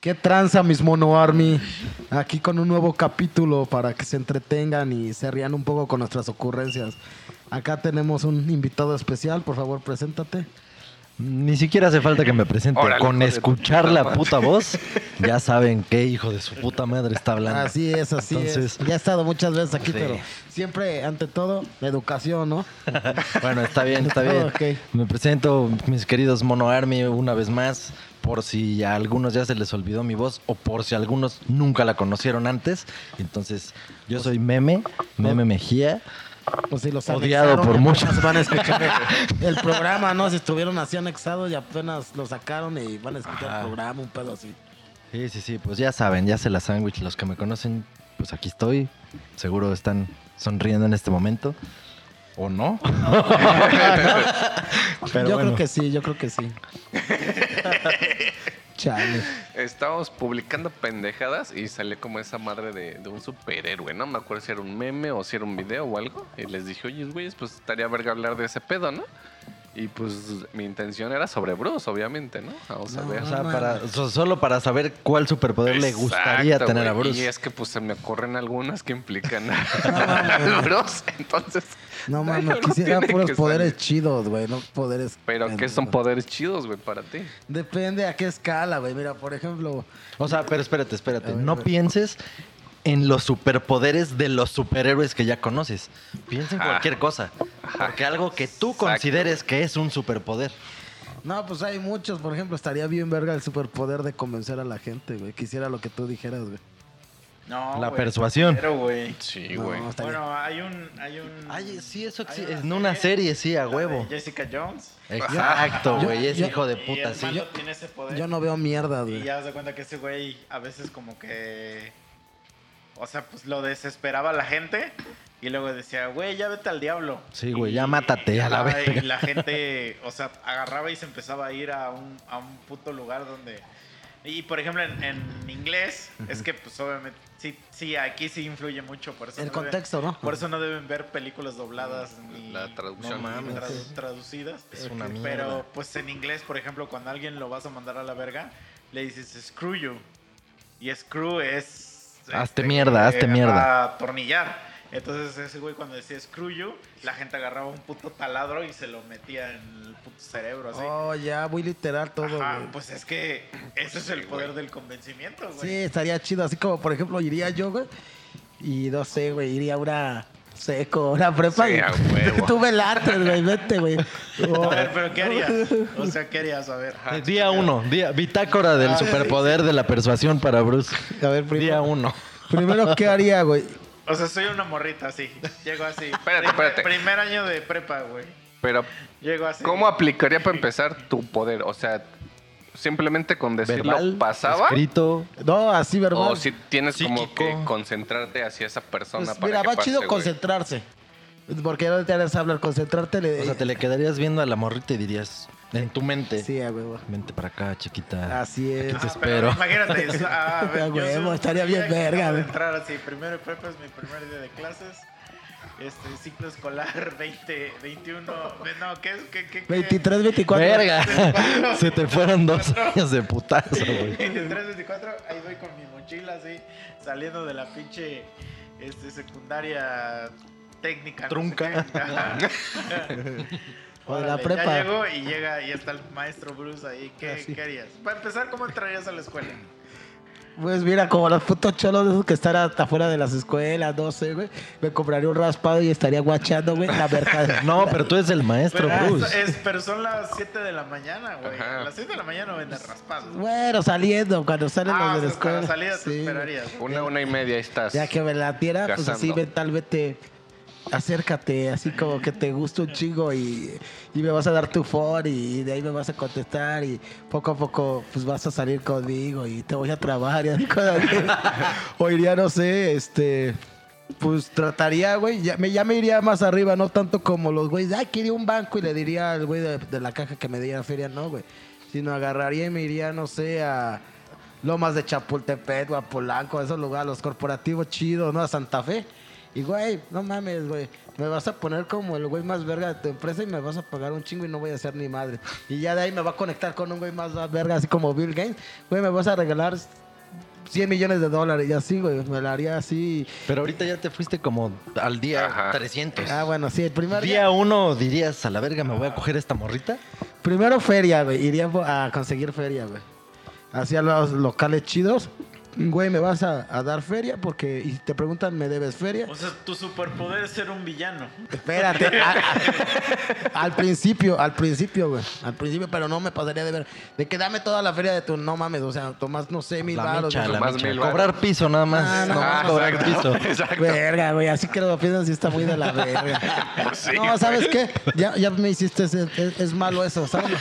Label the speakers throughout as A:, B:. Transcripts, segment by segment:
A: ¿Qué tranza, mis Mono Army? Aquí con un nuevo capítulo para que se entretengan y se rían un poco con nuestras ocurrencias. Acá tenemos un invitado especial, por favor, preséntate.
B: Ni siquiera hace falta que me presente.
C: Órale,
B: Con
C: hijo de
B: escuchar
C: tu
B: la
C: puta
B: puta voz, ya saben qué hijo de su puta madre está hablando.
A: Así es, así
B: Entonces-
A: es. Ya he estado muchas veces aquí,
B: Sí.
A: pero siempre, ante todo, la educación, ¿no?
B: Bueno, está bien, está bien.
A: Ok.
B: Me presento, mis queridos Mono Army, una vez más, por si a algunos ya se les olvidó mi voz o por si algunos nunca la conocieron antes. Entonces, yo soy Meme, Meme Mejía.
A: Pues si los
B: Odiado
A: anexaron,
B: por
A: y apenas
B: muchos.
A: Van a escuchar el programa, ¿no? Se estuvieron así anexados y apenas lo sacaron y van a escuchar
B: Ajá.
A: el programa, un pedo así.
B: Sí, sí, sí, pues ya saben, ya se la sándwich. Los que me conocen, pues aquí estoy. Seguro están sonriendo en este momento. ¿O no? Pero
A: yo
B: bueno.
A: creo que sí, yo creo que sí. Chale.
C: Estábamos publicando pendejadas y salió como esa madre de, de un superhéroe, ¿no? Me acuerdo si era un meme o si era un video o algo. Y les dije, oye, güeyes, pues estaría verga hablar de ese pedo, ¿no? Y pues mi intención era sobre Bruce, obviamente, ¿no? Vamos a
A: No,
C: ver.
B: O sea,
A: no,
B: para- so- solo para saber cuál superpoder le gustaría
C: Exacto,
B: tener a
C: güey.
B: Bruce.
C: Y es que pues se me ocurren algunas que implican a- al Bruce, entonces...
A: No
C: ay,
A: mames,
C: cabrón,
A: quisiera
C: tiene
A: puros
C: que
A: poderes
C: salir.
A: chidos, güey, no poderes.
C: Pero que son poderes chidos, güey, para ti.
A: Depende a qué escala, güey. Mira, por ejemplo,
B: O sea, pero espérate,
A: A
B: espérate.
A: ver, a
B: no
A: ver.
B: pienses en los superpoderes de los superhéroes que ya conoces. Piensa en
C: Ajá.
B: cualquier cosa.
C: Ajá.
B: Porque algo que tú
C: Exacto.
B: consideres que es un superpoder.
A: no, pues hay muchos. Por ejemplo, estaría bien verga el superpoder de convencer a la gente, güey. Quisiera lo que tú dijeras, güey.
D: No,
B: La
D: güey,
B: persuasión.
D: Pero, güey.
C: Sí,
A: No,
C: güey.
A: estaría-
D: Bueno, hay un, hay un.
B: Ay, sí, eso
D: hay
B: exi-
D: una
B: en una serie, sí, a
D: la de
B: huevo.
D: Jessica Jones.
B: Exacto,
A: Yo-
B: güey. Es
A: yo-
B: hijo de
D: y el
B: puta, sí.
D: malo
B: Yo-
D: tiene ese poder.
A: Yo no veo mierda,
D: Y
A: güey.
D: ya se da cuenta que ese güey a veces como que. O sea, pues lo desesperaba a la gente. Y luego decía, güey, ya vete al diablo.
B: Sí, güey,
D: Y-
B: ya mátate a la
D: ajá,
B: verga.
D: Y la gente, o sea, agarraba y se empezaba a ir a un, a un puto lugar donde. Y por ejemplo, en, en inglés, es que pues obviamente. Sí, sí, aquí sí influye mucho. Por eso
A: El
D: no deben-
A: contexto, ¿no?
D: por eso no deben ver películas dobladas ni
C: La traducción.
D: no mames,
B: No mames.
D: tradu- traducidas.
B: Es una mierda.
D: Pero pues en inglés, por ejemplo, cuando a alguien lo vas a mandar a la verga, le dices screw you. Y screw es... este, eh,
B: Hazte mierda, hazte mierda.
D: Atornillar. Entonces ese güey cuando decía screw you, la gente agarraba un puto taladro y se lo metía en el puto cerebro así.
A: Oh, ya, muy literal todo,
D: pues, Ajá,
A: güey.
D: pues es que ese es el poder del convencimiento, güey.
A: Sí, estaría chido. Así como, por ejemplo, iría yo, güey. Y no sé, güey, iría a una seco, una prepa.
C: Sí,
A: y-
C: a huevo.
A: Tú me lates, güey, vete, güey.
D: A ver, pero ¿qué harías? O sea, ¿qué harías? A ver.
B: Eh, Día uno, día, bitácora
A: Ah,
B: del superpoder de la persuasión para Bruce.
A: A ver, primero.
B: Día uno.
A: Primero, ¿qué haría, güey?
D: O sea, soy una morrita así. Llego así.
C: Espérate,
D: Primer-
C: espérate.
D: Primer año de prepa, güey.
C: Pero
D: Llego así. Ah,
C: ¿Cómo aplicaría para empezar tu poder? O sea, simplemente con decirlo
B: Verbal,
C: pasaba.
B: escrito,
A: No,
C: Oh,
A: así, verbal.
C: O si tienes como
B: Psíquico.
C: que concentrarte hacia esa persona
A: Pues,
C: para
A: mira,
C: que
A: va
C: pase,
A: chido
C: güey.
A: concentrarse. Porque no te harás hablar, concentrarte. Le,
B: O sea, te le quedarías viendo a la morrita y dirías en tu mente.
A: Sí, a huevo.
B: Vente para acá, chiquita.
A: Así es.
B: Aquí te
D: Ah,
B: espero.
D: pero imagínate. es- ah, a ver,
A: A
D: yo
A: huevo,
D: soy un-
A: estaría bien
D: ya que
A: verga,
D: acabo de
A: güey.
D: entrar así. Primero de prepa es mi primer día de clases. Este, ciclo escolar 20, 21. No, ¿qué es? ¿Qué, qué, qué?
A: 23, 24.
B: Verga. Se te fueron dos años de putazo, güey.
D: 23, 24. Ahí voy con mi mochila así. Saliendo de la pinche este, secundaria técnica. no sé
B: Trunca.
D: qué. Ajá.
A: O de la
D: Órale,
A: prepa. Ah,
D: Ya llegó y llega y está el maestro Bruce ahí. ¿Qué,
A: Así.
D: qué harías? Para empezar, ¿cómo entrarías a la escuela?
A: Pues mira, como los putos cholos de esos que están hasta afuera de las escuelas, no sé, güey. Me compraría un raspado y estaría guachando, güey, la mercadería.
B: No, pero tú eres el maestro,
D: Pero, es,
A: eh.
B: Bruce.
D: es- pero son las 7 de la mañana, güey.
C: Ajá.
D: A las 7 de la mañana venden raspados.
A: Bueno, saliendo, cuando salen
D: Ah,
A: los de la
D: o sea, para
A: escuela.
D: salida
A: Sí,
D: te
A: güey.
D: esperarías.
C: Una, una y media ahí estás.
A: Ya que me la tiera, pues
C: Cazando.
A: así mentalmente, acércate, así como que te gusta un chingo y, y me vas a dar tu phone y, de ahí me vas a contestar y poco a poco pues vas a salir conmigo y te voy a trabajar y así cosas así. O iría, no sé, este... Pues trataría, güey, ya me, ya me iría más arriba, no tanto como los güeyes, ay, quería un banco y le diría al güey de, de la caja que me diera feria, no, güey, sino agarraría y me iría, no sé, a Lomas de Chapultepec o a Polanco, a esos lugares, los corporativos chidos, ¿no? A Santa Fe. Y güey, no mames, güey. Me vas a poner como el güey más verga de tu empresa y me vas a pagar un chingo y no voy a hacer ni madre. Y ya de ahí me va a conectar con un güey más verga, así como Bill Gates. Güey, me vas a regalar 100 millones de dólares y así, güey. Me la haría así.
B: Pero ahorita ya te fuiste como al día
C: Ajá.
B: 300.
A: Ah, bueno, sí, el primer día.
B: Día uno dirías, a la verga, me voy a coger esta morrita.
A: Primero feria, güey. Iría a conseguir feria, güey. Hacia los locales chidos. Güey, me vas a, a dar feria porque y te preguntan, ¿me debes feria?
D: O sea, tu superpoder es ser un villano.
A: Espérate. a- a- al principio, al principio, güey. Al principio, pero no me pasaría de ver. De que dame toda la feria de tu. No mames, o sea, tomás, no sé, mil
B: La
A: baros.
B: mecha, la
C: Más
B: mecha.
C: mil varos.
B: Cobrar piso nada más.
A: Ah, no,
B: nada más
A: no,
B: cobrar piso.
C: Exacto.
A: Verga, güey. Así que lo piensas y está muy de la verga.
C: Sí,
A: no, ¿sabes qué? Ya, ya me hiciste. ese- es, es malo eso, ¿sabes?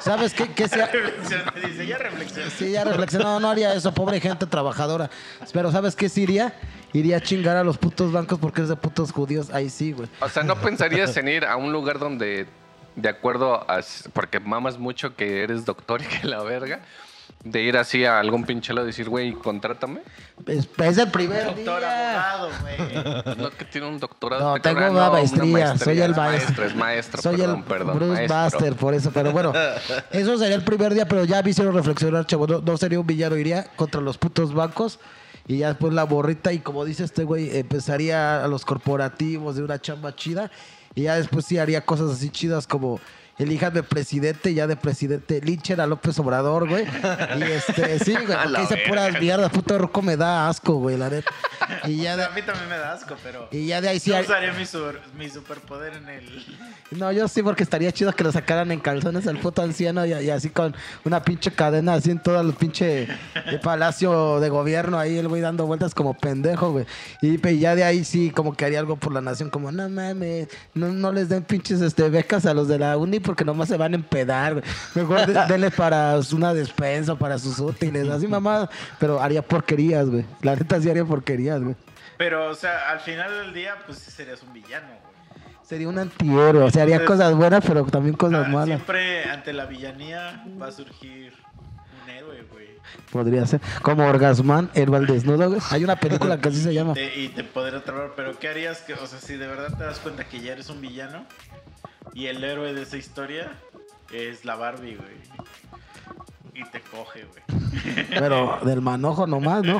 A: ¿Sabes qué? Que sea,
D: Reflexioné, dice, ya reflexioné.
A: Sí, ya reflexionado, no haría eso, pobre gente trabajadora. Pero ¿sabes qué sí iría? Iría a chingar a los putos bancos porque es de putos judíos. Ahí sí, güey.
C: O sea, ¿no pensarías en ir a un lugar donde, de acuerdo a... Porque mamas mucho que eres doctor y que la verga, de ir así a algún pinche lado y decir, güey, contrátame?
A: Es, es el primer
D: Doctor,
A: día.
D: abogado, güey.
C: Pues, No que tiene un doctorado.
A: No,
C: te
A: tengo
C: cabrón,
A: una
C: no,
A: maestría, soy el maestro.
C: es maestro. Es maestro,
A: Soy
C: perdón,
A: el
C: perdón.
A: Bruce
C: maestro.
A: Buster, por eso. Pero bueno, eso sería el primer día, pero ya me hicieron reflexionar, chavo. No, no sería un villano, iría contra los putos bancos. Y ya después la borrita, y como dice este güey, empezaría a los corporativos de una chamba chida. Y ya después sí haría cosas así chidas como de presidente, ya de presidente linchen a López Obrador, güey. Y este, sí, güey, porque dice puras mierdas, puto ruco me da asco, güey, la neta. Y ya
D: O
A: de,
D: sea, a mí también me da asco, pero.
A: y ya de ahí sí.
D: yo
A: har-
D: usaría mi, super- mi superpoder en el.
A: No, yo sí, porque estaría chido que lo sacaran en calzones al puto anciano y, y así con una pinche cadena así en todo el pinche eh, palacio de gobierno ahí, el güey dando vueltas como pendejo, güey. Y pe- ya de ahí sí, como que haría algo por la nación, como, no mames, no, no les den pinches este, becas a los de la uni porque nomás se van a empedar, güey. Mejor de- denle para su- una despensa, para sus útiles, así mamá, pero haría porquerías, güey. La neta sí haría porquerías, güey.
D: Pero, o sea, al final del día, pues sí serías un villano, güey.
A: Sería un antihéroe, o sea, haría cosas buenas, pero también cosas
D: Ah,
A: malas.
D: Siempre ante la villanía va a surgir un héroe, güey.
A: Podría ser. Como Orgasmán, el al desnudo, güey. Hay una película que así se llama.
D: Te- y te podrá atrapar, pero ¿qué harías? Que, o sea, si de verdad te das cuenta que ya eres un villano y el héroe de esa historia es la Barbie, güey. Y te coge, güey.
A: Pero del manojo nomás, ¿no?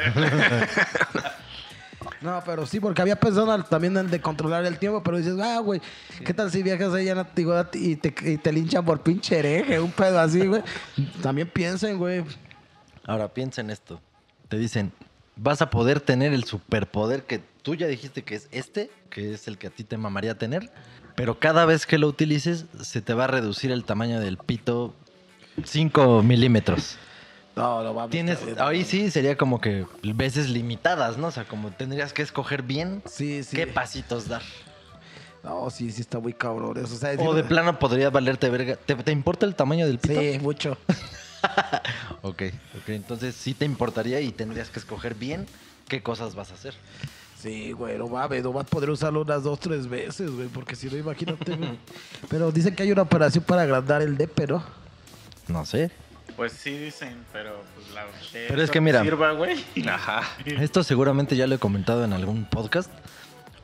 A: No, pero sí, porque había pensado también en de controlar el tiempo, pero dices, ah, güey, ¿qué tal si viajas allá en la antigüedad y te, y te linchan por pinche hereje? Un pedo así, güey. También piensen, güey.
B: Ahora piensa en esto. Te dicen, vas a poder tener el superpoder que tú ya dijiste que es este, que es el que a ti te mamaría tener, pero cada vez que lo utilices se te va a reducir el tamaño del pito 5 milímetros.
A: No, lo vamos
B: Tienes, ahí sí sería como que veces limitadas, ¿no? O sea, como tendrías que escoger bien
A: Sí, sí.
B: qué pasitos dar.
A: No, sí, sí está muy cabrón eso. O, sea, es-
B: O de plano podría valerte verga. ¿Te, te importa el tamaño del pito?
A: Sí, mucho.
B: Ok, ok. Entonces sí te importaría y tendrías que escoger bien qué cosas vas a hacer.
A: Sí, güey, no mames, no vas a poder usarlo unas dos, tres veces, güey, porque si no, imagínate, güey. Pero dicen que hay una operación para agrandar el DP, ¿no?
B: No sé.
D: Pues sí dicen, pero pues la de
B: Pero es
D: eso
B: que mira- Ah,
D: sirva, güey.
C: Ajá.
B: Esto seguramente ya lo he comentado en algún podcast.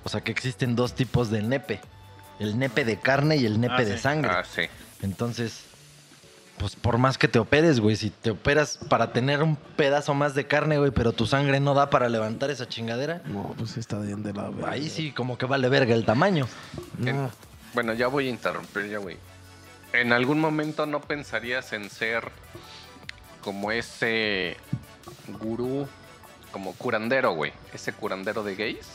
B: O sea que existen dos tipos de nepe. El nepe de carne y el nepe
D: Ah,
B: de
D: sí.
B: sangre.
C: Ah, sí.
B: Entonces, pues por más que te operes, güey, si te operas para tener un pedazo más de carne, güey, pero tu sangre no da para levantar esa chingadera,
A: No, pues está bien de la verga.
B: ahí sí como que vale verga el tamaño.
A: No.
C: Bueno, ya voy a interrumpir, ya güey. ¿En algún momento no pensarías en ser como ese gurú, como curandero, güey? Ese curandero de gays.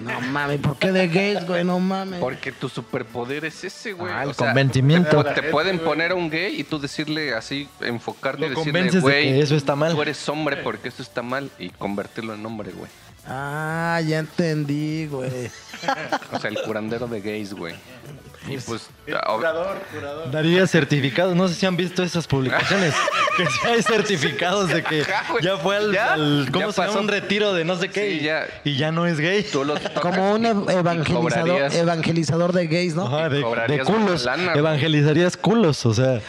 A: No mames, ¿por qué de gays, güey? No mames.
C: Porque tu superpoder es ese, güey.
B: Ah, el
C: O sea,
B: convencimiento.
C: Te pueden poner a un gay y tú decirle así, enfocarte
B: Lo
C: y
B: convences de
C: decirle,
B: que
C: güey,
B: eso está mal".
C: tú eres hombre porque eso está mal y convertirlo en hombre, güey.
A: Ah, ya entendí, güey.
C: O sea, el curandero de gays, güey. Y pues,
D: El
C: ob-
D: curador, curador.
B: Daría certificado. No sé si han visto esas publicaciones. que sí hay certificados de que
C: Ajá, güey.
B: ya fue al,
C: Ya,
B: al- ¿cómo
C: ya
B: se llama?
C: pasó.
B: Un retiro de no sé qué
C: Sí,
B: y,
C: ya.
B: y ya no es gay.
C: Tú lo tocas
A: Como un
C: y-
A: ev-
C: y
A: evangelizador,
C: cobrarías-
A: evangelizador de gays, ¿no?
B: Ajá, de, de
C: cobrarías
B: culos.
C: buena lana, güey.
B: Evangelizarías culos, o sea,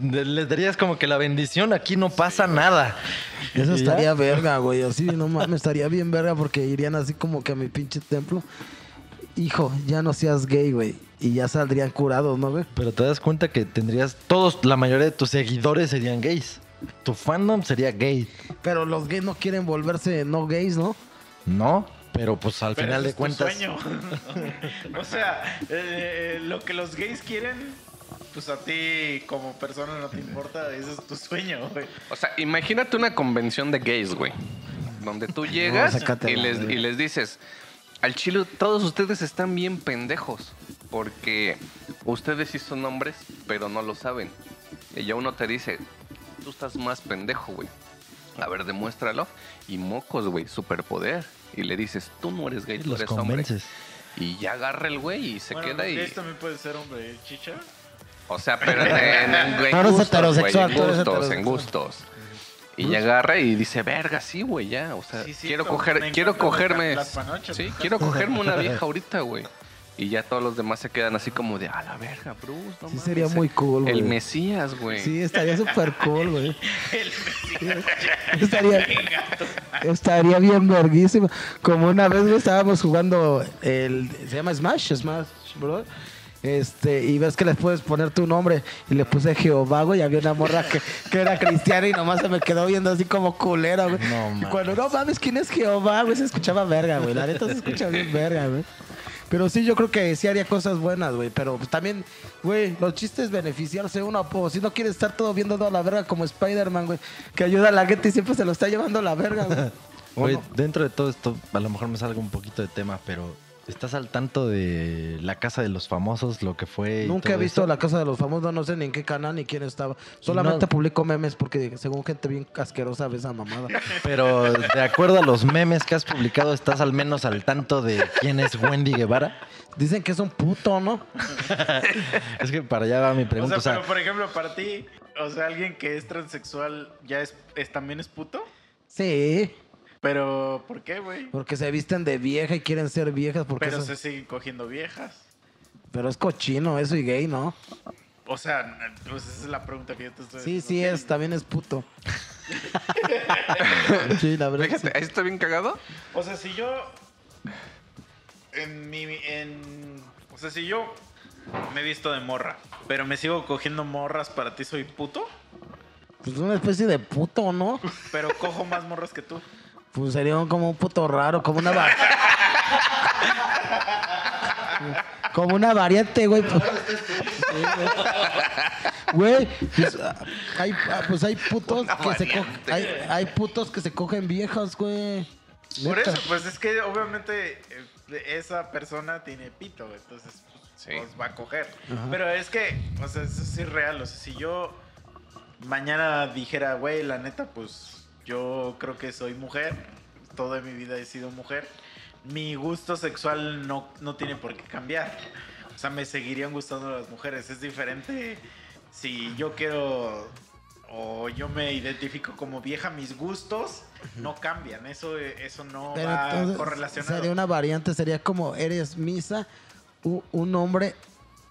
B: de- les darías como que la bendición, aquí no pasa nada.
A: Eso
B: Y ya.
A: estaría verga, güey. Así, no mames, estaría bien verga porque irían así como que a mi pinche templo. Hijo, ya no seas gay, güey. Y ya saldrían curados, ¿no, güey?
B: Pero te das cuenta que tendrías, todos, la mayoría de tus seguidores serían gays. Tu fandom sería gay,
A: Pero los gays no quieren volverse no gays, ¿no?
B: ¿no? Pero pues al
D: Pero
B: final
D: ese
B: de
D: es tu
B: cuentas...
D: sueño. o sea, eh, lo que los gays quieren, pues a ti como persona no te importa, ese es tu sueño, güey.
C: O sea, imagínate una convención de gays, güey. Donde tú
A: No,
C: llegas
A: sácate
C: y,
A: la
C: les,
A: verga.
C: y les dices, al chilo, todos ustedes están bien pendejos. Porque ustedes sí son hombres, pero no lo saben. Y ya uno te dice, tú estás más pendejo, güey. A ver, demuéstralo. Y mocos, güey, superpoder. Y le dices, tú no eres gay,
B: Y
C: tú
B: los
C: eres hombre.
B: convences.
C: Y ya agarra el güey y se
D: Bueno,
C: queda
D: los
C: y...
D: gays también puede ser hombre, chicha.
C: O sea, pero en, en- en
A: Tú eres
C: gustos,
A: heterosexual,
C: güey,
A: tú
C: en
A: eres
C: gustos, en
A: heterosexual.
C: gustos. Y ya agarra y dice, verga, sí, güey, ya. O sea,
D: Sí, sí,
C: quiero
D: como
C: coger,
D: me
C: quiero
D: encuentro
C: cogerme.
D: las panochas,
C: Sí,
D: ¿no?
C: quiero cogerme una vieja ahorita, güey. Y ya todos los demás se quedan así como de, a la verga, Bruce, no
A: Sí,
C: mames,
A: sería
C: el-
A: muy cool, güey.
C: El Mesías, güey.
A: Sí, estaría súper cool, güey.
D: El
A: Estaría, estaría bien verguísimo. Como una vez güey, estábamos jugando el se llama Smash, Smash, bro. Este, y ves que les puedes poner tu nombre y le puse Jehová, güey, y había una morra que, que era cristiana y nomás se me quedó viendo así como culera, güey.
B: No mames.
A: y cuando no mames, ¿quién es Jehová? Güey, se escuchaba verga, güey. La neta se escucha bien verga, güey. Pero sí, yo creo que sí haría cosas buenas, güey. Pero pues, también, güey, los chistes beneficiarse uno. po. Si no quieres estar todo viendo a la verga como Spider-Man, güey. Que ayuda a la gente y siempre se lo está llevando a la verga, güey.
B: Güey,
A: Uno-
B: dentro de todo esto, a lo mejor me salga un poquito de tema, pero ¿estás al tanto de la casa de los famosos, lo que fue? y
A: Nunca
B: todo
A: he visto
B: esto?
A: La Casa de los Famosos, no sé ni en qué canal ni quién estaba. Solamente
B: No.
A: publico memes porque según gente bien asquerosa ve esa mamada.
B: Pero de acuerdo a los memes que has publicado, ¿estás al menos al tanto de quién es Wendy Guevara?
A: Dicen que es un puto, ¿no?
B: Es que para allá va mi
D: O
B: pregunta.
D: sea,
B: O sea,
D: pero por ejemplo, para ti, o sea, alguien que es transexual ya es, es- también es puto.
A: Sí,
D: Pero, ¿por qué, güey?
A: porque se visten de vieja y quieren ser viejas porque
D: Pero
A: eso-
D: se siguen cogiendo viejas.
A: pero es cochino eso y gay, ¿no?
D: O sea, pues esa es la pregunta que yo te estoy
A: Sí,
D: haciendo.
A: sí es, también es puto. sí, la verdad.
C: Fíjate, ahí está bien cagado.
D: O sea, si yo. En mi. En, o sea, si yo me he visto de morra, pero me sigo cogiendo morras, para ti soy puto,
A: Pues una especie de puto, ¿no?
D: pero cojo más morras que tú.
A: Pues sería un- como un puto raro, como una va- como una variante, güey. Pues- Sí, güey. Güey, pues ah, hay, ah, pues hay putos
C: Una
A: que se co-
C: variante.
A: hay, hay putos que se cogen viejas, güey.
D: Por
A: Neta.
D: eso, pues es que obviamente eh, esa persona tiene pito, güey, entonces pues,
C: Sí.
D: pues, va a coger.
A: Ajá.
D: Pero es que, o sea, eso es irreal. O sea, si yo mañana dijera, güey, la neta, pues yo creo que soy mujer, toda mi vida he sido mujer, mi gusto sexual no, no tiene por qué cambiar. O sea, me seguirían gustando las mujeres. Es diferente si yo quiero o yo me identifico como vieja, mis gustos no cambian. Eso, eso no
A: Pero
D: va
A: entonces,
D: correlacionado.
A: Sería una variante, sería como eres misa, u- un hombre,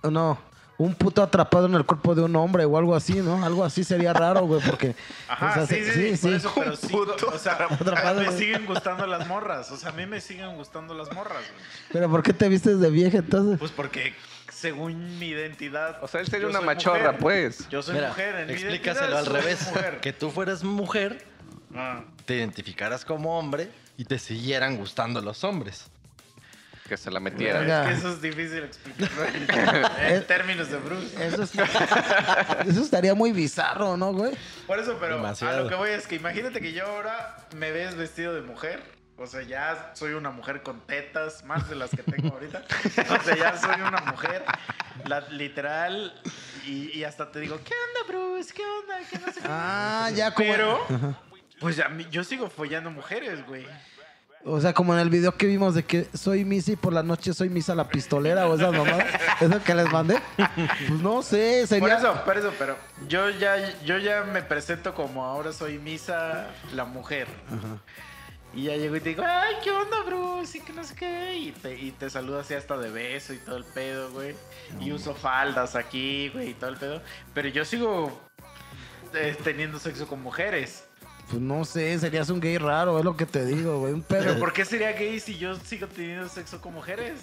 A: no, un puto atrapado en el cuerpo de un hombre o algo así, ¿no? Algo así sería raro, güey, porque...
D: Ajá,
A: o sea,
D: sí,
A: se-
D: sí, sí, por
A: sí.
D: eso, pero sí, o sea,
A: atrapado,
D: me
A: güey.
D: siguen gustando las morras, o sea, a mí me siguen gustando las morras, güey.
A: Pero ¿por qué te vistes de vieja entonces?
D: Pues porque según mi identidad...
C: O sea, él sería
D: yo
C: una
D: soy
C: machorra,
D: mujer.
C: pues.
D: Yo soy
B: mira,
D: mujer, en mi
B: explícaselo
D: identidad
B: al
D: soy
B: revés.
D: mujer.
B: Que tú fueras mujer,
D: Ah,
B: te identificaras como hombre y te siguieran gustando los hombres.
C: Que se la
A: Verga.
C: metiera.
D: es que eso es difícil explicarlo en términos de Bruce.
A: Eso, es- eso estaría muy bizarro, ¿no, güey?
D: Por eso, pero a
B: Demasiado.
D: lo que voy es que imagínate que yo ahora me ves vestido de mujer. O sea, ya soy una mujer con tetas, más de las que tengo ahorita. O sea, ya soy una mujer, la- literal. Y, y hasta te digo, ¿qué onda, Bruce? ¿Qué onda? ¿Qué no sé qué?"
A: Ah, ya como...
D: Pero, pues a mí- yo sigo follando mujeres, güey.
A: O sea, como en el video que vimos de que soy misa y por la noche soy misa la pistolera o esas mamadas. ¿Eso que les mandé? Pues no sé,
D: Por
A: sería...
D: eso, por eso, pero yo ya, yo ya me presento como ahora soy Misa, la mujer. Y ya llego y te digo, ay, ¿qué onda, Bruce? Y que no sé qué. Y te, y te saludo así hasta de beso y todo el pedo, güey. Y uso faldas aquí, güey, y todo el pedo. Pero yo sigo eh, teniendo sexo con mujeres.
A: Pues no sé, serías un gay raro, es lo que te digo, güey. Un pedo.
D: ¿Pero por qué sería gay si yo sigo teniendo sexo con mujeres?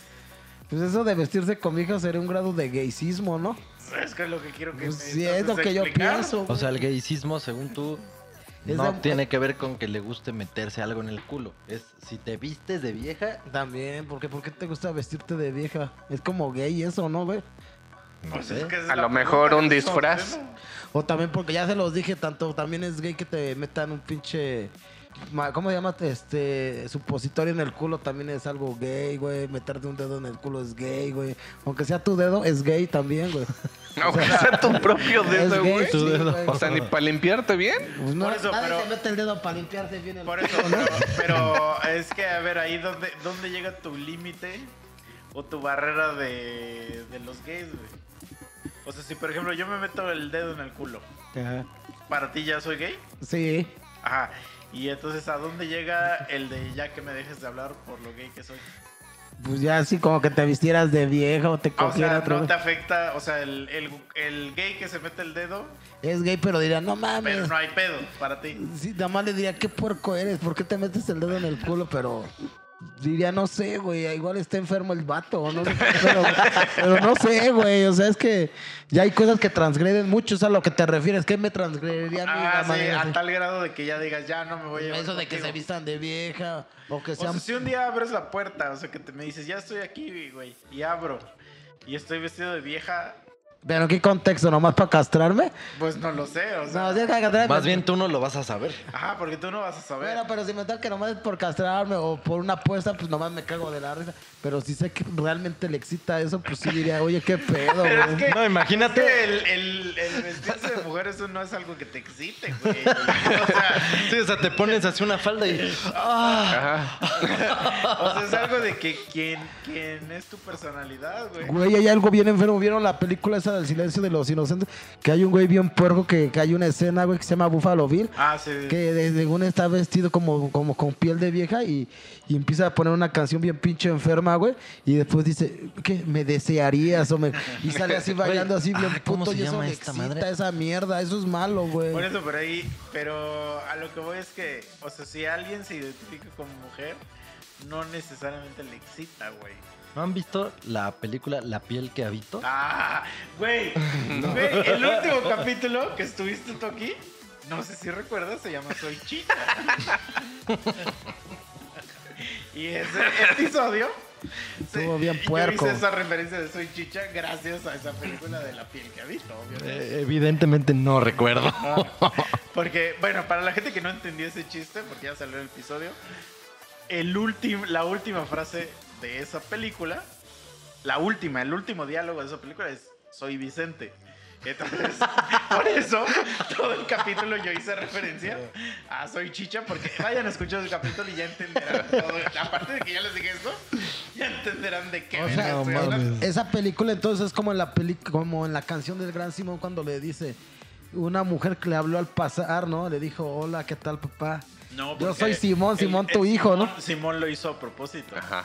A: Pues eso de vestirse con viejas sería un grado de gaysismo, ¿no?
D: Es que es lo que quiero que
A: Pues
D: me
A: sí, es lo
D: trates de
A: que yo
D: explicar.
A: pienso.
B: O sea, el gaycismo, según tú,
A: Es
B: no
A: de-
B: tiene que ver con que le guste meterse algo en el culo. Es si te vistes de vieja.
A: También, porque ¿por qué te gusta vestirte de vieja? Es como gay eso, ¿no, güey?
B: No
D: Pues
B: sé.
D: es que esa es
C: A
D: la
C: lo mejor
D: pregunta
C: un
D: que
C: disfraz.
D: estamos
A: O también porque ya se los dije, tanto también es gay que te metan un pinche... ma- ¿Cómo se llama? Este supositorio en el culo también es algo gay, güey. Meterte un dedo en el culo es gay, güey. Aunque sea tu dedo, es gay también, güey.
C: Aunque sea tu propio dedo,
A: gay,
C: güey.
A: tu dedo.
C: O sea, ni para limpiarte bien.
A: Pues no,
D: Por eso,
A: nadie
D: pero-
A: se mete el dedo para limpiarse bien el
D: Por eso,
A: culo, ¿no?
D: pero, pero es que, a ver, ahí donde, donde llega tu límite o tu barrera de, de los gays, güey. O sea, si por ejemplo yo me meto el dedo en el culo,
A: Ajá.
D: ¿para ti ya soy gay?
A: Sí.
D: Ajá. Y entonces, ¿a dónde llega el de ya que me dejes de hablar por lo gay que soy?
A: Pues ya así como que te vistieras de vieja o te
D: Ah, O
A: cogiera
D: sea,
A: otro.
D: no te afecta, o sea, el, el, el gay que se mete el dedo,
A: Es gay, pero dirá, no mames.
D: pero no hay pedo para ti.
A: Sí, nada más le diría, qué puerco eres, ¿por qué te metes el dedo en el culo? Pero diría, no sé, güey, igual está enfermo el vato, o no sé, pero, pero no sé, güey, o sea, es que ya hay cosas que transgreden mucho, o sea, a lo que te refieres, ¿qué me transgrediría a mí?
D: Ah,
A: la
D: sí,
A: manera,
D: a
A: sí?
D: tal grado de que ya digas, ya no me voy a llevar
A: Eso de que se
D: contigo.
A: vistan de vieja, o que
D: O sea,
A: sean...
D: si un día abres la puerta, o sea, que te me dices, ya estoy aquí, güey, y abro, y estoy vestido de vieja,
A: ¿Pero en qué contexto? ¿Nomás para castrarme?
D: pues no lo sé, o sea.
A: No, si es para castrarme...
B: Más bien tú no lo vas a saber.
D: Ajá, porque tú no vas a saber.
A: Bueno, pero si me toca que nomás es por castrarme o por una apuesta, pues nomás me cago de la risa. Pero si sé que realmente le excita eso, pues sí diría, oye, qué pedo,
D: Pero es
A: güey.
D: que-
B: No, imagínate.
D: es que El, el, el vestirse de mujer, eso no es algo que te excite, güey. O sea,
B: Sí, o sea, te pones así una falda y.
C: Ajá.
D: o sea, es algo de que quien, quien es tu personalidad, güey.
A: Güey, hay algo bien enfermo. ¿Vieron la película esa del silencio de los inocentes? Que hay un güey bien puerco que, que hay una escena, güey, que se llama Buffalo Bill.
D: Ah, sí.
A: Que de- según está vestido como, como con piel de vieja y, y empieza a poner una canción bien pinche enferma, güey. Y después dice, ¿qué? ¿Me desearías? O me... Y sale así bailando así bien
B: ah, ¿cómo
A: puto
B: se
A: y eso
B: llama
A: me
B: esta
A: excita,
B: madre?
A: esa mierda. Eso es malo, güey.
D: Por eso, por ahí. Pero a lo que voy es que, o sea, si alguien se identifica como mujer, no necesariamente le excita, güey.
B: ¿No han visto la película La piel que habito?
D: Ah, güey, güey, el último capítulo que estuviste tú aquí, no sé si recuerdas, se llama Soy Chica. y ese episodio se-
A: Estuvo bien
D: Yo
A: puerco.
D: hice esa referencia de Soy Chicha gracias a esa película de la piel que habito, obviamente.
B: Eh, evidentemente no recuerdo.
D: Porque, bueno, para la gente que no entendió ese chiste, porque ya salió el episodio, el último, la última frase de esa película, la última, el último diálogo de esa película es Soy Vicente. Entonces, por eso, todo el capítulo yo hice referencia a Soy Chicha, porque vayan a escuchar el capítulo y ya entenderán todo. Aparte de que ya les dije esto, ya entenderán de qué
A: O
D: verga
A: sea,
D: estoy
B: no
D: hablando.
B: mames.
A: Esa película entonces es como en la peli como en la canción del gran Simón cuando le dice una mujer que le habló al pasar, ¿no? Le dijo, "Hola, ¿qué tal, papá?"
D: No,
A: Yo
D: porque
A: soy Simón,
D: el-
A: Simón
D: el
A: tu hijo,
D: Simón-
A: ¿no?
D: Simón lo hizo a propósito.
C: Ajá.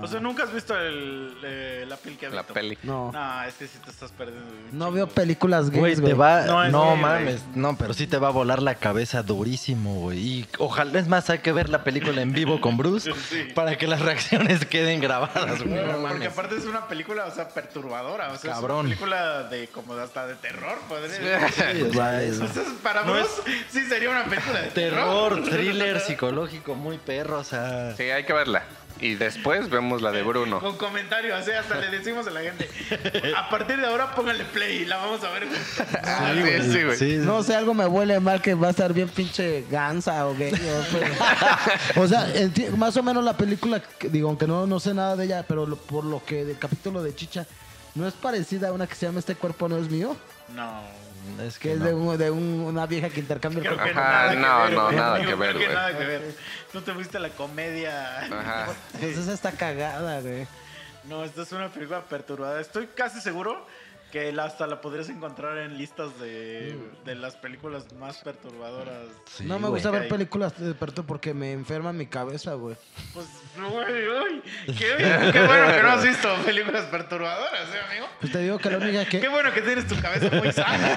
D: O sea, nunca has visto el, eh, la peli que ha
C: La
D: visto?
C: peli.
A: No. No,
D: No, es que sí te estás perdiendo. de un
A: veo
D: chingo.
A: películas
B: Güey,
A: gays,
B: te
A: güey.
B: va.
D: No,
B: No,
D: es gay, güey.
B: mames. No, pero sí te va a volar la cabeza durísimo, güey. Y ojalá, es más, hay que ver la película en vivo con Bruce
D: Sí.
B: para que las reacciones queden grabadas, güey.
D: No,
B: No
D: porque
B: mames.
D: aparte es una película, o sea, perturbadora. O sea, es
B: Cabrón.
D: una película de como de hasta de terror, podría
B: Sí, o sea, es
D: O sea, para
B: No
D: vos sí sería una película de terror.
B: Terror, thriller psicológico, muy perro, o sea.
C: Sí, hay que verla. Y después vemos la de Bruno.
D: Con comentarios, o sea, hasta le decimos a la gente, a partir de ahora póngale play y la vamos a ver.
C: Ah, sí, sí, güey.
B: Sí,
A: No sé, algo me huele mal que va a estar bien pinche gansa o gay. o- pero- o sea, enti- más o menos la película, que- digo, aunque no, no sé nada de ella, pero lo- por lo que del capítulo de Chicha, ¿no es parecida a una que se llama Este cuerpo no es mío?
D: No.
B: Es
A: Que
B: que
A: es
B: no.
A: de, un- de un- una vieja que intercambia el
D: Creo
A: cuerpo.
D: que
C: Ajá, no,
D: nada que ver,
C: no,
D: güey.
C: nada
D: Yo
C: que
D: creo
C: ver, güey.
D: nada que ver. No te fuiste a la comedia.
C: Ajá.
A: Pues esa está cagada, güey.
D: No, esta es una película perturbada. Estoy casi seguro que la- hasta la podrías encontrar en listas de,
A: Mm.
D: de las películas más perturbadoras.
B: Sí,
A: no me
B: güey.
A: gusta ver
D: Ahí.
A: películas de parto porque me enferma mi cabeza, güey.
D: Pues, uy, uy, qué, qué bueno que no has visto películas perturbadoras, ¿eh, amigo?
A: Pues te digo que la única que...
D: Qué bueno que tienes tu cabeza muy sana. ¿eh?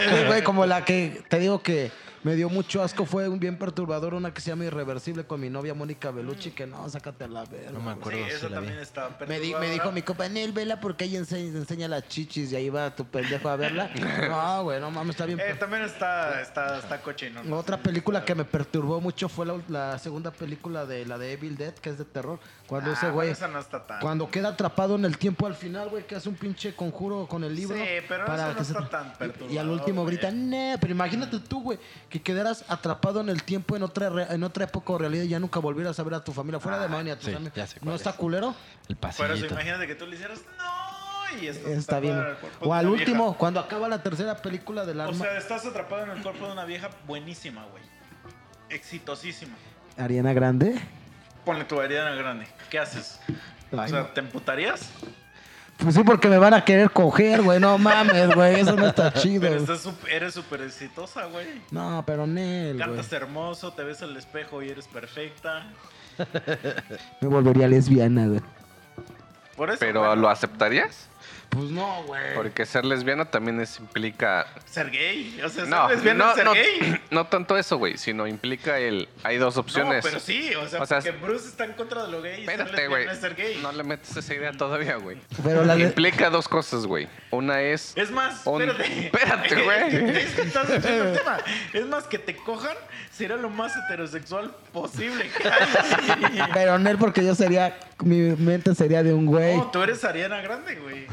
A: Eh, güey, como la que te digo que me dio mucho asco fue un bien perturbador, una que se llama Irreversible con mi novia Mónica Bellucci, que no, sácate a la verga.
B: No
A: güey.
B: me acuerdo.
D: Sí,
B: Recuerdo,
D: eso
B: sí la vi.
D: también está
A: Me, di-
D: perturbadora. Eh,
A: me dijo mi compa, Nel, vela porque ahí ense- enseña, las chichis y ahí va tu pendejo a verla. No, güey, no mames, está bien.
D: Eh,
A: per-
D: también está, está, está cochino. ¿no?
A: Otra película que me perturbó mucho fue la, ul- la segunda película de la de Evil Dead, que es de terror. Cuando
D: Ah,
A: ese güey,
D: Esa no está tan.
A: cuando queda atrapado en el tiempo al final, güey, que hace un pinche conjuro con el libro.
D: Sí, pero eso no
A: se-
D: está tan
A: Y, y al
D: perturbador,
A: último
D: güey.
A: grita, "Nee", pero imagínate tú, güey, que quedaras atrapado en el tiempo en otra re- en otra época o realidad y ya nunca volvieras a ver a tu familia fuera de Mania.
B: sí, ya sé
A: ¿No
B: cuál
A: está
B: es.
A: culero?
B: El
D: Pero si
B: pasillito.
D: imagínate que tú le hicieras no y estás
A: Está
D: atrapado
A: bien.
D: en el cuerpo
A: O
D: de
A: al
D: una vieja.
A: último, cuando acaba la tercera película del
D: O
A: arma.
D: sea, estás atrapado en el cuerpo de una vieja buenísima, güey. Exitosísima.
A: Ariana Grande.
D: Ponle tu Ariana Grande. ¿Qué haces? o
A: Ay,
D: sea, ¿te emputarías?
A: Pues sí, porque me van a querer coger, güey. No mames, güey. Eso no está chido.
D: Pero
A: güey.
D: estás sup- eres súper exitosa, güey.
A: No, pero Nel, güey.
D: Cantas hermoso, te ves al espejo y eres perfecta.
A: Me volvería lesbiana, güey.
D: Por eso.
C: Pero
D: bueno,
C: ¿lo aceptarías?
A: Pues no, güey.
C: Porque ser lesbiana también es, implica...
D: ser gay. O sea,
C: No,
D: ¿sabes bien
C: no,
D: ser
C: no,
D: gay?
C: no tanto eso, güey, sino implica el... Hay dos
D: No,
C: opciones.
D: pero sí, o sea,
C: O sea,
D: que Bruce está en contra de lo gay y ser
C: Espérate,
D: lesbiana
C: güey.
D: es ser gay.
C: No le metes esa idea todavía, güey.
A: Pero la de-
C: Implica dos cosas, güey. Una es...
D: Es más,
C: Un-
D: espérate.
C: Espérate, güey.
D: Es que estás haciendo el tema. Es más, que te cojan será lo más heterosexual posible. Ay,
A: Pero Nel, porque yo sería. Mi mente sería de un güey.
C: Oh,
D: No, Oh, tú eres Ariana Grande, güey.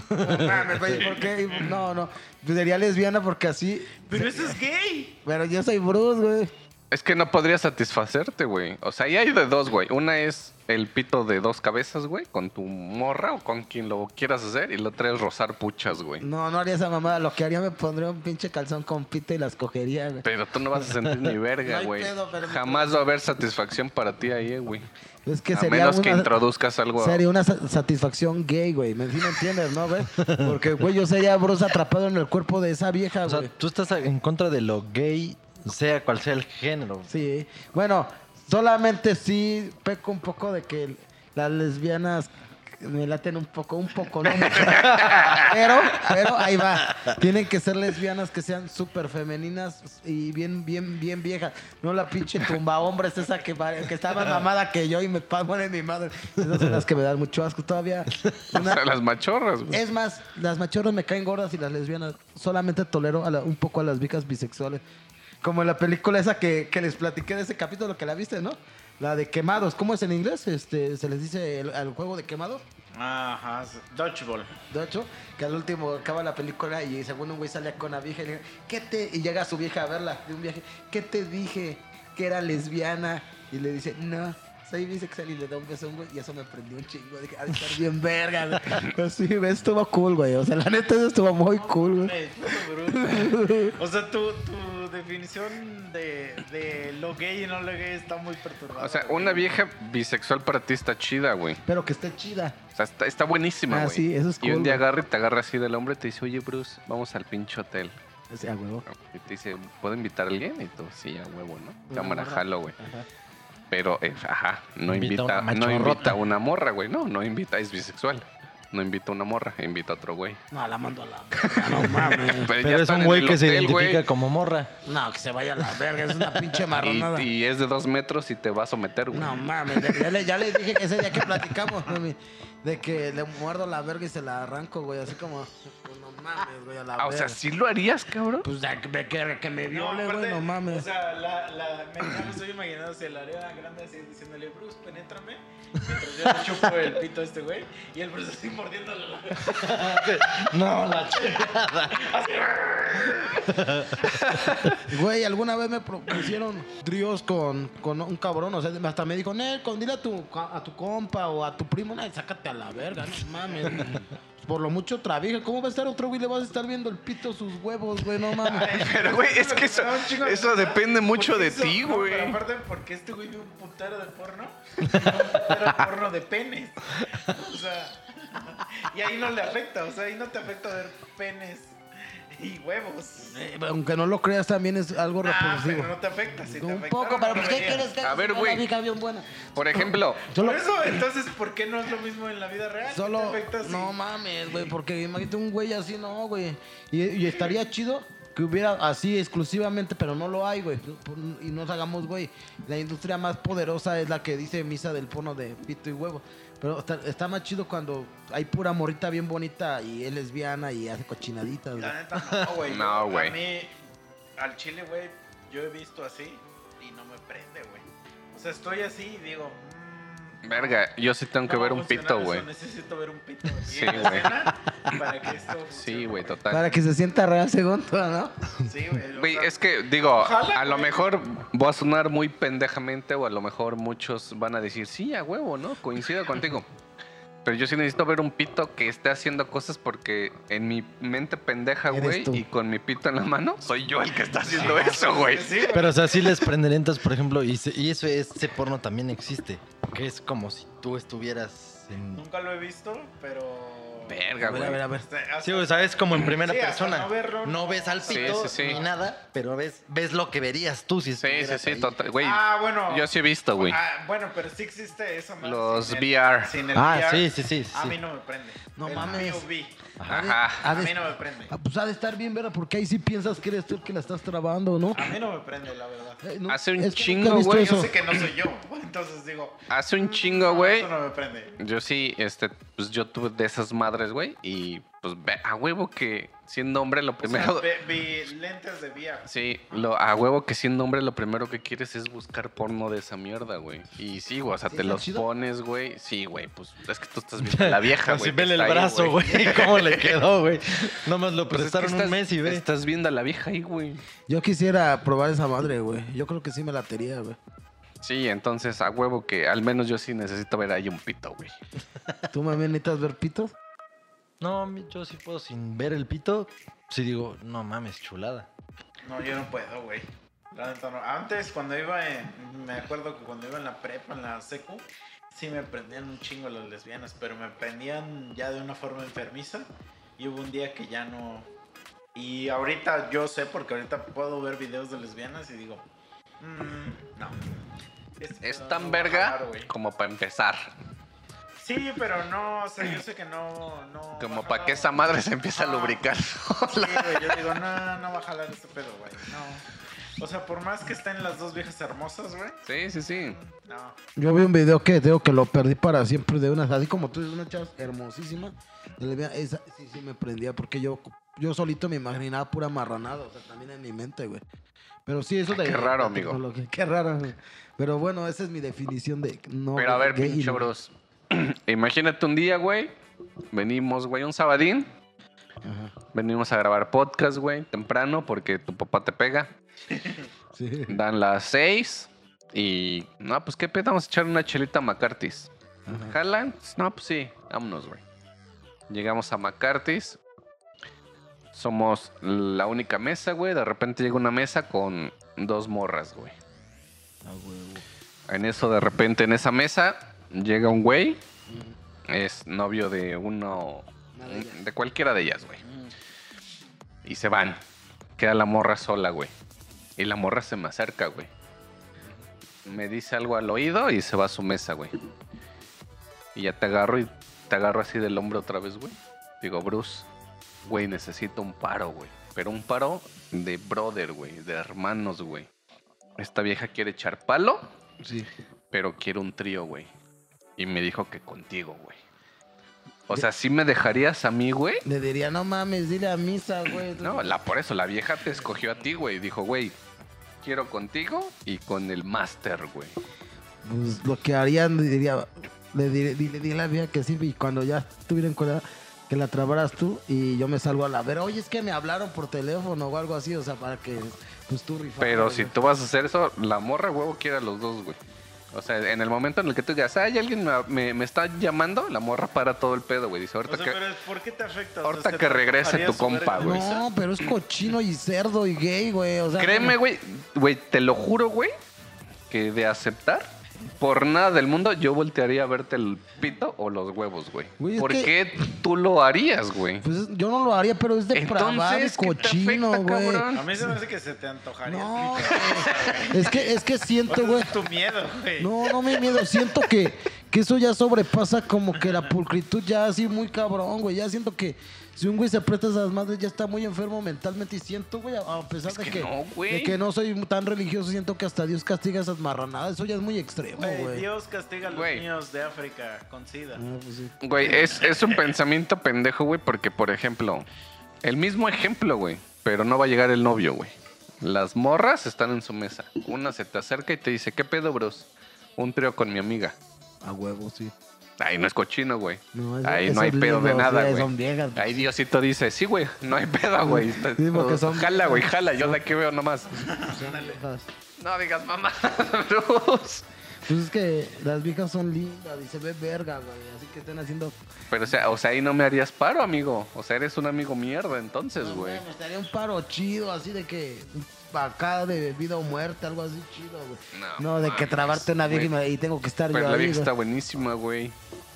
A: mames, güey, ¿por qué? No, no. Sería lesbiana porque así.
D: Pero eso es gay.
A: Pero yo soy Bruce, güey.
C: Es que no podría satisfacerte, güey. O sea, ahí hay de dos, güey. Una es el pito de dos cabezas, güey, con tu morra o con quien lo quieras hacer. Y la otra es rozar puchas, güey.
A: No, no haría esa mamada. Lo que haría me pondría un pinche calzón con pita y las cogería, güey.
C: Pero tú no vas a sentir ni
A: No
C: verga,
A: hay
C: güey.
A: pedo, pero-
C: Jamás va a haber satisfacción para ti ahí, eh, güey.
A: Es que
C: a
A: sería
C: menos
A: una,
C: que introduzcas algo.
A: Sería una sa- satisfacción gay, güey. ¿Me sí me entiendes, no, güey? Porque, güey, yo sería Bruce atrapado en el cuerpo de esa vieja,
B: O
A: güey.
B: sea, tú estás en contra de lo gay, sea cual sea el género.
A: Sí, bueno, solamente sí peco un poco de que las lesbianas me laten un poco, un poco, no mucho. Pero, pero ahí va. Tienen que ser lesbianas que sean súper femeninas y bien, bien, bien viejas. No la pinche tumba hombres esa que, pare- que está más mamada que yo y me pa- pone mi madre. Esas son las que me dan mucho asco todavía.
C: O
A: Una-
C: sea, las machorras, güey.
A: es más, las machorras me caen gordas y las lesbianas. Solamente tolero a la- un poco a las vicas bisexuales. Como en la película esa que, que les platiqué de ese capítulo que la viste, ¿no? La de quemados. ¿Cómo es en inglés? Este, se les dice el- al juego de quemado.
D: Ajá, dodgeball.
A: De hecho, que al último acaba la película y según un güey sale con una vieja y le dice, ¿qué te? Y llega su vieja a verla de un viaje. ¿Qué te dije? Que era lesbiana. Y le dice, no, soy bisexual y le da un beso a un güey. Y eso me prendió un chingo. Dije, ha de estar bien verga. güey". Pero Pues sí, güey, estuvo cool, güey. O sea, la neta, eso estuvo muy cool, güey.
D: Güey, puto Bruce. O sea, tu, tu definición de, de lo gay y no lo gay está muy perturbada.
C: O sea,
D: güey.
C: una vieja bisexual para ti está chida, güey.
A: Pero que esté chida.
C: O sea, está, está buenísima,
A: Ah,
C: güey.
A: sí, eso es
C: Y
A: cool,
C: un día
A: güey.
C: agarra y te agarra así del hombre y te dice, oye, Bruce, vamos al pinche hotel.
A: O sea, huevo.
C: Y te dice, ¿puedo invitar a alguien? Y tú, sí, a huevo, ¿no?
A: Una
C: Cámara,
A: morra.
C: jalo, güey. Pero, eh, ajá, no
B: Invita
C: invita,
B: a una
C: no
B: machorrota.
C: invita a una morra, güey. No, no invita, es bisexual. No invita a una morra, invita a otro güey.
A: No, la mando a la verga, no mames.
C: ya
B: Pero es
C: están
B: un
C: en
B: güey
C: el
B: que se
C: hotel, güey,
B: identifica como morra.
A: No, que se vaya a la verga, es una pinche marronada.
C: y, y es de dos metros y te va a someter, güey.
A: No mames, ya, ya le, ya le dije que ese día que platicamos, mami, de que le muerdo la verga y se la arranco, güey, así como, pues, no mames, güey, a la
C: ah, o
A: verga.
C: sea, ¿sí lo harías, cabrón?
A: Pues de que me, que, que me
D: No,
A: viole, güey,
D: aparte,
A: no mames.
D: O sea, la, la, me, ya me estoy imaginando hacia la arena grande así diciéndole, Bruce, penétrame. Mientras yo le chupo el pito a este güey. Y el Bruce así mordiéndolo.
B: No, la
A: Güey, alguna vez me propusieron tríos con, con un cabrón, o sea, hasta me dijo, Nel, con- dile a tu, a tu compa o a tu primo, "Nel, sácate a la verga, no mames. Pues, Por lo mucho otra vieja. ¿Cómo va a estar otro güey? Le vas a estar viendo el pito sus huevos, güey. No mames.
C: Pero, güey, es que eso,
D: Me da un chingo de
C: eso
D: risa,
C: depende mucho
D: porque
C: de
D: hizo-
C: ti,
D: no,
C: güey.
D: pero aparte, porque este güey vio un putero de porno. y un putero de porno de penes. O sea, y ahí no le afecta. O sea, ahí no te afecta ver penes y huevos.
A: Eh, Aunque no lo creas, también es algo
D: Ah,
A: repulsivo.
D: pero no te afecta. Si te
A: un
D: afectara,
A: poco,
D: no
A: pero
D: lo
A: pues, ¿qué
D: verías.
A: quieres que
C: A
A: haga?
C: ver,
A: Una
C: güey.
A: vieja bien buena.
C: Por ejemplo,
A: Yo lo-
D: Por eso, entonces, ¿por qué no es lo mismo en la vida real?
A: Solo,
D: ¿Qué te afecta si-
A: no mames, güey, porque imagínate un güey así, no, güey. Y, y estaría chido que hubiera así exclusivamente, pero no lo hay, güey. Y nos hagamos, güey. La industria más poderosa es la que dice misa del porno de pito y huevo. Pero está, está más chido cuando hay pura morrita bien bonita y es lesbiana y hace cochinaditas, güey.
D: La neta, no, güey.
C: No,
D: Yo-
C: güey.
D: A mí, al chile, güey, yo he visto así y no me prende, güey. O sea, estoy así y digo. mm,
C: verga, yo sí tengo
D: no pues,
C: que
D: va
C: ver
D: a
C: un
D: funcionar
C: pito,
D: eso,
C: güey.
D: Necesito ver un pito. aquí
C: Sí,
D: en la
C: güey.
D: escena Para que esto.
C: Sí,
D: funcione,
C: güey, total.
A: Para que se sienta real según tú, ¿no?
D: Sí, güey. o
C: Güey,
D: sea,
C: es que, digo,
D: Ojalá,
C: a lo
D: güey.
C: mejor voy a sonar muy pendejamente o a lo mejor muchos van a decir, sí, a huevo, ¿no? Coincido contigo. Pero yo sí necesito ver un pito que esté haciendo cosas porque en mi mente pendeja,
A: Eres
C: güey,
A: tú.
C: y con mi pito en la mano, soy yo el que está haciendo eso, güey.
D: Sí, güey.
B: Pero, o sea, sí les prenden lentas, por ejemplo, y, se- y eso, ese porno también existe. Que es como si tú estuvieras en...
D: Nunca lo he visto, pero.
C: Verga,
A: A ver, a ver,
C: güey.
A: a ver.
D: Hasta- hasta-
B: Sí, o sea, es como en primera
D: Sí, hasta
B: persona.
D: no verlo.
B: No ves al
D: Sí,
B: pito
C: sí, sí.
B: ni nada, pero ves, ves lo que verías tú si
C: Sí, sí,
B: estuvieras
C: sí,
B: ahí.
C: total. Güey,
D: Ah, bueno.
C: yo sí he visto, güey.
D: Ah, bueno, pero sí existe eso más.
C: Los
D: sin el-
C: VR.
D: sin el
B: Ah,
D: VR.
B: sí, sí, sí,
D: A
B: sí.
D: mí no me prende.
A: No
D: El
A: mames.
D: POV.
C: Ajá.
A: Ha
D: A
A: de-
D: mí no me prende.
A: ah, Pues ha de estar bien, ¿verdad? Porque ahí sí piensas que eres tú el que la estás trabando, ¿no?
D: A mí no me prende, la verdad.
A: Eh, no,
C: Hace un
A: es que
C: chingo,
A: nunca he visto
C: güey.
A: eso.
D: Yo sé que no soy yo, entonces digo.
C: Hace un
D: no,
C: chingo, güey.
D: Esto no me prende.
C: Yo sí, este, pues yo tuve de esas madres, güey. Y pues ve- a huevo que siendo hombre lo
D: O sea,
C: primero.
D: ve- vi lentes de vía.
C: Sí, lo, a huevo que siendo hombre lo primero que quieres es buscar porno de esa mierda, güey. Y sí, güey, o sea,
A: ¿Sí
C: te
A: está
C: los
A: chido?
C: pones, güey. Sí, güey, pues es que tú estás viendo a la vieja, güey.
B: Así
C: que
B: vele el
C: está ahí,
B: brazo, güey. ¿Cómo le quedó, güey? Nomás lo
C: Pues es que
B: prestaron
C: estás-
B: un mes y ve.
C: Estás viendo a la vieja ahí, güey.
A: Yo quisiera probar esa madre, güey. Yo creo que sí me latería, güey.
C: Sí, entonces a huevo que al menos yo sí necesito ver ahí un pito, güey.
A: ¿Tú mami necesitas ver pitos?
B: No, mi- yo sí puedo sin ver el pito. Sí digo, no mames, chulada.
D: No, yo no puedo, güey. La neta no. Antes, cuando iba en. Me acuerdo que cuando iba en la prepa, en la secu, sí me prendían un chingo las lesbianas, pero me prendían ya de una forma enfermiza. Y hubo un día que ya no. Y ahorita yo sé, porque ahorita puedo ver videos de lesbianas y digo. "Mm, no. Este
C: Es
D: pedo
C: tan
D: no va a
C: verga
D: jalar, güey".
C: como para empezar.
D: Sí, pero no, o sea, yo sé que no. no
C: Como
D: va a
C: para que esa
D: jalar.
C: madre se empiece a
D: Ah.
C: lubricar.
D: Sí, güey, yo digo, no, no va a jalar este pedo, güey. No. O sea, por más que estén las dos viejas hermosas, güey.
C: Sí, sí, sí.
D: No.
A: Yo vi un video que digo que lo perdí para siempre de unas, así como tú, de una chava hermosísima. de lesbiana, Esa sí, sí me prendía porque yo, yo solito me imaginaba pura marranada, o sea, también en mi mente, güey. Pero sí, eso
C: Ah,
A: de...
C: qué raro,
A: de
C: amigo.
A: tecnología, Qué raro, güey. Pero bueno, esa es mi definición de... No,
C: Pero a
A: güey,
C: ver,
A: gay y
C: pinche
A: no.
C: bros. Imagínate un día, güey. Venimos, güey, un sabadín.
A: Ajá,
C: Venimos a grabar podcast, güey, temprano, porque tu papá te pega.
A: sí.
C: Dan las seis. Y, no, pues qué pedo, vamos a echar una chelita a McCarthy's.
A: Ajá.
C: ¿Jalan? No, pues sí, vámonos, güey. Llegamos a McCarthy's. Somos la única mesa, güey. De repente llega una mesa con dos morras, güey. En eso, de repente, en esa mesa, llega un güey. Es novio de uno.
A: Una de ellas.
C: De cualquiera de ellas, güey. Y se van. Queda la morra sola, güey. Y la morra se me acerca, güey. Me dice algo al oído y se va a su mesa, güey. Y ya te agarro y te agarro así del hombro otra vez, güey. Digo, Bruce, güey, necesito un paro, güey. Pero un paro de brother, güey. De hermanos, güey. Esta vieja quiere echar palo,
A: Sí.
C: pero quiere un trío, güey. Y me dijo que contigo, güey. O sea, ¿sí me dejarías a mí, güey?
A: Le diría, no mames, dile a misa, güey.
C: No, la, por eso, la vieja te escogió a ti, güey. Dijo, güey, quiero contigo y con el máster, güey.
A: Pues lo que harían, diría, le diré, dile, dile a la vieja que sí, y cuando ya estuvieran colgada, que la trabaras tú y yo me salgo a la ver. Oye, es que me hablaron por teléfono o algo así, o sea, para que pues tú rifas.
C: Pero
A: güey.
C: si tú vas a hacer eso, la morra, huevo, quiere a los dos, güey. O sea, en el momento en el que tú digas, ay, alguien me, me- me está llamando, la morra para todo el pedo, güey. Dice, ahorita
D: O sea,
C: que...
D: pero ¿por qué te afecta? O sea,
C: ahorita
D: ¿te
C: que regrese
D: preocuparía
C: tu
D: su
C: compa,
D: verga?
C: ah, güey.
A: No, pero es cochino y cerdo y gay, güey. O sea,
C: Créeme, güey, güey, te lo juro, güey, que de aceptar, por nada del mundo, yo voltearía a verte el pito o los huevos, güey.
A: Güey, es
C: ¿Por
A: que-
C: qué tú lo harías, güey?
A: Pues yo no lo haría, pero es depravado y
C: Entonces, ¿qué te
A: cochino,
C: afecta,
A: güey.
C: cabrón?
D: A mí se me hace que se te antojaría.
A: No,
D: el
A: güey. es que, es que siento,
D: pito.
A: güey.
D: Es tu miedo, güey.
A: No, no me miedo. Siento que, que eso ya sobrepasa como que la pulcritud ya así muy cabrón, güey. Ya siento que si un güey se aprieta esas madres ya está muy enfermo mentalmente. Y siento, güey, a a pesar de,
C: que
A: que,
C: no, güey.
A: de que no soy tan religioso, siento que hasta Dios castiga esas marranadas. Eso ya es muy extremo,
D: Güey,
A: güey.
D: Dios castiga a los
C: Güey.
D: niños de África con SIDA.
A: Ah, pues sí.
C: Güey, es, es un pensamiento pendejo, güey, porque, por ejemplo, el mismo ejemplo, güey, pero no va a llegar el novio, güey. Las morras están en su mesa. Una se te acerca y te dice, ¿qué pedo, bros? Un trío con mi amiga.
A: A huevo, sí.
C: Ahí no es cochino, güey.
A: No, es-
C: Ahí no
A: esos
C: hay pedo de
A: libros,
C: nada,
A: sí,
C: güey.
A: son viejas,
C: Ahí Diosito dice, sí, güey, no hay pedo, güey. Pues,
A: Sí, porque son-
C: Jala, güey, jala. Yo de aquí veo nomás.
A: viejas.
C: No digas mamá, bros.
A: Pues es que las viejas son lindas y se ve verga, güey. Así que están haciendo.
C: Pero, o sea, o sea, ahí no me harías paro, amigo. O sea, eres un amigo mierda, entonces,
A: No,
C: güey.
A: Me estaría un paro chido, así de que. Acá de vida o muerte, algo así chido, güey. No, de que
C: mames,
A: trabarte una
C: güey.
A: vieja y y tengo que estar
C: Pero
A: yo
C: la
A: ahí,
C: vieja
A: güey.
C: está buenísima, güey.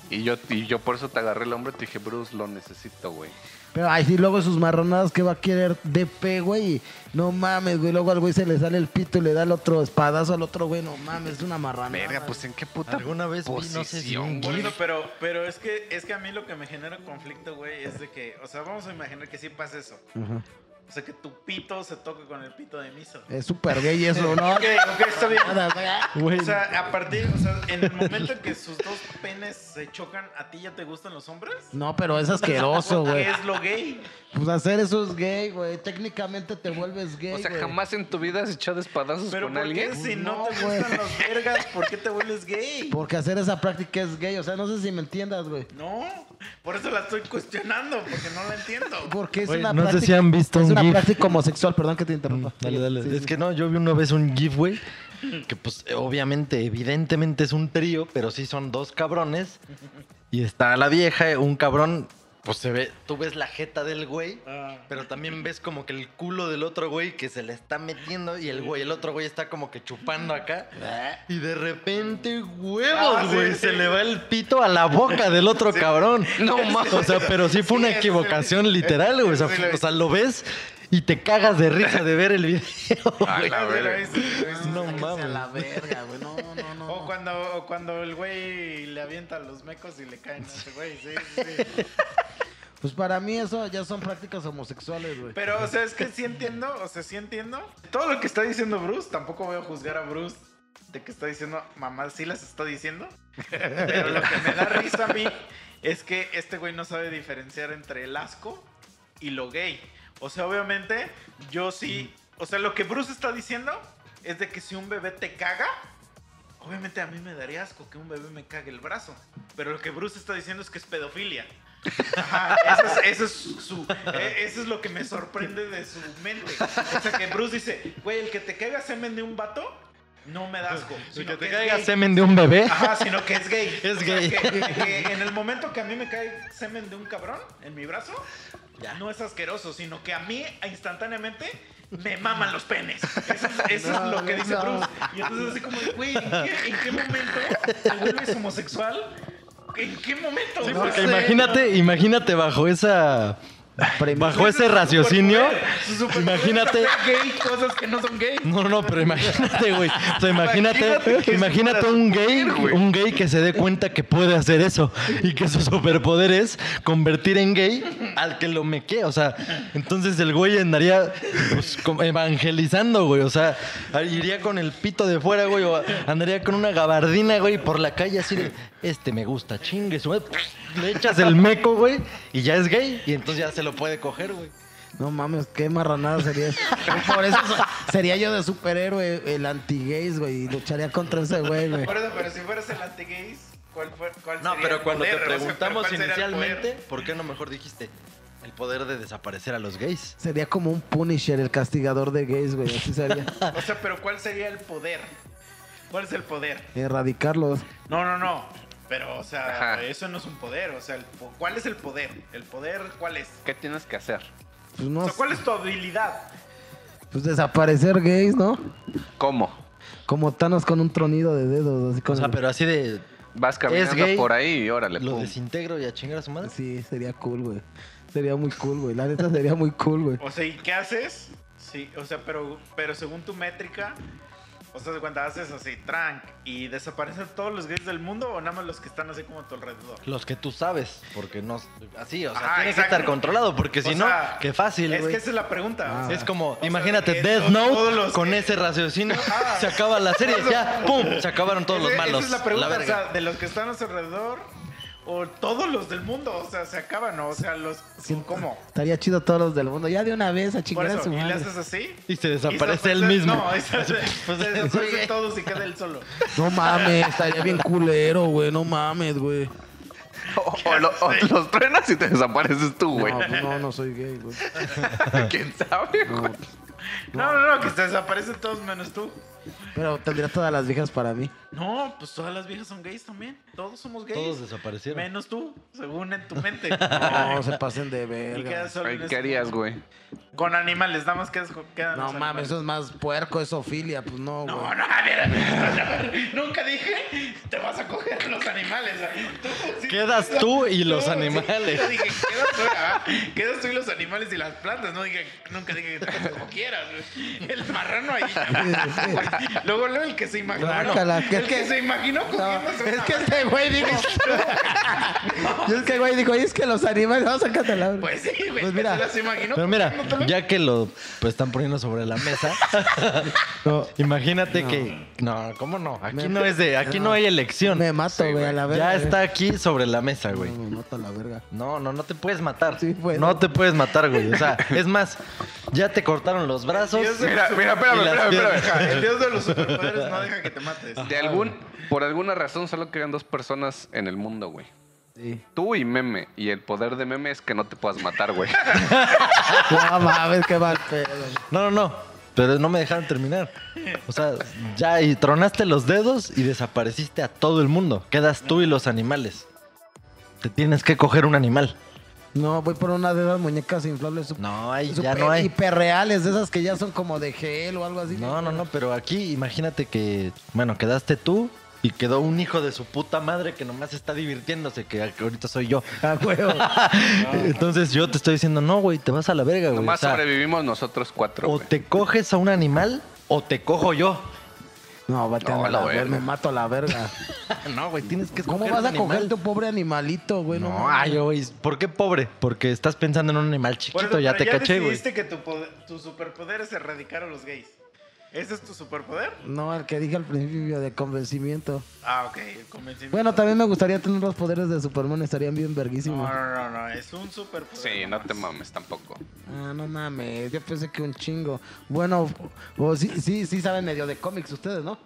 C: Y yo, y yo por eso te agarré el hombro y te dije, Bruce, lo necesito, güey.
A: Pero ay, sí, luego sus marronadas que va a querer DP, güey. y No mames, güey. Luego al güey se le sale el pito y le da el otro espadazo al otro, güey. No mames, es una marranada.
C: Verga, pues en qué puta
B: Alguna vez vi, no sé si
C: posición,
B: un
D: Por
C: güey.
D: eso, pero, pero es que es que a mí lo que me genera conflicto, güey, es de que, o sea, vamos a imaginar que sí pasa eso.
A: Ajá.
D: O sea, que tu pito se toque con el pito de miso.
A: Es súper gay eso, ¿no?
D: Ok, ok, está bien.
A: Eh. Nada, güey.
D: O sea, a partir, o sea, en el momento en que sus dos penes se chocan, ¿a ti ya te gustan los hombres?
A: No, pero es asqueroso,
D: ¿Qué
A: güey.
D: es lo gay?
A: Pues hacer eso es gay, güey. Técnicamente te vuelves gay.
C: O sea,
A: güey.
C: jamás en tu vida has echado espadazos
D: Pero
C: con
D: ¿por
C: alguien.
D: qué si
A: No,
D: no, te
A: güey.
D: gustan los vergas, por qué te vuelves gay?
A: Porque hacer esa práctica es gay. O sea, no sé si me entiendas, güey.
D: No, por eso la estoy cuestionando, porque no la entiendo.
A: Porque es
B: Güey,
A: una
B: no sé
A: práctica.
B: si han visto
A: es
B: un
A: una
B: gif. Mm,
A: práctica homosexual, perdón que te interrumpa.
B: Dale, dale.
A: Sí,
B: es
A: sí.
B: que no, yo vi una vez un GIF, güey, que pues eh, obviamente, evidentemente es un trío, pero sí son dos cabrones. Y está la vieja, eh, un cabrón, pues se ve, tú ves la jeta del güey,
D: Ah.
B: pero también ves como que el culo del otro güey que se le está metiendo y el güey, el otro güey está como que chupando acá. Y de repente,
D: Ah,
B: huevos,
D: sí,
B: güey,
D: sí.
B: se le va el pito a la boca del otro cabrón.
C: No mames.
B: O sea, pero sí fue una
D: Sí, eso sí lo vi.
B: equivocación literal, güey. O sea,
D: Eso sí lo
B: fu-
D: vi.
B: o sea, lo ves y te cagas de risa de ver el video.
C: A
B: güey.
C: la verga.
B: No
A: Ah, Sáquense a la
B: mames.
A: verga, güey. No, no, no.
D: O
A: no.
D: cuando, o cuando el güey le avienta los mecos y le caen a ese güey, sí, sí, sí.
A: Pues para mí eso ya son prácticas homosexuales, güey.
D: Pero, o sea, es que sí entiendo, o sea, sí entiendo. Todo lo que está diciendo Bruce, tampoco voy a juzgar a Bruce de que está diciendo, mamá, sí las está diciendo. Pero lo que me da risa a mí es que este güey no sabe diferenciar entre el asco y lo gay. O sea, obviamente, yo sí. O sea, lo que Bruce está diciendo es de que si un bebé te caga, obviamente a mí me daría asco que un bebé me cague el brazo. Pero lo que Bruce está diciendo es que es pedofilia. Ajá, eso es, eso es su, eh, eso es lo que me sorprende de su mente. O sea, que Bruce dice, güey, el que te caiga semen de un vato, no me da asco.
B: Si
D: sino
B: que te
D: es
B: caiga
D: gay".
B: semen de un bebé.
D: Ajá, sino que es gay.
B: Es
D: O sea,
B: gay.
D: que- que en el momento que a mí me cae semen de un cabrón en mi brazo,
B: Ya.
D: no es asqueroso, sino que a mí instantáneamente me maman los penes. Eso es, eso es
A: No,
D: lo que dice
A: no.
D: Bruce. Y entonces así como, de, güey, ¿en qué, en qué momento te vuelves homosexual? ¿En qué momento? güey?
B: Porque
D: O sea,
B: imagínate, imagínate bajo esa. Bajo ese raciocinio.
D: Su superpoder
B: Imagínate.
D: es hacer gay cosas que no son gay.
B: No, no, pero imagínate, güey. O sea, imagínate,
C: Imagínate que
B: imagínate un gay,
C: mujer, güey.
B: un gay que se dé cuenta que puede hacer eso y que su superpoder es convertir en gay al que lo meque. O sea, entonces el güey andaría pues, como evangelizando, güey. O sea, iría con el pito de fuera, güey, o andaría con una gabardina, güey, por la calle así de, este me gusta, chingue, su madre". le echas el meco, güey, y ya es gay y entonces ya se lo puede coger, güey.
A: No mames, qué marranada sería eso. Por eso so- sería yo de superhéroe, el anti-gays, güey. Y lucharía contra ese güey, güey.
D: Por eso, pero si fueras el anti-gays, ¿cuál, fue, cuál
B: No,
D: sería
B: pero
D: el
B: cuando
D: poder?
B: te
D: O sea,
B: preguntamos
D: ¿pero cuál sería el
B: inicialmente,
D: poder?
B: ¿por qué no mejor dijiste el poder de desaparecer a los gays?
A: Sería como un Punisher, el castigador de gays, güey. Así sería.
D: O sea, pero ¿cuál sería el poder? ¿Cuál es el poder?
A: Erradicarlos.
D: No, no, no. Pero, o sea,
C: Ajá.
D: eso no es un poder. O sea, el po- ¿cuál es el poder? ¿El poder cuál es?
C: ¿Qué tienes que hacer?
A: Pues,
D: O
A: no,
D: sea, ¿cuál es tu habilidad?
A: pues desaparecer gays, ¿no?
C: ¿Cómo?
A: Como Thanos con un tronido de dedos. Así
B: O
A: con
B: sea,
A: el-
B: pero así de.
C: Vas caminando
B: gay,
C: por ahí y órale.
B: Lo
C: pum.
B: desintegro y a chingar a su madre.
A: Sí, sería cool, güey. Sería muy cool, güey. La neta sería muy cool, güey.
D: O sea, ¿y qué haces? Sí, o sea, pero, pero según tu métrica, o sea, de cuando haces así, trank, y desaparecen todos los gays del mundo o nada más los que están así como a tu alrededor.
B: Los que tú sabes, porque no. Así, o sea,
D: Ajá,
B: tienes
D: Ah, exacto.
B: que estar controlado, porque
D: O
B: si no,
D: sea,
B: qué fácil,
D: Es
B: güey.
D: que esa es la pregunta.
A: Ah.
D: o sea,
B: Es como,
D: o sea,
B: imagínate,
D: de que
B: Death
D: to- todos
B: Note
D: los
B: con
D: que-
B: ese raciocinio se acaba la serie, ya, pum, se acabaron todos
D: Ese-
B: los malos.
D: Esa es la pregunta, o
B: verga.
D: sea, de los que están a su alrededor o todos los del mundo, o sea, se acaban, ¿no? o sea, los
A: Siento-
D: ¿cómo?
A: Estaría chido todos los del mundo. Ya de una vez a
D: Por
A: chingar a
D: eso,
A: su
D: y le
A: madre.
D: haces así.
B: Y se
D: y
B: desaparece él
D: desaparecen-
B: mismo. Pues
D: No, esa- se desaparecen todos y queda él solo.
A: No mames, estaría bien culero, güey. No mames, güey.
C: O, o lo- o los truenas y te desapareces tú, güey.
A: No, pues no, no soy gay, güey.
C: ¿Quién sabe,
A: No.
C: güey?
D: No, no, no, que se desaparecen todos menos tú.
A: Pero tendría todas las viejas para mí.
D: No, pues todas las viejas son gays también. Todos somos gays.
B: Todos desaparecieron.
D: Menos tú, según en tu mente.
A: No, se pasen de
D: y
A: verga.
D: quedas solo en
C: Ay, ¿Qué
D: ese-
C: harías, güey?
D: Con animales, nada más quedas con- quedan
A: No
D: los
A: mames,
D: animales.
A: eso es más puerco, es ofilia. Pues no, güey.
D: No, no, a ver, a ver, a ver, Nunca dije te vas a coger los animales. Tú, sí,
B: Quedas tú y los
D: sí,
B: animales.
D: yo dije, quedas tú, ah, quedas tú y los animales y las plantas. No dije, nunca dije que te hagas como quieras. güey. El marrano ahí. Luego, luego el que se imaginó.
A: Guácala,
D: el
A: que-
D: que, se imaginó
A: No,
D: cogiéndose
A: es
D: una-
A: que este güey dijo. y es que el güey dijo, y es que los animales. No, sácate la
D: Pues sí, güey.
A: Pues mira,
D: se las imaginó.
B: Pero mira,
D: cogiéndotelo.
B: ya que lo pues, están poniendo sobre la mesa,
A: No.
B: imagínate que. No, ¿cómo no? Aquí
A: Me-
B: no es de. Aquí
A: no.
B: no, hay elección.
A: Me mato, güey, a la verga.
B: Ya está aquí sobre la mesa, güey.
A: güey. No, me mato a la verga.
B: No, no, no te puedes matar.
A: Sí, pues. puedo.
B: No te puedes matar, güey. O sea, es más, ya te cortaron los brazos.
D: Dios
C: Mira, mira, espérame,
B: Y las
C: espérame, espérame.
D: Ajá, El dios de los superpoderes no deja que te mates.
C: De algún, por alguna razón solo quedan dos personas en el mundo, güey.
A: Sí.
C: Tú y Meme. Y el poder de Meme es que no te puedas matar, güey.
A: No mames, qué mal pedo.
B: No, no, no. Pero no me dejaron terminar. O sea, ya y tronaste los dedos y desapareciste a todo el mundo. Quedas tú y los animales. Te tienes que coger un animal.
A: No, voy por una de esas muñecas inflables. sup-
B: No hay, ya
A: super
B: no hay.
A: Hiperreales, de esas que ya son como de gel o algo así.
B: No, no, no, pero aquí imagínate que, bueno, quedaste tú y quedó un hijo de su puta madre que nomás está divirtiéndose, que ahorita soy yo.
A: A huevo.
B: Entonces yo te estoy diciendo, no, güey, te vas a la verga, güey. O
C: Nomás
B: sea,
C: sobrevivimos nosotros cuatro,
B: o
C: güey.
B: te coges a un animal o te cojo yo.
A: No, vete
C: No,
A: a
C: la
A: la verga.
C: verga.
A: Me mato a la verga.
B: No, güey, tienes que
A: ¿Cómo
B: escoger
A: vas
B: un
A: a coger
B: animal.
A: tu pobre animalito, güey?
B: No,
A: mames.
B: ay, güey, ¿por qué pobre? Porque estás pensando en un animal
D: Por
B: chiquito,
D: eso,
B: ya
D: pero
B: te caché, güey.
D: decidiste que tu, poder- tu superpoder es erradicar a los gays. ¿Ese es tu superpoder?
A: No, el que dije al principio de convencimiento.
D: Ah, ok, el convencimiento.
A: Bueno, también me gustaría tener los poderes de Superman, estarían bien
D: No,
A: verguísimos.
D: no, no, no, es un superpoder.
C: Sí, no
D: nomás.
C: te mames tampoco.
A: Ah, no mames, yo pensé que un chingo. Bueno, o sí, sí, sí saben medio de cómics ustedes, ¿no?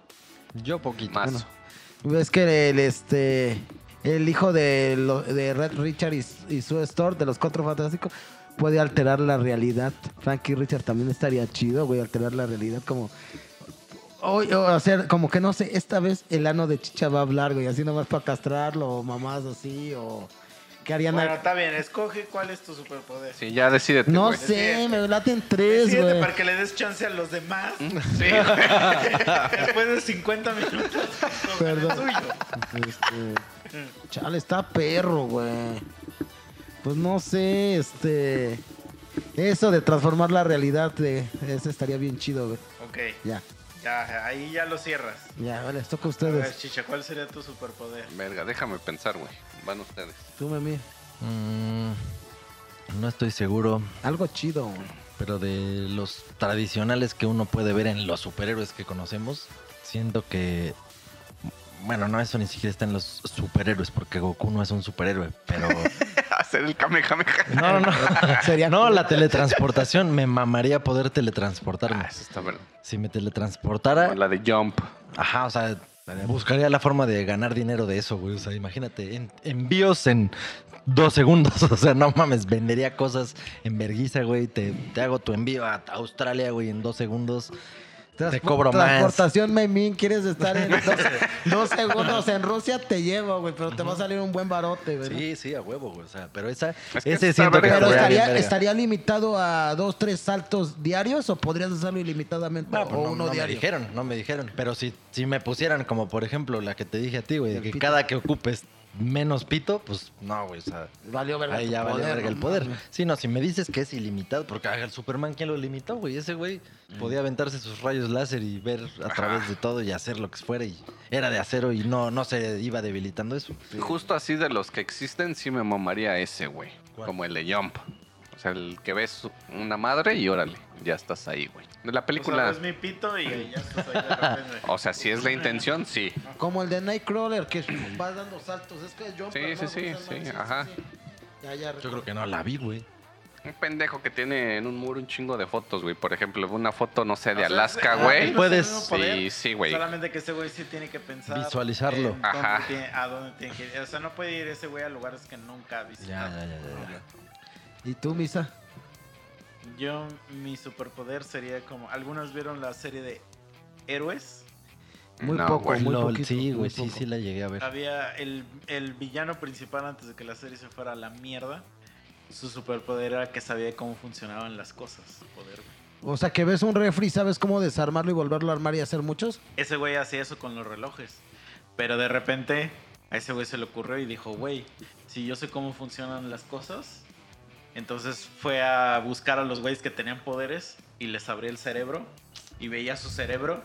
B: Yo poquito.
C: Más.
B: Bueno,
A: Es que el este el hijo de, lo- de Red Richard y, y Sue Storm de los Cuatro Fantásticos puede alterar la realidad. Frankie Richard también estaría chido, güey, alterar la realidad como o, o hacer como que no sé, esta vez el ano de Chicha va a hablar, güey, así nomás para castrarlo o mamás así o que harían
D: Bueno,
A: al-
D: está bien, escoge cuál es tu superpoder.
C: Sí, ya decídete,
A: No
C: güey.
A: sé, me laten tres,
D: Decídete
A: güey.
D: para que le des chance a los demás.
C: Sí, güey.
D: Después de 50 minutos.
A: Perdón.
D: Perdón. Tuyo.
A: Este, chale, está perro, güey. Pues no sé, este. Eso de transformar la realidad, de, ese estaría bien chido, güey.
D: Ok,
A: Ya,
D: ya, ahí ya lo cierras.
A: ya, vale, les toca a
D: A ver,
A: ustedes.
D: Chicha, ¿cuál sería tu superpoder?
C: Verga, déjame pensar, güey. Van ustedes.
A: Tú, mami.
B: mm, no estoy seguro,
A: Algo chido, güey.
B: pero de los tradicionales que uno puede ver en los superhéroes que conocemos, siento que. Bueno, no, eso ni siquiera está en los superhéroes, porque Goku no es un superhéroe, pero.
C: Hacer el kamehameha.
B: No, no, no.
A: Sería
B: No,
A: cool.
B: la teletransportación. Me mamaría poder teletransportarme.
C: Ah, eso está verdad.
B: Si me
C: Como
B: teletransportara,
C: La de Jump.
B: Ajá, o sea, buscaría la forma de ganar dinero de eso, güey. O sea, imagínate, en- envíos en dos segundos. O sea, no mames, vendería cosas en verguiza, güey. Te, te hago tu envío a Australia, güey, en dos segundos. Te cobro más.
A: Transportación Memín, quieres estar en dos, dos segundos en Rusia, te llevo, güey, pero te va a salir un buen barote, güey.
B: Sí, sí, a huevo, güey. O sea, pero esa,
C: Es que
B: ese
C: está
B: siento que
C: verga.
A: Pero
C: Estaría
B: bien
A: estaría,
B: verga.
A: estaría limitado a dos, tres saltos diarios o podrías hacerlo ilimitadamente
B: No, pues
A: o
B: no-
A: uno
B: no me
A: diario.
B: dijeron, no me dijeron. Pero si, si me pusieran como, por ejemplo, la que te dije a ti, güey, de
A: El
B: que
A: pito.
B: cada que ocupes menos pito, pues no, güey, o sea...
A: Valió verga
B: Ahí
A: tu
B: ya valió
A: poder,
B: verga el
A: no
B: poder.
A: mames.
B: Sí, no, si me dices que es ilimitado, porque ah, el Superman, ¿quién lo limitó, güey? Ese güey podía aventarse sus rayos láser y ver a través de todo y hacer lo que fuera y era de acero y no, no se iba debilitando eso.
C: Justo así de los que existen, sí me mamaría ese, güey.
B: ¿Cuál?
C: Como el de Jump. O sea, el que ves una madre y órale, ya estás ahí, güey. De la película. Oh,
D: O sea, ves pues mi pito y ahí ya estás ahí de repente.
C: O sea, si es la intención, sí.
A: Como el de Nightcrawler, que vas dando saltos. Es que pues, es jumper,
C: Sí, sí,
A: ¿no? Esa
C: sí, sí,
A: madre,
C: ajá.
A: Ya, ya
B: Yo creo
A: recuerdo.
B: que no la vi, güey.
C: Un pendejo que tiene en un muro un chingo de fotos, güey. Por ejemplo, una foto, no sé, de
D: O sea,
C: Alaska,
D: es- es
C: güey.
D: el
B: Puedes-
D: mismo Ah, poder,
C: Sí, sí, güey.
D: Solamente que ese güey sí tiene que pensar.
B: Visualizarlo.
D: en dónde
C: Ajá.
D: tiene- a dónde tiene que ir. O sea, no puede ir ese güey a lugares que nunca ha
B: Ya,
D: visitado.
B: ya, ya, ya, ya.
A: ¿Y tú, Misa?
D: Yo, mi superpoder sería como. Algunos vieron la serie de Héroes.
A: Muy
C: No,
A: poco,
C: güey.
A: muy
B: Pues LOL,
A: poquito,
B: sí,
A: muy
B: güey, sí,
A: poco.
B: sí la llegué a ver.
D: Había el, el villano principal antes de que la serie se fuera a la mierda. Su superpoder era que sabía cómo funcionaban las cosas. su poder, güey.
A: O sea, que ves un refri, sabes cómo desarmarlo y volverlo a armar y hacer muchos.
D: Ese güey hacía eso con los relojes. Pero de repente a ese güey se le ocurrió y dijo, güey, si yo sé cómo funcionan las cosas, entonces fue a buscar a los güeyes que tenían poderes y les abría el cerebro y veía su cerebro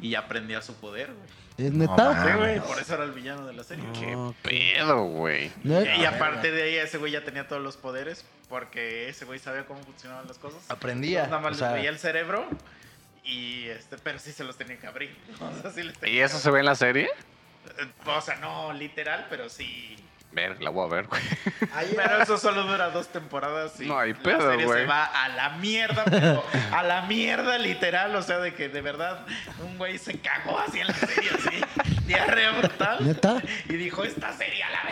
D: y aprendía su poder, güey.
A: ¿Es
B: No
A: neta?
B: mames.
D: Sí,
B: Ah,
D: güey,
B: no.
D: por eso era el villano de la serie.
C: Qué
A: Ok.
C: pedo, güey.
A: ¿Neta?
B: Ah,
D: Y aparte de ahí, ese güey ya tenía todos los poderes porque ese güey sabía cómo funcionaban las cosas.
B: Aprendía,
D: Entonces, nada más
B: o
D: les
B: sea-
D: veía el cerebro y este, pero sí se los tenía que abrir. O sea, sí les tenía
C: ¿Y eso se ve en la serie?
D: que abrir. Eh, O sea, no literal, pero sí.
C: Ver, la voy a ver, güey.
D: Pero eso solo dura dos temporadas y
C: No hay
D: la
C: pedo,
D: serie
C: güey.
D: se va a la mierda, pero a la mierda literal, o sea, de que de verdad un güey se cagó así en la serie, así, diarrea brutal.
A: ¿Neta?
D: Y dijo, esta serie a la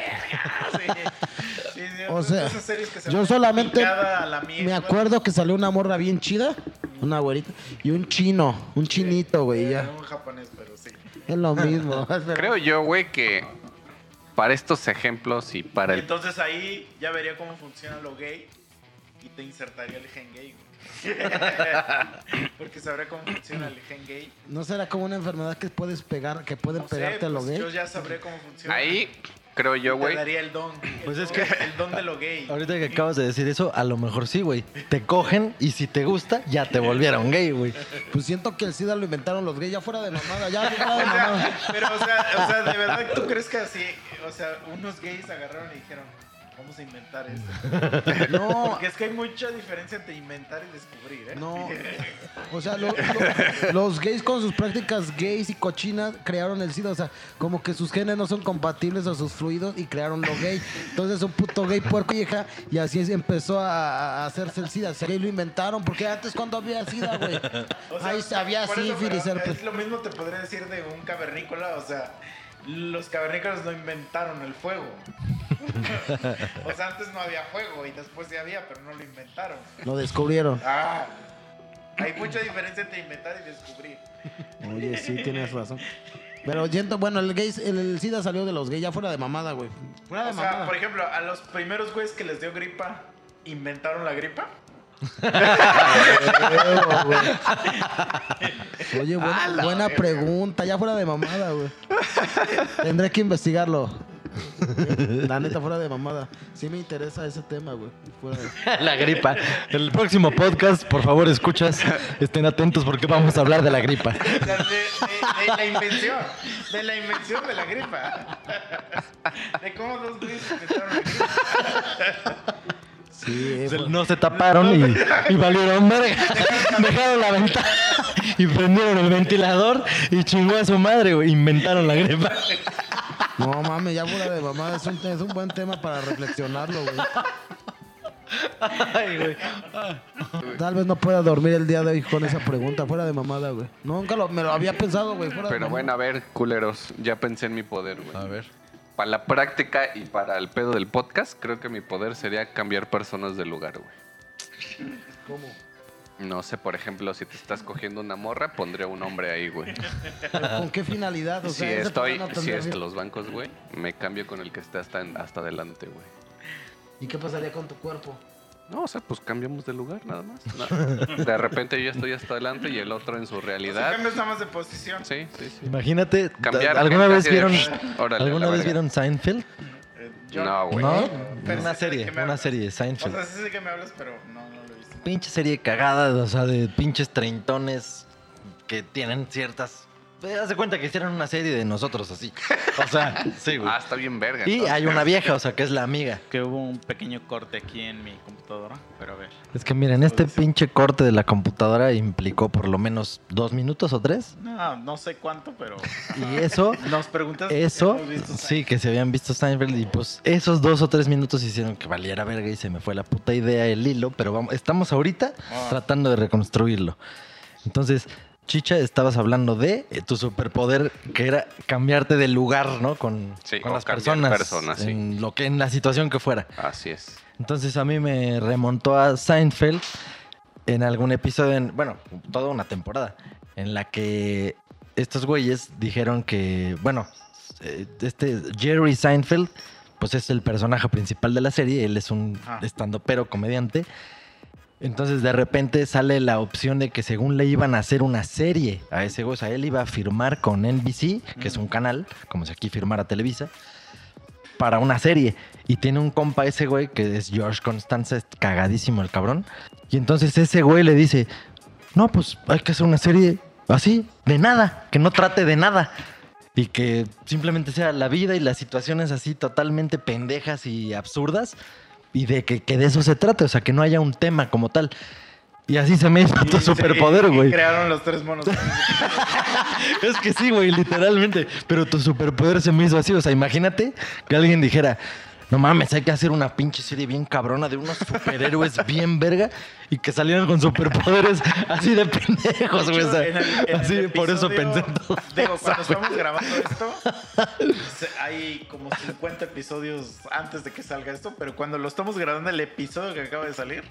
D: verga. Sí. Sí, sí,
A: O
D: esas
A: sea,
D: series que se
A: yo
D: van
A: solamente
D: picada a la
A: Me
D: mierda.
A: acuerdo que salió una morra bien chida, una güerita, y un chino, un chinito, güey,
D: Era
A: ya.
D: un japonés, pero sí.
A: Es lo mismo.
C: Creo yo, güey, que para estos ejemplos y para el
D: Entonces ahí ya vería cómo funciona lo gay y te insertaría el gen gay. güey. Porque sabría cómo funciona el gen gay.
A: ¿No será como una enfermedad que puedes pegar, que pueden
D: No sé,
A: pegarte lo
D: pues,
A: gay?
D: Yo ya sabré cómo funciona.
C: Ahí creo yo,
D: Te
C: güey.
D: daría el don. el
B: Pues es
D: don,
B: que-
D: El don de lo gay.
B: Ahorita que acabas de decir eso, a lo mejor sí, güey. Te cogen y si te gusta, ya te volvieron gay, güey.
A: Pues siento que el SIDA lo inventaron los gays, ya fuera de mamada, ya fuera de
D: O sea,
A: mamada.
D: pero, o sea, o sea, de verdad, ¿tú crees que así, o sea, unos gays agarraron y dijeron, vamos a inventar esto?
A: No,
D: Porque es que hay mucha diferencia entre inventar y descubrir, ¿eh?
A: no. O sea, lo- lo- los gays con sus prácticas gays y cochinas crearon el SIDA. O sea, como que sus genes no son compatibles a sus fluidos y crearon lo gay. Entonces un puto gay puerco vieja y así es- empezó a, a hacerse el SIDA. Si ahí lo inventaron, porque antes cuando había SIDA, güey.
D: O sea,
A: Ahí había
D: por eso,
A: sífilis,
D: pero
A: herpes.
D: Es lo mismo te podría decir de un cavernícola, o sea, los cavernícolas no inventaron el fuego. o sea, antes no había fuego y después sí había, pero no lo inventaron.
A: Lo descubrieron.
D: Ah, hay mucha diferencia entre inventar y descubrir.
A: Oye, sí, tienes razón. Pero yendo, bueno, el gay, el, el SIDA salió de los gays, ya fuera de mamada, güey. Fuera de
D: O sea,
A: mamada.
D: por ejemplo, a los primeros güeyes que les dio gripa, ¿inventaron la gripa?
A: Oye, buena, buena pregunta, ya fuera de mamada, güey. Tendré que investigarlo. La neta, fuera de mamada. Sí me interesa ese tema, güey. Fuera de-
B: La gripa. El próximo podcast, por favor, escuchas. Estén atentos porque vamos a hablar de la gripa.
D: O sea, De, de- de la invención, de la invención de la gripa. De cómo dos güeyes inventaron la gripa.
A: Sí, eh,
B: Se-
A: pues,
B: No se taparon y, y valieron verga. Dejaron la ventana y prendieron el ventilador y chingó a su madre, güey. Inventaron la gripa.
A: no mames, ya fuera de mamada. Es un, es un buen tema para reflexionarlo, güey. Tal vez no pueda dormir el día de hoy con esa pregunta, fuera de mamada, güey. Nunca lo, me lo había pensado, güey. fuera de
C: Pero
A: mamada.
C: bueno, a ver, culeros, ya pensé en mi poder, güey.
B: ver.
C: Para la práctica y para el pedo del podcast, creo que mi poder sería cambiar personas de lugar, güey.
A: ¿Cómo?
C: No sé, por ejemplo, si te estás cogiendo una morra, pondría un hombre ahí, güey.
A: ¿Con qué finalidad? O
C: Si
A: sea, ese
C: estoy,
A: plano
C: si
A: tendría-
C: es los bancos, güey, me cambio con el que está hasta, en- hasta adelante, güey.
A: ¿Y qué pasaría con tu cuerpo?
C: No, o sea, pues cambiamos de lugar nada más. No. De repente yo estoy hasta adelante y el otro en su realidad.
D: Cambias nada más de posición.
C: Sí, sí, sí.
B: Imagínate,
C: Cambiar.
B: ¿alguna
C: gente
B: vez
C: así de,
B: vieron,
C: órale,
B: ¿alguna
C: la
B: vez
C: verga.
B: vieron Seinfeld?
D: Eh, yo-
C: No, güey.
B: ¿No?
D: Pero
B: Una
D: sí sé de
B: serie,
D: qué me
B: una
D: hablas.
B: serie de
D: O
B: Seinfeld.
D: sea, sí sé que me hablas, pero no, no lo he visto.
B: pinche serie cagada, o sea, de pinches treintones que tienen ciertas. Eh, Haz de cuenta que hicieron una serie de nosotros así. O sea, sí, güey.
C: Ah, está bien verga.
B: Y
C: entonces.
B: hay una vieja, o sea, que es la amiga.
D: Que hubo un pequeño corte aquí en mi computadora, pero a ver.
B: Es que miren, este pinche corte de la computadora implicó por lo menos dos minutos o tres.
D: No, no sé cuánto, pero.
B: Y eso,
D: Nos preguntas. si
B: eso,
D: hemos visto
B: sí, que se habían visto Seinfeld. Y pues esos dos o tres minutos hicieron que valiera verga y se me fue la puta idea, el hilo. Pero vamos, estamos ahorita
D: Ah.
B: tratando de reconstruirlo. Entonces, Chicha, estabas hablando de eh, tu superpoder que era cambiarte de lugar, ¿no? Con,
C: Sí,
B: con
C: o
B: las
C: cambiar
B: personas.
C: personas, sí.
B: en lo que, en la situación que fuera.
C: Así es.
B: Entonces a mí me remontó a Seinfeld en algún episodio, en, bueno, toda una temporada, en la que estos güeyes dijeron que, bueno, eh, este Jerry Seinfeld, pues es el personaje principal de la serie, él es un
D: Ajá.
B: estando pero comediante. Entonces de repente sale la opción de que según le iban a hacer una serie a ese güey, o sea, él iba a firmar con NBC, que es un canal, como si aquí firmara Televisa, para una serie. Y tiene un compa ese güey que es George Constanza, es cagadísimo el cabrón. Y entonces ese güey le dice, no, pues hay que hacer una serie así, de nada, que no trate de nada. Y que simplemente sea la vida y las situaciones así totalmente pendejas y absurdas. Y de que, que de eso se trate, o sea, que no haya un tema como tal. Y así se me hizo
D: Y-
B: tu
D: y-
B: superpoder,
D: y- y
B: güey.
D: Crearon los tres monos.
B: Es que sí, güey, literalmente. Pero tu superpoder se me hizo así. O sea, imagínate que alguien dijera, no mames, hay que hacer una pinche serie bien cabrona de unos superhéroes bien verga y que salieran con superpoderes así de pendejos, güey. o sea,
D: En el- en el
B: así, por eso
D: episodio-
B: pensé en todo.
D: Digo, cuando estamos grabando esto, se- hay como 50 episodios antes de que salga esto, pero cuando lo estamos grabando, el episodio que acaba de salir,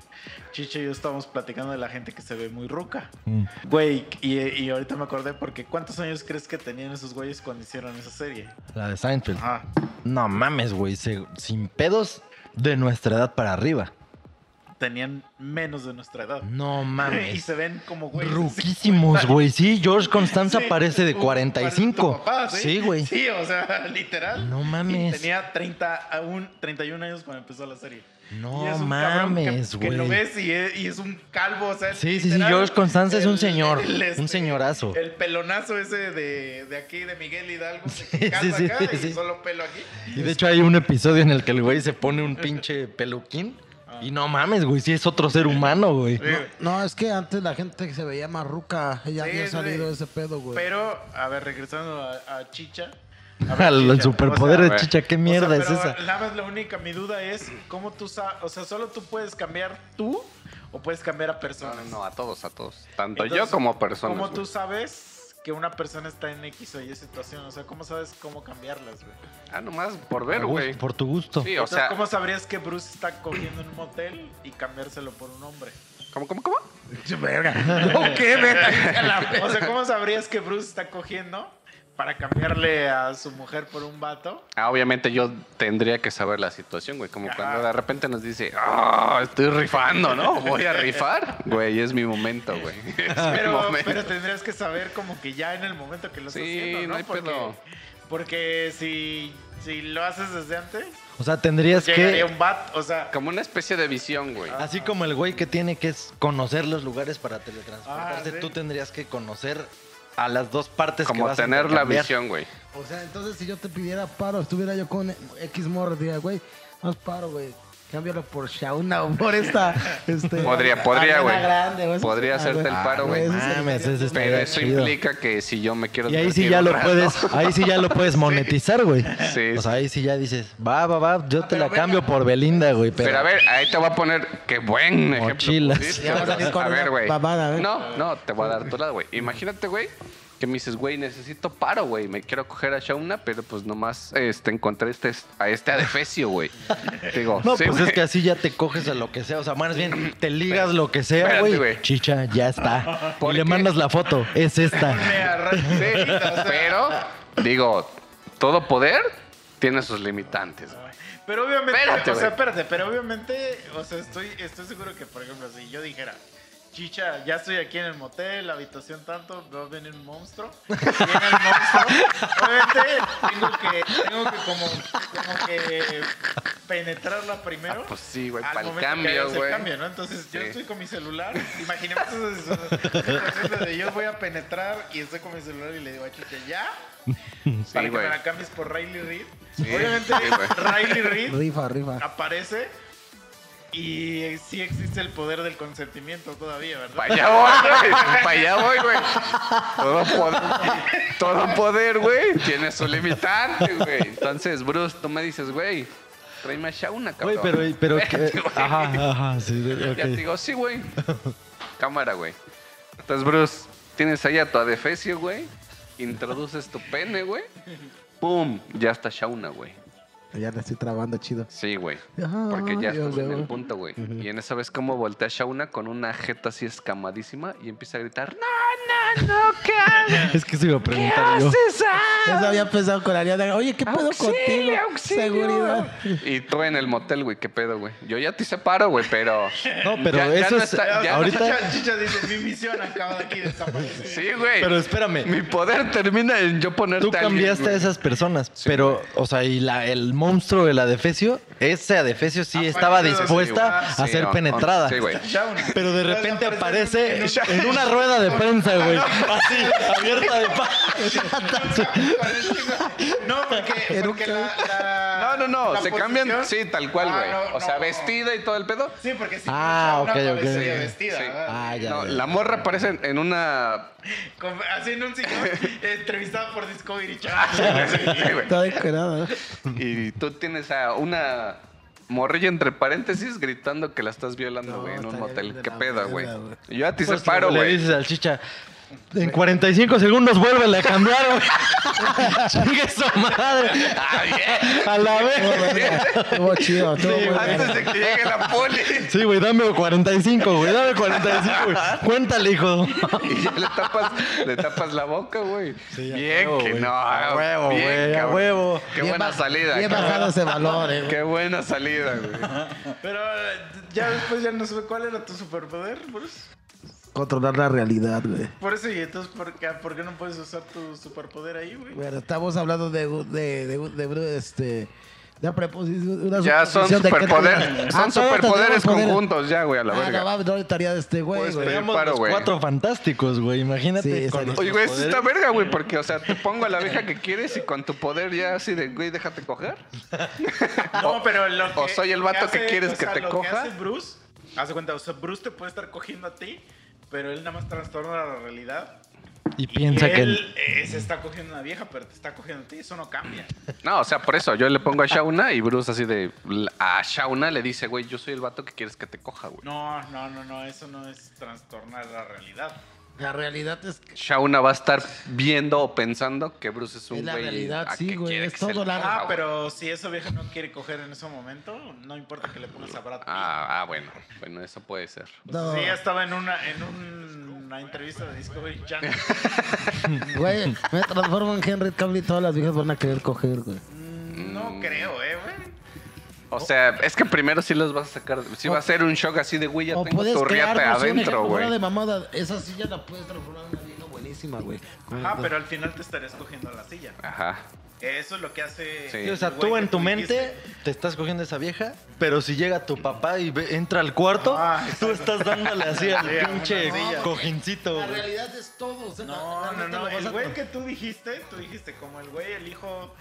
D: Chicho y yo estábamos platicando de la gente que se ve muy ruca.
B: Mm.
D: Güey, y, y ahorita me acordé porque ¿cuántos años crees que tenían esos güeyes cuando hicieron esa serie?
B: La de Seinfeld.
D: Ajá.
B: No mames, güey, se- sin pedos de nuestra edad para arriba.
D: Tenían menos de nuestra edad.
B: No
D: Y
B: mames.
D: se ven como güeyes.
B: Ruquísimos, güey. Sí, George Constanza
D: Sí,
B: parece de
D: tu-
B: 45.
D: tu papá,
B: Sí, güey.
D: Sí, o sea, literal.
B: No
D: Y
B: mames.
D: tenía 30, aún 31 años cuando empezó la serie.
B: No
D: Y es un cabrón que-
B: mames,
D: Que, lo
B: güey.
D: ves y es, y es un calvo, o sea.
B: Sí, sí, sí,
D: literal,
B: George Constanza es un
D: el-
B: señor,
D: el, este,
B: un señorazo.
D: El pelonazo ese de, de aquí, de Miguel Hidalgo, de
B: Sí,
D: que calva
B: sí,
D: acá
B: sí,
D: y
B: sí.
D: solo pelo aquí.
B: Y de hecho hay un episodio en el que el güey se pone un pinche peluquín. Y no mames, güey, sí es otro ser humano, güey.
D: Ah. Sí, güey.
A: No, es que antes la gente que se veía marruca, ya
D: Sí,
A: había
D: sí.
A: salido de ese pedo, güey.
D: Pero, a ver, regresando a, a Chicha. A ver,
B: Al al
D: Chicha,
B: superpoder
D: o sea,
B: de chicha, qué mierda
D: O sea,
B: es
D: pero
B: esa.
D: Nada más la única, mi duda es cómo tú sabes, o sea, solo tú puedes cambiar tú o puedes cambiar a
C: No, no,
D: personas.
C: no, a todos, a todos. Tanto yo
D: Entonces,
C: como personas.
D: ¿Cómo tú
C: güey.
D: sabes que una persona está en X o Y situación? O sea, ¿cómo sabes cómo cambiarlas, güey?
C: Ah, nomás por
B: Por
C: ver,
B: gusto-
C: güey.
B: Por tu gusto.
C: Sí, o
D: Entonces,
C: sea,
D: ¿cómo sabrías que Bruce está cogiendo en un motel y cambiárselo por un hombre?
C: ¿cómo, cómo, cómo?
A: Verga. No, qué verga.
D: O sea, ¿cómo sabrías que Bruce está cogiendo para cambiarle a su mujer por un vato?
C: Ah, obviamente yo tendría que saber la situación, güey. Como
D: Ajá.
C: cuando de repente nos dice, ah, estoy rifando, ¿no? Voy a rifar. Güey, es mi momento, güey. Es mi
D: Pero,
C: momento.
D: pero tendrías que saber como que ya en el momento que lo estás
C: Sí,
D: haciendo, ¿no?
C: no hay
D: porque,
C: pedo.
D: porque si, si lo haces desde antes,
B: O sea, tendrías
D: llegaría
B: que.
D: un bat, o sea...
C: Como una especie de visión, güey.
B: Así como el güey que tiene que es conocer los lugares para teletransportarse,
D: Ah, sí.
B: tú tendrías que conocer a las dos partes que
C: Como
B: vas a
C: tener la
B: intercambiar.
C: visión, güey.
A: O sea, entonces si yo te pidiera paro, estuviera yo con X morra, diría, güey, no es paro, güey. Cámbialo por Shauna o por esta. Este,
C: Podría- podría,
A: Ariana
C: güey.
A: Grande, o eso
C: Podría
A: sería-
C: hacerte el
A: Ah,
C: paro, güey.
A: eso sería-
B: Mames, ese es-
C: Pero
B: Estaría
C: eso
B: chido.
C: implica que si yo me quiero
B: Y ahí sí
C: divertir
B: ya lo
C: un rato-
B: puedes, ahí sí ya lo puedes monetizar, güey.
C: Sí.
B: O sea, ahí sí ya dices, va, va, va, yo te
A: pero
B: la
A: venga.
B: cambio por Belinda, güey.
C: Pero, a ver, ahí te voy a poner qué buen ejemplo.
B: Mochilas.
C: pusiste,
A: Ya vas a salir
C: güey.
A: con
C: a
A: una
C: ver, güey.
A: babada, a ver.
C: No, no, te voy a dar tu lado, güey. Imagínate, güey, que me dices, güey, necesito paro, güey, me quiero coger a Shauna, pero pues nomás este, encontré este, a este adefesio, güey. Te Digo,
B: No,
C: "Sí,
B: pues es
C: güey".
B: que así ya te coges a lo que sea. O sea, más bien te ligas
C: Espérate,
B: lo que sea,
C: espérate,
B: güey.
C: güey.
B: Chicha, ya está. Y
C: ¿Por
B: le
C: qué?
B: mandas la foto. Es esta.
D: Me arranca-
C: Sí, pero digo, todo poder tiene sus limitantes, güey.
D: Pero obviamente,
C: Espérate,
D: o sea,
C: güey.
D: espérate, pero obviamente, o sea, estoy, estoy seguro que, por ejemplo, si yo dijera, chicha, ya estoy aquí en el motel, la habitación tanto, veo venir un monstruo, viene el monstruo, obviamente tengo que, tengo que como, como que penetrarla primero.
C: Pues sí, güey,
D: al
C: para el
D: momento que hagas
C: cambio,
D: el
C: güey.
D: cambio, ¿no? Entonces yo
C: Sí.
D: estoy con mi celular, imaginemos eso, eso- eso de yo voy a penetrar y estoy con mi celular y le digo a Chucha, ya, para que
C: güey.
D: me la cambies por Riley Reid.
C: Sí,
D: Obviamente
C: sí, güey.
D: Riley Reid
A: Rifa, rifa.
D: aparece y sí existe el poder del consentimiento todavía, ¿verdad?
C: Para allá voy, güey. Para allá voy, güey. Todo poder, todo poder, güey. Tiene su limitante, güey. Entonces, Bruce, tú me dices, güey, tráeme a Shauna,
B: Güey,
C: cabrón.
B: pero, pero
C: Espérate,
B: que-
C: güey.
B: Ajá, ajá, sí,
C: Ya te
B: ok.
C: digo, sí, güey. Cámara, güey. Entonces, Bruce, tienes ahí a tu adefesio, güey. Introduces tu pene, güey. ¡Pum! Ya está Shauna, güey.
A: Ya la estoy trabando chido.
C: Sí, güey.
A: Ah,
C: Porque ya
A: Dios
C: estás en el
A: mío.
C: punto, güey. Y en esa vez como voltea Shauna con una jeta así escamadísima y empieza a gritar, no, no, no, ¿qué haces?
B: Es que se iba a
C: ¿Qué
B: preguntar yo.
C: haces?
A: Eso
C: Ah,
A: había pensado con Ariana. Oye, ¿qué pedo contigo?
C: auxilio, auxilio".
A: Seguridad.
C: Y tú en el motel, güey, ¿qué pedo, güey? Yo ya te separo, güey, pero...
B: No, pero
C: Ya- ya
B: eso
C: no
B: es.
C: está- ya no-
B: ahorita.
D: Chicha, Chicha dice, mi misión acaba de aquí desaparecer.
C: Sí, güey.
B: Pero espérame.
C: Mi poder termina en yo ponerte
B: Tú
C: a alguien,
B: cambiaste a
C: güey.
B: esas personas, pero, o sea, y la, el monstruo, el adefesio, ese adefesio sí
D: Aparece
B: estaba
D: de-
B: dispuesta
C: Sí,
B: a ser
C: no, no,
B: penetrada.
C: Sí, güey.
D: Shauna.
B: Pero de repente
D: Desaparece
B: aparece en una rueda de prensa, güey. Así, abierta de pa.
D: No, porque,
A: Era un
D: porque la,
C: No,
D: la-
C: no, no,
D: la
C: se cambian,
D: posición-
C: sí, tal cual,
D: Ah,
C: güey.
D: no,
C: o sea,
D: no.
C: vestida y todo el pedo.
D: Sí, porque sí.
B: Ah,
D: Shauna
B: ok, ok.
D: aparece vestida,
C: Sí.
D: ¿verdad?
B: Ah, ya.
C: No,
B: güey.
C: la morra aparece en- en una
D: Con- Así en un sillón, entrevistada por Discovery
C: Ah, Sí,
D: Channel.
C: güey, sí, güey.
A: Todo encuerado. ¿no?
C: y tú tienes a una morrilla entre paréntesis gritando que la estás violando,
A: No,
C: güey, en un
A: estaría bien
C: motel.
A: de
C: ¿Qué
A: la
C: pedo,
A: verga,
C: güey?
A: güey.
C: Y Yo a ti
B: Pues,
C: se paro,
B: Le
C: güey.
B: dices al chicha. En 45 segundos vuelve a cambiar, güey. Chingue su madre.
C: Ah, bien.
B: A la
A: Estuvo
B: vez.
A: verga. Estuvo chido. Estuvo
B: Sí,
A: muy
C: Antes
A: verga.
C: de que llegue la poli.
B: Sí, güey, dame 45, güey. Dame 45, güey. Cuéntale, hijo.
C: Y ya le tapas, le tapas la boca, güey.
B: Sí, a
C: bien
B: huevo,
C: que
B: güey.
C: no. ah,
B: A huevo,
C: bien,
B: güey, a
C: cabrón.
B: huevo.
C: Qué
A: Bien
C: buena
A: ba- Bien Ah,
C: salida. qué buena-
A: bajado ese valor, eh, güey.
C: Qué buena salida, güey.
D: Pero eh, ya después ya no supe cuál era tu superpoder, Bruce.
A: Controlar la realidad, güey.
D: Por eso, y entonces, ¿por qué, por qué no puedes usar tu superpoder ahí, güey?
A: Bueno, estamos hablando de, un- de, de, un- de, un, este. Una preposición. Una
C: Ya son
A: suposición de que-
C: superpoderes.
A: Ah,
C: Son
A: todos tenemos
C: superpoderes
A: poderes.
C: conjuntos ya, güey, a la
A: Ah, no
C: verga.
A: mames, no le estaría de este güey,
C: Puedes
A: güey.
C: pegar
B: Éramos
C: Pues, paro,
B: los
C: güey.
B: cuatro fantásticos, güey.
A: Sí,
B: Imagínate.
A: estaría chido.
B: con nuestros
C: Oye, güey, esto está
B: poderes.
C: verga, güey, porque, o sea, te pongo a la vieja que quieres y con tu poder ya así de, güey, déjate coger.
D: No, pero lo que.
C: o soy el vato
D: hace-
C: que quieres
D: o sea,
C: que te
D: lo
C: coja.
D: Que hace Bruce, haz de cuenta, o sea, Bruce te puede estar cogiendo a ti, pero él nada más trastorna la realidad.
B: Y piensa
D: y
B: que
D: él eh, se está cogiendo a una vieja, pero te está cogiendo a ti, eso no cambia.
C: No, o sea, por eso yo le pongo a Shauna y Bruce así de, a Shauna le dice, güey, yo soy el vato que quieres que te coja, güey.
D: No, no, no, no, eso no es trastornar la realidad.
A: La realidad es que.
C: Shauna va a estar viendo o pensando que Bruce es un
A: Es la
C: güey.
A: realidad,
C: a
A: sí,
C: que
A: güey,
C: quiere
A: es
C: que se
A: todo
C: le
A: la-
C: coja,
D: Ah,
C: güey.
D: pero si esa vieja no quiere coger en ese momento, no importa que le pongas a Brad Pitt.
C: Ah, ah, bueno, bueno, eso puede ser.
D: O sea,
A: No.
D: si ella estaba en una, en un- una entrevista de Discovery Channel.
A: Güey, me transformo en Henry Cavill y todas las viejas van a querer coger, güey.
D: Mm, No creo, eh, güey.
C: O sea, es que primero sí los vas a sacar, sí
A: O-
C: va a ser un shock así de, güey, ya
A: O
C: tengo
A: puedes
C: tu
A: crear
C: riata
A: versión,
C: adentro,
A: ejemplo, fuera de
C: güey.
A: mamada. Esa silla la puedes transformar en una vieja buenísima, güey.
D: Ah, pero al final te estarías cogiendo a la silla.
C: Ajá.
D: Eso es lo que hace.
C: Sí.
B: Sí, o sea,
D: el Eh, güey
B: tú
D: que
B: en tu mente
D: dijiste.
B: te estás cogiendo a esa vieja, pero si llega tu papá y ve- entra al cuarto,
D: Ah,
B: tú estás dándole así al
D: Sí, a una
B: pinche
D: silla.
B: cojincito.
A: La
B: güey.
A: realidad es todo. o sea,
D: No,
A: la- la
D: no,
A: neta lo
D: no.
A: vas
D: El
A: a-
D: güey que tú dijiste, tú dijiste como el güey, el hijo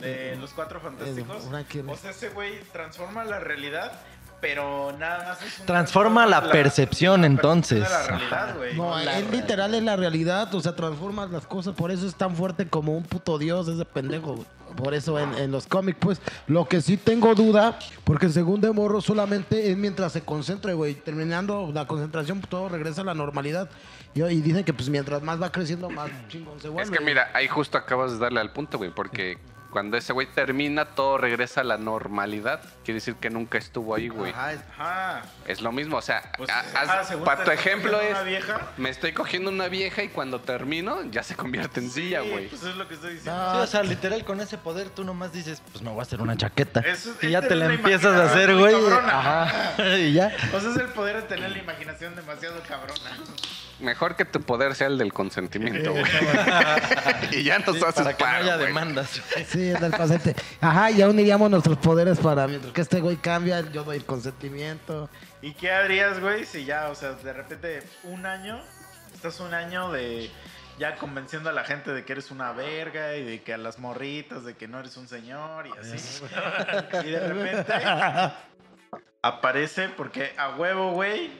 D: de los cuatro fantásticos.
A: Frankie.
D: O sea, ese güey transforma la realidad, pero nada más es un-
B: Transforma la percepción,
D: la
B: entonces.
D: de la realidad, güey.
A: No, él literal es la realidad, o sea, transforma las cosas, por eso es tan fuerte como un puto dios ese pendejo. güey. Por eso en, en los cómics, pues, lo que sí tengo duda, porque según de morro solamente es mientras se concentre, güey. Terminando la concentración, pues, todo regresa a la normalidad. Y, y dicen que pues mientras más va creciendo, más chingón se vuelve.
C: es que mira, ahí justo acabas de darle al punto, güey, porque cuando ese güey termina, todo regresa a la normalidad. Quiere decir que nunca estuvo ahí, güey.
A: Ajá, Ah, es-
D: Ajá.
C: Es lo mismo, o sea,
D: Pues,
C: a-
D: ajá,
C: haz-
D: según
C: para
D: te
C: tu
D: estás
C: ejemplo
D: cogiendo
C: es,
D: una vieja.
C: me estoy cogiendo una vieja y cuando termino ya se convierte en silla,
D: Sí,
C: güey.
D: Pues es lo que estoy diciendo.
A: Ah,
B: Sí, o sea, literal, con ese poder tú nomás dices, pues me voy a hacer una chaqueta.
D: Eso es-
B: y ya
D: es
B: te la
D: tener una
B: empiezas a hacer,
D: imaginación
B: güey.
D: muy cabrona.
B: Ajá. Y ya.
D: O sea, es el poder de tener la imaginación demasiado cabrona.
C: Mejor que tu poder sea el del consentimiento, güey. y ya nos
B: Sí,
C: haces
B: para que no
C: paro,
B: haya
C: güey.
B: demandas. güey.
A: Sí, es del paciente. Ajá, ya uniríamos nuestros poderes para mientras que este güey cambia, yo doy el consentimiento.
D: ¿Y qué harías, güey, si ya, o sea, de repente un año, estás un año de ya convenciendo a la gente de que eres una verga y de que a las morritas, de que no eres un señor y así. y de repente aparece, porque a huevo, güey,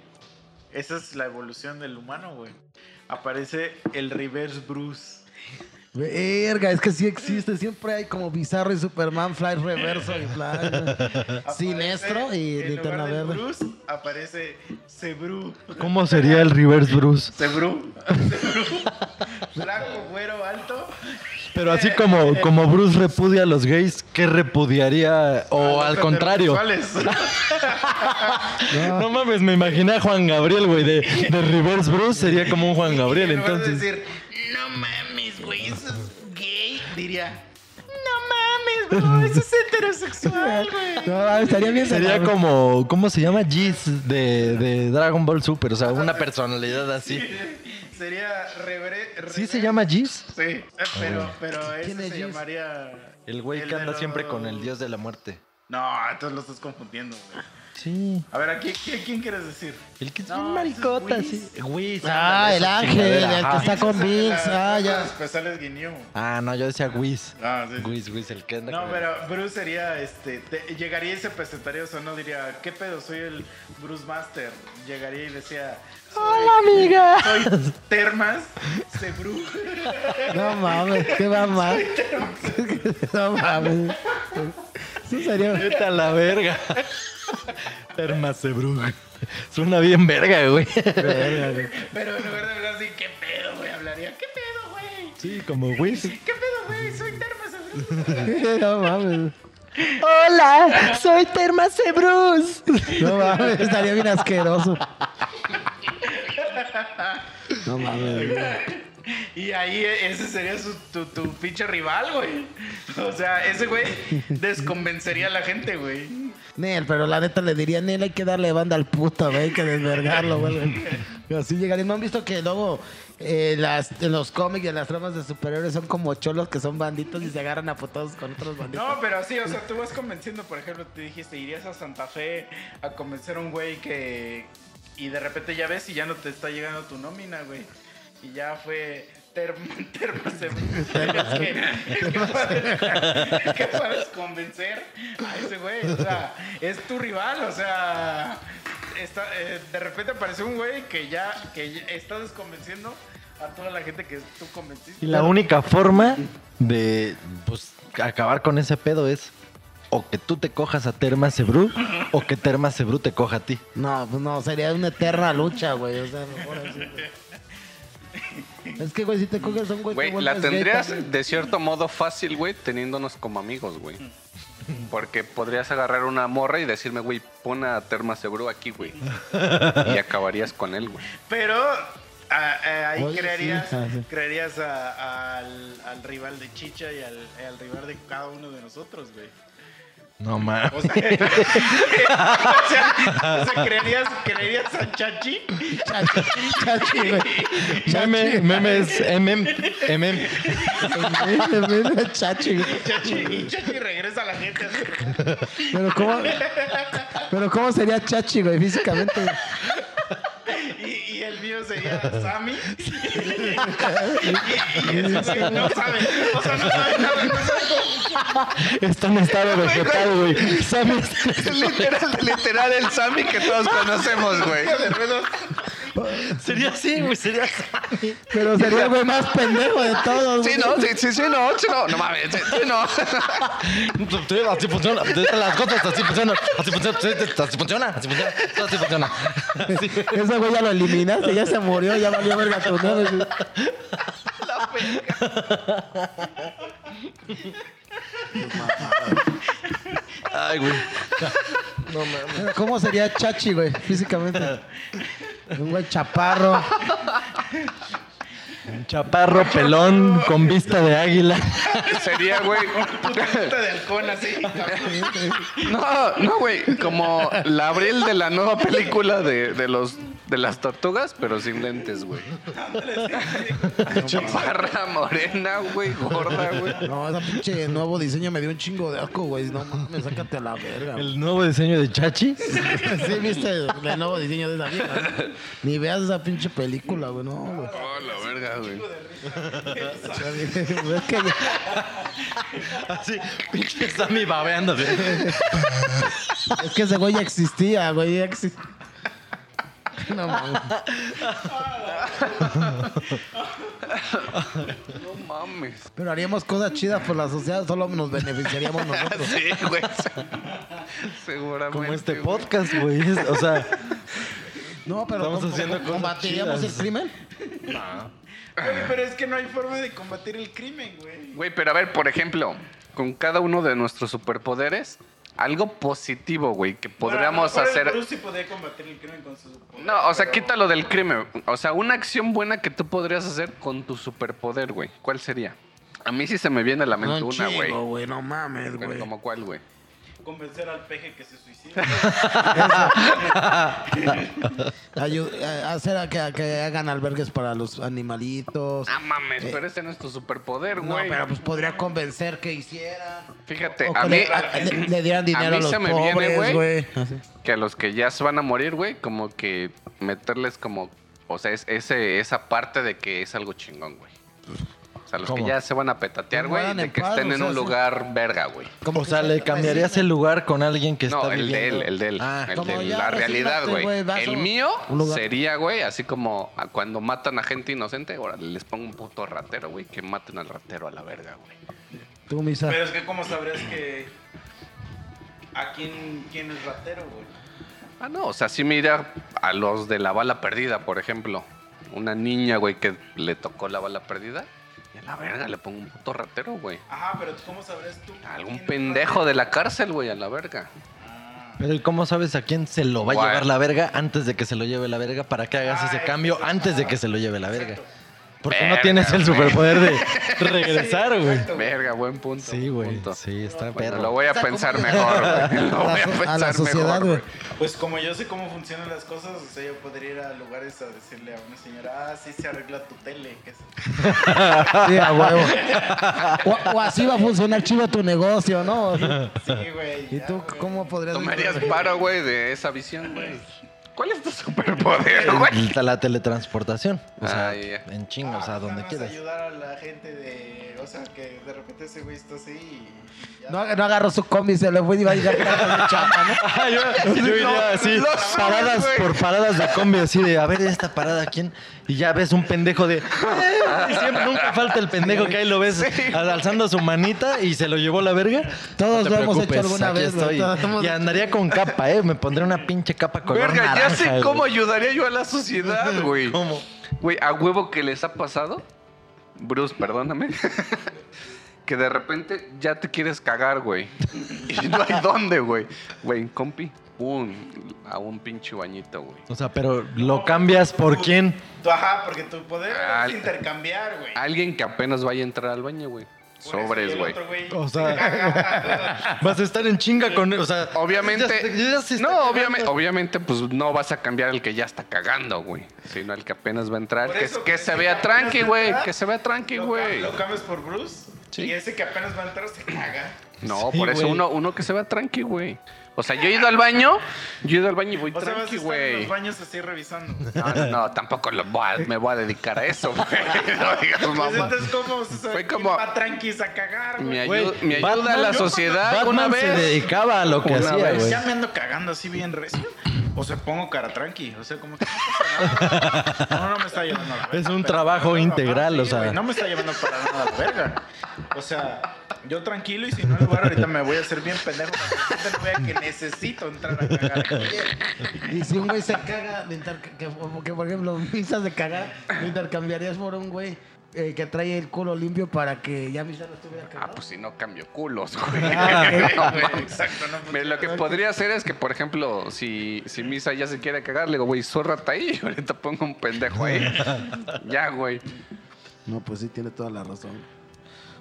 D: esa es la evolución del humano, güey. Aparece el reverse Bruce.
A: Verga, es que sí existe. Siempre hay como Bizarro y Superman, Fly Reverso y Fly. Sinestro y
D: Aparece, en
A: Linterna
D: lugar del
A: Verde.
D: Bruce aparece Sebru.
B: ¿Cómo sería el reverse Bruce?
D: Sebru. Flaco, güero, alto.
B: Pero así como, como Bruce repudia a los gays, ¿qué repudiaría? O
D: A
B: al
D: Ah, los
B: contrario.
D: heterosexuales.
B: No mames, me imaginé a Juan Gabriel, güey, de, de reverse Bruce sería como un Juan Gabriel,
D: En lugar de
B: entonces.
D: decir, no mames, güey, eso es gay, diría, no mames, bro, eso es heterosexual, güey.
A: No, estaría bien.
B: Sería
A: cabrón.
B: como, ¿cómo se llama? Jizz de, de Dragon Ball Super, o sea, una personalidad así.
D: Sería rebre.
B: ¿Sí
D: rever-
B: se llama Jizz?
D: Sí, eh, pero, pero
A: ¿Quién
D: ese
A: es
D: se
A: Jess?
D: llamaría.
B: El güey que
D: de
B: anda
D: los-
B: siempre con el dios de la muerte.
D: No, entonces lo estás confundiendo, güey.
B: Sí.
D: A ver, ¿a quién, quién, quién quieres decir?
B: El que es
D: No,
B: bien
D: ese es
B: maricota,
D: Whis.
B: sí. Whis,
A: Ah,
B: ándale,
A: el
B: esa
A: ángel, el
B: chingadera,
A: que
B: ajá.
A: está con
B: Pues,
A: Vince. Ah,
D: Los
A: ya.
D: especiales Guiñú.
B: Ah, no, yo decía Whis.
D: Ah, sí, sí.
B: Whis, Whis, el que anda
D: No,
B: con-
D: pero Bruce sería, este, te- llegaría y se presentaría, o sea, no diría, ¿qué pedo? Soy el Bruce Master. Llegaría y decía, soy,
B: amiga!
D: soy Termas, se Bruce.
A: No mames, qué mamá. No mames. Eso sería.
B: Vete a la verga. Termasebrug. Suena bien verga, güey.
A: Verga, güey.
D: Pero en lugar de hablar así, ¿qué pedo, güey? Hablaría, ¿qué pedo, güey?
B: Sí, como Whis.
D: ¿Qué pedo, güey? Soy Termas, se Bruce.
A: No mames.
B: ¡Hola! ¡Soy Termasebrus!
A: No mames, estaría bien asqueroso. No mames. güey.
D: Y ahí e- ese sería su, tu, tu pinche rival, güey. O sea, ese güey desconvencería a la gente, güey.
A: Nel, pero la neta le diría, Nel, hay que darle banda al puto, güey, hay que desvergarlo, güey. Y Así llegaría. ¿No han visto que luego eh, las, en los cómics y en las tramas de superhéroes son como cholos que son banditos y se agarran a putados con otros banditos?
D: No, pero así, o sea, tú vas convenciendo, por ejemplo, te dijiste, irías a Santa Fe a convencer a un güey que... Y de repente ya ves y ya no te está llegando tu nómina, güey. Y ya fue... Term- Termas de- es que, es que puedes- es que puedes convencer a ese güey. O sea, es tu rival, o sea... está- eh, de repente aparece un güey que ya, que ya está desconvenciendo a toda la gente que tú convenciste.
B: Y la única forma de pues, acabar con ese pedo es o que tú te cojas a Termasebrug o que Termasebrug te coja a ti.
A: No, pues no, sería una eterna lucha, güey. O sea, mejor así, güey. Es que, güey, si te coges a un güey, te
C: Güey, la
A: vuelves gay
C: tendrías
A: también.
C: de cierto modo fácil, güey, teniéndonos como amigos, güey. Porque podrías agarrar una morra y decirme, güey, pon a Terma Seguro aquí, güey. Y acabarías con él, güey.
D: Pero ah, eh, ahí
A: Oye,
D: crearías,
A: sí, ah, sí.
D: crearías a- a- al, al rival de Chicha y al, al rival de cada uno de nosotros, güey.
B: No mames.
D: O sea, o sea, o sea, crearías, crearías a Chachi.
A: Chachi, chachi, güey.
B: Meme, meme es MM. MM.
A: Chachi, güey.
D: Chachi y Chachi regresa a la gente. así.
A: Pero cómo, pero cómo sería Chachi, güey, físicamente.
D: Y, y el mío sería Sammy. y, y ese güey no sabe. O sea, no sabe nada. No sabe
B: Está en estado vegetal, güey. Sammy está en
C: Es literal, literal el Sammy que todos conocemos, güey.
D: de ruedas.
B: Sería así, güey, sería así.
A: Pero sería el güey más pendejo de todos.
C: Sí,
A: güey.
C: no, sí, sí, sí, no, sí, no, no mames, sí, sí, no.
B: Así funciona, las cosas así funcionan, así funciona, así funciona, así funciona, todo así funciona. Así.
A: Ese güey ya lo eliminaste, ya se murió, ya valió verga tu nombre. güey.
B: Ay, güey.
A: ¿Cómo sería Chachi, güey, físicamente? Un güey chaparro.
B: Un chaparro pelón con vista de águila.
C: Sería, güey.
D: Puta de halcón así.
C: No, no, güey. Como la abril de la nueva película de, de los de las tortugas, pero sin lentes, güey. Chaparra morena, güey, gorda, güey.
A: No, esa pinche nuevo diseño me dio un chingo de asco, güey. No mames, sácate a la verga. güey.
B: El nuevo diseño de Chachi.
A: Sí, viste el nuevo diseño de esa vieja. güey? Ni veas esa pinche película, güey, no, güey.
C: Oh, la verga, güey.
A: Es que
B: Así, pinche Sammy babeando.
A: Es que ese güey ya existía, güey. Ya exi- No mames.
C: No mames.
A: Pero haríamos cosas chidas por la sociedad, solo nos beneficiaríamos nosotros.
C: Sí, güey. se- Seguramente.
B: Como este
C: güey.
B: podcast, güey. Es- O sea,
A: No, pero
B: Estamos
A: ¿cómo-
B: haciendo
A: cómo
B: cosas
A: combatiríamos
B: chidas.
A: el crimen?
D: Güey, Pero es que no hay forma de combatir el crimen, güey.
C: Güey, pero a ver, por ejemplo, con cada uno de nuestros superpoderes, algo positivo, güey, que podríamos
D: Bueno, a lo mejor
C: hacer.
D: el Bruce sí podría combatir el crimen con su poder,
C: No, o sea,
D: pero-
C: quítalo del crimen. O sea, una acción buena que tú podrías hacer con tu superpoder, güey. ¿Cuál sería? A mí sí se me viene a la mente
A: No, un
C: una, güey.
A: chingo, güey. No mames, güey.
C: ¿Como cuál, güey?
D: Convencer al peje que se suicida.
A: Ayu- a- hacer a que, a que hagan albergues para los animalitos.
C: Ah, mames,
A: Eh,
C: pero ese no es tu superpoder,
A: No,
C: güey.
A: pero pues podría convencer que hicieran.
C: Fíjate,
A: O que
C: este, a mí,
A: le, a- le- le dieran dinero a,
C: mí
A: los
C: se me viene,
A: pobres,
C: güey.
A: güey. Así.
C: que a los que ya se van a morir, güey, como que meterles como, o sea, es ese, esa parte de que es algo chingón, güey. O sea, los
B: ¿Cómo?
C: que ya se van a petatear,
A: Que
C: güey,
A: mueran
C: de
A: en
C: que
A: paz,
C: estén
A: o
C: en
A: sea,
C: un
A: sí.
C: lugar verga, güey.
A: Como
B: o
A: que
B: sea,
A: se
B: le cambiarías el
A: resignan.
B: lugar con alguien que
C: No,
B: está
C: el de él,
B: viviendo-
C: el de él,
B: Ah,
C: el
A: como
C: de él.
A: ya
C: la
A: resignate,
C: realidad,
A: güey,
C: güey.
A: vas a
C: El
A: un
C: mío
A: lugar.
C: sería, güey, así como a cuando matan a gente inocente, ahora les pongo un puto ratero, güey, que maten al ratero a la verga, güey.
A: Tú, misa.
D: Pero es que cómo sabrás que a quién, quién es ratero, güey.
C: Ah, no, o sea, sí mira a los de la bala perdida, por ejemplo. Una niña, güey, que le tocó la bala perdida. Y a la verga le pongo un puto ratero, güey.
D: Ajá, pero ¿cómo sabrás tú?
C: A Algún pendejo de la cárcel, güey, a la verga.
B: Pero ¿y cómo sabes a quién se lo va a
C: Guay.
B: llevar la verga antes de que se lo lleve la verga? ¿Para que hagas
D: Ah,
B: ese
D: es-
B: cambio antes de que se lo lleve la verga? Porque no
C: Verga,
B: tienes el
C: güey.
B: superpoder de regresar, güey.
C: Verga, buen punto.
B: Sí,
C: buen
B: güey.
C: punto.
B: Sí, está
C: Bueno, lo
B: perro.
C: voy a pensar mejor, güey. Lo voy a
A: A la so-
C: pensar
A: a la sociedad,
C: mejor,
A: güey.
D: Pues como yo sé cómo funcionan las cosas, o sea, yo podría ir a lugares a decirle a una señora, ah, sí se arregla tu tele. Que es-
A: Sí, a huevo. O, o así va a funcionar chido tu negocio, ¿no? O sea,
D: Sí, güey.
A: ¿Y
D: ya,
A: tú
D: güey.
A: cómo podrías.?
C: Tomarías paro, güey, de esa visión, güey. ¿Cuál es tu superpoder, güey?
B: La- La teletransportación. O sea,
C: Ah, ya.
B: en chingo, o sea,
D: Ah,
B: donde
D: nada más
B: quieras.
D: ayudar a la gente de... O sea, que de repente ese güey está así y... y ya.
A: No, ag- no agarró su combi, se lo fue y iba a llegar tarde de chapa, ¿no?
B: Ah, yo, yo iría así,
C: lo sabes,
B: paradas
C: güey.
B: por paradas de combi, así de, a ver, esta parada, ¿quién? Y ya ves un pendejo de... "Eh", y siempre, nunca falta el pendejo que ahí lo ves alzando su manita y se lo llevó la verga.
A: Todos
B: te
A: lo hemos
B: preocupes,
A: hecho alguna
B: aquí
A: vez, güey,
B: estoy.
A: todos hemos
B: Y
A: hecho.
B: andaría con capa, ¿eh? Me pondría una pinche capa color
C: Verga, ya sé
B: naranja,
C: cómo
B: güey.
C: ayudaría yo a la sociedad, güey.
B: ¿Cómo?
C: Güey, a huevo que les ha pasado, Bruce, perdóname, que de repente ya te quieres cagar, güey. Y no hay dónde, güey. Güey, compi, un, a un pinche bañito, güey.
B: O sea, pero lo cambias por quién.
D: Tú, ajá, porque tu poder
C: Al-
D: es intercambiar, güey.
C: Alguien que apenas vaya a entrar al baño, güey.
D: Por eso y
C: Sobres,
D: el
C: güey.
D: otro
B: O sea, vas a estar en chinga con él. O sea,
C: Obviamente,
B: ya- ya se está
C: no,
B: cagando.
C: obviamente, obviamente, pues no vas a cambiar al que ya está cagando, güey. Sino al que apenas va a entrar.
D: Por
C: Que,
D: eso,
C: que
D: pues,
C: se
D: si
C: vea
D: apenas
C: tranqui,
D: va a
C: güey.
D: entrar,
C: Que se vea tranqui,
D: Lo,
C: güey.
D: cam- lo cambias por Bruce Y ese que apenas va a entrar se caga.
C: No,
B: Sí,
C: por eso
B: güey.
C: uno, uno que se va tranqui, güey. O sea, yo he ido al baño, yo he ido al baño y voy
D: O sea, vas a
C: tranqui,
D: estar en los
C: güey.
D: baños así revisando.
C: No, no, no, tampoco lo voy a- me voy a dedicar a eso, güey. No digas
D: Pues
C: mamá.
D: entonces, ¿cómo vas a saber
C: Fue
D: quién
C: como-
D: va tranquis a cagar,
C: Mi,
D: güey?
C: ayu-
B: Güey,
C: mi ayuda a
B: Batman-
C: la sociedad una
B: Batman
C: vez.
B: se dedicaba a lo que
C: Una
B: hacía,
C: vez.
B: güey.
D: Ya me ando cagando así bien recio. O sea, pongo cara tranqui. O sea, como que no pasa nada. No, no me está llevando a la verga.
B: Es un
D: pero-
B: trabajo
D: pero-
B: integral,
D: ah,
B: o sea.
D: güey, no me está llevando para nada a la verga. O sea, yo tranquilo y si no en lugar ahorita me voy a hacer bien pendejo. para que la gente no vea que necesito entrar a cagar.
A: Y si un güey se caga, de inter- que, que, por ejemplo, misas de cagar, lo intercambiarías por un güey eh, que trae el culo limpio para que ya misa no estuviera
C: Ah,
A: cagado.
C: pues si no cambio culos, güey.
B: Ah,
D: No, güey, exacto. No
C: Mira,
D: funciona.
C: lo que podría hacer es que, por ejemplo, si, si Misa ya se quiere cagar, le digo, güey, zórrate ahí y ahorita pongo un pendejo ahí. ya, güey.
A: No, pues sí, tiene toda la razón.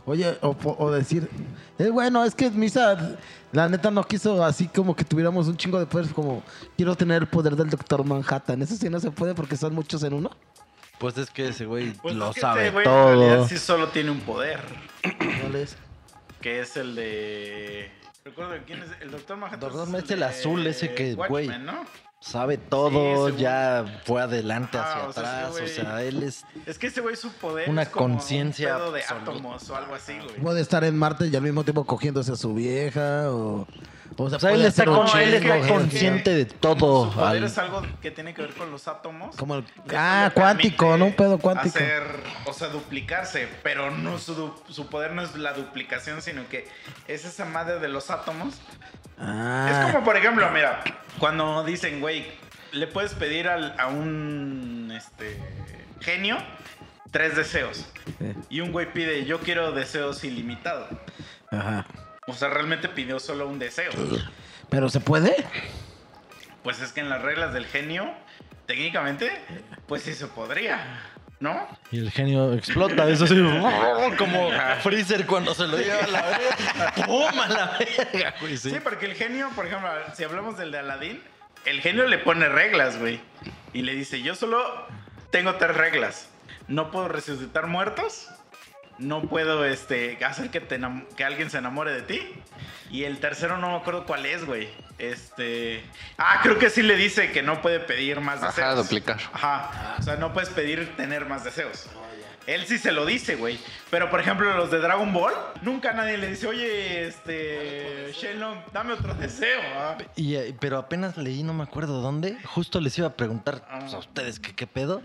A: Oye, o, po- o decir, es bueno, es que Misa, la neta no quiso así como que tuviéramos un chingo de poderes, como quiero tener el poder del Doctor Manhattan. Eso sí no se puede porque son muchos en uno.
B: Pues es que ese güey
D: Pues
B: lo
D: es que este
B: sabe
D: güey en realidad
B: todo.
D: Sí solo tiene un poder,
A: ¿Cuál es?
D: que es el de... Recuerdo quién es el doctor Manhattan.
B: Doctor
D: es
B: es el
D: de
B: azul ese que,
D: Watchmen,
B: güey.
D: ¿no?
B: Sabe todo,
D: Sí, ese
B: ya fue adelante
D: Ah,
B: hacia
D: o sea, ese
B: atrás.
D: güey-
B: o sea, él es.
D: Es que ese güey su poder
B: Una
D: es como
B: conciencia
D: un pedo de
B: absoluta.
D: átomos o algo así, güey.
A: Puede estar en Marte y al mismo tiempo cogiéndose a su vieja o... O sea,
B: O sea, él
A: puede
B: está,
A: hacer un
B: con-
A: chingo
B: él
A: de
B: está
A: gente.
B: consciente de
D: Su
B: todo.
D: poder
B: al-
D: es algo que tiene que ver con los átomos.
A: Como el-
D: Y eso
A: ah,
D: le
A: cuántico,
D: permite
A: ¿no? Un pedo cuántico.
D: Hacer, o sea, duplicarse, pero no su, du- su poder no es la duplicación, sino que es esa madre de los átomos
A: Ah,
D: Es como, por ejemplo, mira, cuando dicen, güey, le puedes pedir al- a un este, genio tres deseos.
A: Sí.
D: Y un güey pide, yo quiero deseos ilimitados.
A: ajá.
D: O sea, realmente pidió solo un deseo.
A: ¿Pero se puede?
D: Pues es que en las reglas del genio, técnicamente, pues sí se podría, ¿no?
B: Y el genio explota. Eso sí. Como Freezer cuando se lo lleva a la verga. ¡Pum! A la verga, güey.
D: Sí,
B: Sí.
D: porque el genio, por ejemplo, si hablamos del de Aladín, el genio le pone reglas, güey. Y le dice, yo solo tengo tres reglas. No puedo resucitar muertos. No puedo este, hacer que, te enam- que alguien se enamore de ti. Y el tercero no me acuerdo cuál es, güey. Este... Ah, creo que sí le dice que no puede pedir más deseos.
C: Ajá, duplicar.
D: Ajá. O sea, no puedes pedir tener más deseos. Él sí se lo dice, güey. Pero por ejemplo, los de Dragon Ball, nunca nadie le dice, oye, este. Shenlong, dame otro deseo. ah".
B: Y, eh, pero apenas leí, no me acuerdo dónde, justo les iba a preguntar pues, a ustedes que qué pedo,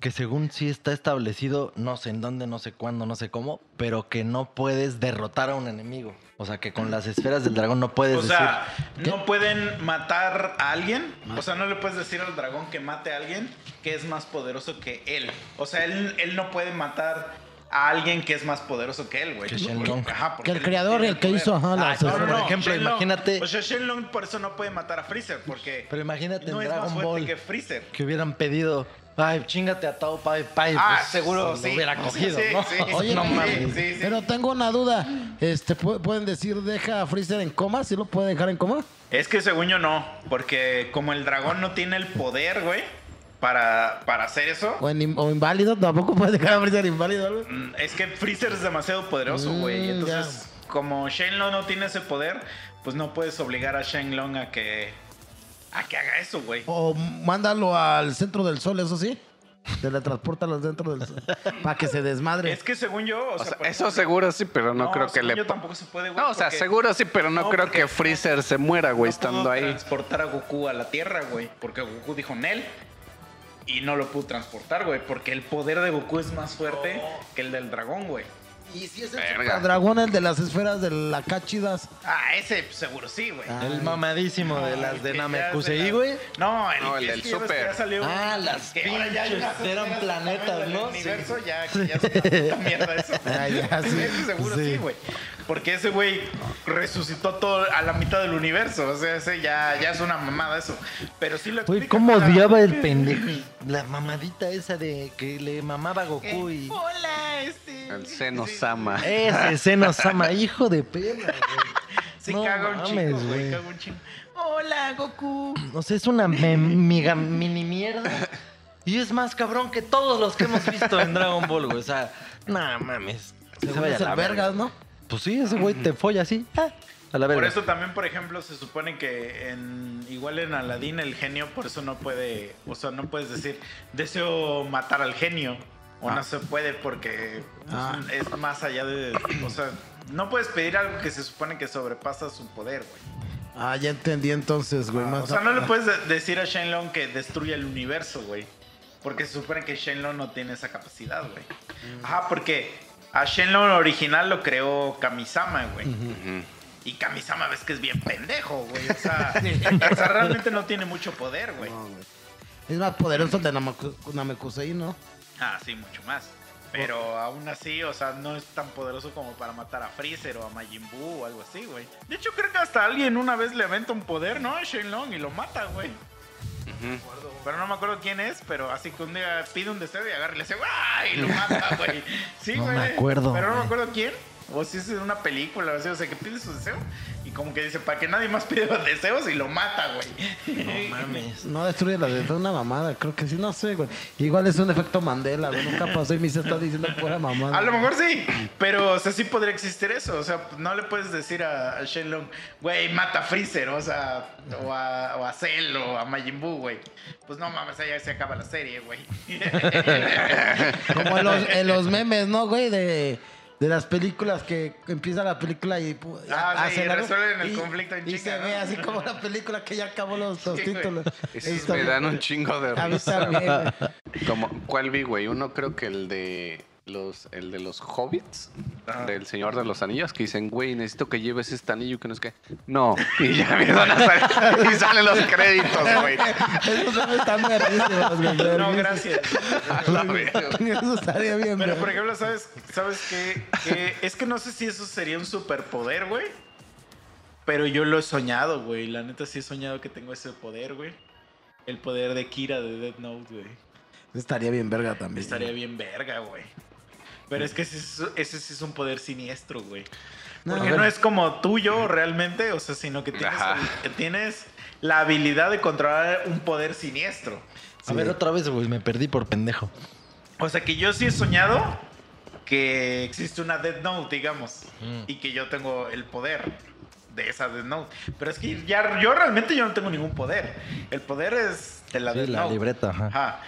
B: que según sí está establecido, no sé en dónde, no sé cuándo, no sé cómo, pero que no puedes derrotar a un enemigo. O sea, que con las esferas del dragón no puedes
D: O
B: decir...
D: sea,
B: ¿Qué?
D: no pueden matar a alguien. O sea, no le puedes decir al dragón que mate a alguien que es más poderoso que él. O sea, él, él no puede matar a alguien que es más poderoso que él, güey.
B: Que Shenlong.
D: Ajá, porque
A: Que el
D: él
A: creador,
D: tiene
A: el que
D: poder.
A: hizo, ajá, la-
D: Ay, no, no,
B: por
D: no,
B: ejemplo,
D: Shenlong-
B: imagínate-
D: O sea, Shenlong por eso no puede matar a Freezer, porque
B: Pero imagínate
D: no
B: en
D: es más
B: Dragon
D: fuerte
B: Ball
D: que
B: que...
D: Freezer.
B: hubieran pedido, ay, chingate a Tao Pai Pai.
D: Ah,
B: pues,
D: seguro,
B: se
D: sí.
B: Lo hubiera
D: Sí,
B: cogido,
D: sí,
B: ¿no?
D: sí,
A: Oye,
B: no
A: sí,
B: mames.
D: sí, sí.
A: Pero tengo una duda. Este, ¿pu- ¿Pueden decir deja a Freezer en coma? ¿Sí lo puede dejar en coma?
D: Es que según yo no, porque como el dragón no tiene el poder, güey, para, para hacer eso,
A: ¿O, en in- o inválido? ¿Tampoco puede dejar a Freezer inválido? algo?
D: mm, es que Freezer es demasiado poderoso,
A: Mm,
D: güey. Entonces, como Shenlong no tiene ese poder, pues no puedes obligar a Shenlong a que a que haga eso, güey.
A: ¿O mándalo al centro del sol, eso sí? Teletransportalo al centro del sol. Para que se desmadre.
D: Es que según yo, o,
C: O
D: sea,
C: sea,
D: por
C: eso
D: ejemplo-
C: seguro sí, pero no, creo que
D: según
C: le...
D: yo
C: pa-
D: tampoco se puede, güey.
C: No, o sea,
D: porque
C: seguro sí, pero no,
D: No,
C: creo
D: porque
C: que Freezer se muera, güey,
D: no
C: estando
D: pudo
C: ahí.
D: transportar a Goku a la Tierra, güey, porque Goku dijo Nel. Y no lo pudo transportar, güey, porque el poder de Goku es más fuerte que el del dragón, güey.
A: ¿Y si es el
C: Verga.
A: dragón, el de las esferas de la cachidas?
D: Ah, ese pues, seguro sí, güey.
A: Ah,
B: El mamadísimo de las de
D: que ya se
B: Namekusei,
D: la-
B: güey.
D: No, el,
C: No, el
D: que es
C: del
D: que ya ves
C: súper.
D: que ya salió un-
B: Ah, las
D: que ahora ya hay
B: pinches,
D: unas
B: eran
D: esferas
B: planetas,
D: del
B: ¿no?
D: universo, ya, que ya se la puta mierda eso.
A: Ah, ya, sí.
D: Ese seguro
B: Sí.
D: sí, güey. Porque ese güey resucitó todo a la mitad del universo. O sea, ese ya, ya es una mamada eso. Pero sí lo
B: Güey,
D: explica,
B: ¿cómo
D: o sea,
B: odiaba el pendejo? La mamadita esa de que le mamaba a
D: eh,
B: Goku y...
D: Hola, este.
C: El seno sama.
B: Ese seno sama, hijo de perra,
D: Sí,
B: No
D: caga un
B: mames,
D: chingo,
B: güey.
D: güey. Caga un chingo. Hola, Goku.
B: güey. O sea, es una me- miga- mini mierda. Y es más cabrón que todos los que hemos visto en Dragon Ball, güey. O sea, no mames. se
A: Según
B: vaya a
A: es el
B: la verga.
A: vergas, ¿no?
B: Pues sí, ese güey te folla así. ah, a la
D: Por
B: verga.
D: eso también, por ejemplo, se supone que en igual en Aladín el genio, por eso no puede, o sea, no puedes decir deseo matar al genio. O no se puede porque pues,
A: Ah.
D: es más allá de. O sea, no puedes pedir algo que se supone que sobrepasa su poder, güey.
A: Ah, ya entendí entonces, güey. más
D: Ah, O sea, no le puedes de- decir a Shenlong que destruya el universo, güey. Porque se supone que Shenlong no tiene esa capacidad, güey. Ajá, porque a Shenlong original lo creó Kamisama, güey.
C: Ujú.
D: Y Kamisama ves que es bien pendejo, güey. O sea, o sea, realmente no tiene mucho poder, güey.
A: No, güey. Es más poderoso el de Namaku- Namekusei, ¿no?
D: Ah, sí, mucho más. Pero aún así, o sea, no es tan poderoso como para matar a Freezer o a Majin Buu o algo así, güey. De hecho, creo que hasta alguien una vez le aventa un poder, ¿no? A Shenlong y lo mata, güey. Pero no me acuerdo quién es, pero así que un día pide un deseo y agarra y le dice, ¡guay! Y lo mata, güey. Sí,
B: No
D: güey.
B: me acuerdo,
D: Pero no me
B: güey.
D: acuerdo quién. O si es en una película, o sea, o sea, que pide su deseo y como que dice, para que nadie más pida deseos y lo mata, güey. No mames.
A: No destruye la de fue una mamada, creo que sí, no sé, güey. Igual es un efecto Mandela, güey. Nunca pasó y me se está diciendo fuera mamada.
D: A lo mejor sí, pero o sea, sí podría existir eso. O sea, no le puedes decir a, a Shenlong, güey, mata a Freezer, o sea, o a, o a Cell o a Majin Buu, güey. Pues no mames, ahí ya se acaba la serie, güey.
A: Como en los, en los memes, ¿no, güey? De, de las películas que empieza la película y pu-
D: Ah, sí,
A: hacen
D: y
A: algo
D: resuelven el conflicto en
A: Y
D: chinga,
A: se ve
D: ¿no?
A: así como la película que ya acabó los, los
D: Sí, güey.
A: títulos.
C: Esos
A: Está
C: me
A: bien.
C: dan un chingo de
A: A mí
C: risa.
A: también, güey.
C: Como, ¿Cuál vi, güey? Uno creo que el de los, el de los hobbits,
D: Ajá.
C: del Señor de los Anillos, que dicen, güey, necesito que lleves este anillo que no es que. No. Y ya empiezan a salir. Y salen los créditos, güey.
A: Esos memes están verguísimos, güey.
D: no,
A: verguísimos.
D: gracias.
C: A la verga.
A: Eso estaría bien,
D: Pero
A: güey.
D: por ejemplo, ¿sabes, sabes qué? Que- Es que no sé si eso sería un superpoder, güey. Pero yo lo he soñado, güey. La neta sí he soñado que tengo ese poder, güey. El poder de Kira de Dead Note, güey.
A: Estaría bien verga también.
D: Estaría bien verga, güey. Pero es que ese, es- ese sí es un poder siniestro, güey.
A: No,
D: Porque
A: a ver.
D: no es como tuyo realmente, o sea, sino que tienes,
C: Ajá.
D: que tienes la habilidad de controlar un poder siniestro.
B: A ver, otra vez, güey, me perdí por pendejo.
D: O sea, que yo sí he soñado que existe una Death Note, digamos,
B: Mm.
D: y que yo tengo el poder de esa Death Note. Pero es que ya, yo realmente yo no tengo ningún poder. El poder es de la
B: Sí,
D: Death
B: la
D: Note.
B: libreta, ajá.
D: Ajá.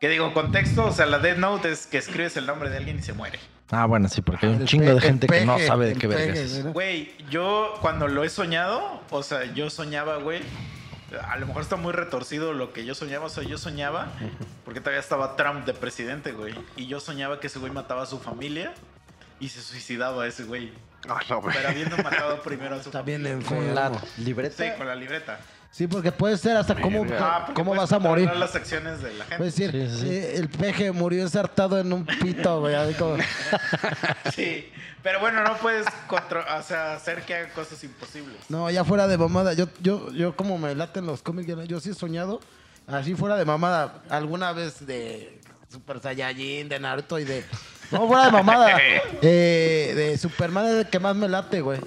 D: Que digo, contexto, o sea, la Death Note es que escribes el nombre de alguien y se muere.
B: Ah, bueno, sí, porque hay un
A: El
B: chingo de
A: peje,
B: gente que no
A: peje,
B: sabe de
A: el
B: qué vergas
A: peje,
B: es.
A: ¿verdad?
D: Güey, yo cuando lo he soñado, o sea, yo soñaba, güey. A lo mejor está muy retorcido lo que yo soñaba. O sea, yo soñaba, porque todavía estaba Trump de presidente, güey. Y yo soñaba que ese güey mataba a su familia y se suicidaba ese güey.
C: A la verga.
D: Pero habiendo matado primero a su
A: Está bien enfermo.
B: Con la libreta.
D: Sí, con la libreta. Ah,
A: Sí, porque puede ser hasta cómo,
C: Verga.
D: porque
A: cómo
D: puedes
A: vas a morir.
D: controlar las acciones de la gente.
A: Puedes decir,
B: Sí, sí, sí.
A: eh, el peje murió ensartado en un pito, güey. así como-
D: Sí. Pero bueno, no puedes contro- o sea, hacer que haga cosas imposibles.
A: No, ya fuera de mamada. Yo, yo, yo como me laten los cómics, yo- yo sí he soñado, así fuera de mamada, alguna vez de Super Saiyajin, de Naruto y de... No, fuera de mamada. eh, de Superman es el que más me late, güey.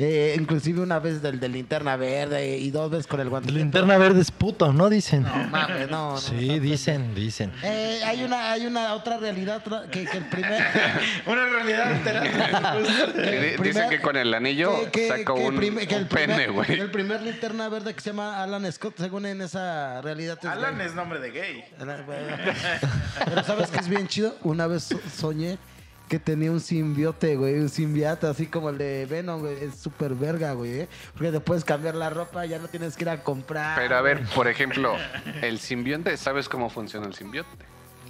A: Eh, inclusive una vez del de Linterna Verde y dos veces con el guante.
B: Linterna verde es puto, ¿no? Dicen.
A: No, mames, no. no,
B: sí,
A: no.
B: dicen, dicen.
A: Eh, hay una, hay una otra realidad otra- que, que el primer...
D: Una realidad alterada.
C: Sí, di-
A: El eh,
C: Dicen
A: primer-
C: que con el anillo
A: que- que-
C: saca
A: que
C: un,
A: prim- que
C: un
A: primer-
C: pene,
A: que
C: güey.
A: El primer linterna verde que se llama Alan Scott, según en esa realidad. es
D: Alan
A: gay.
D: es nombre de gay.
A: Alan, bueno. Pero ¿sabes que es bien chido? Una vez so- soñé que tenía un simbiote, güey, un simbiata, así como el de Venom, güey. Es súper verga, güey. ¿eh? Porque te puedes cambiar la ropa, ya no tienes que ir a comprar.
C: Pero a ver, por ejemplo, el simbionte, ¿sabes cómo funciona el simbionte?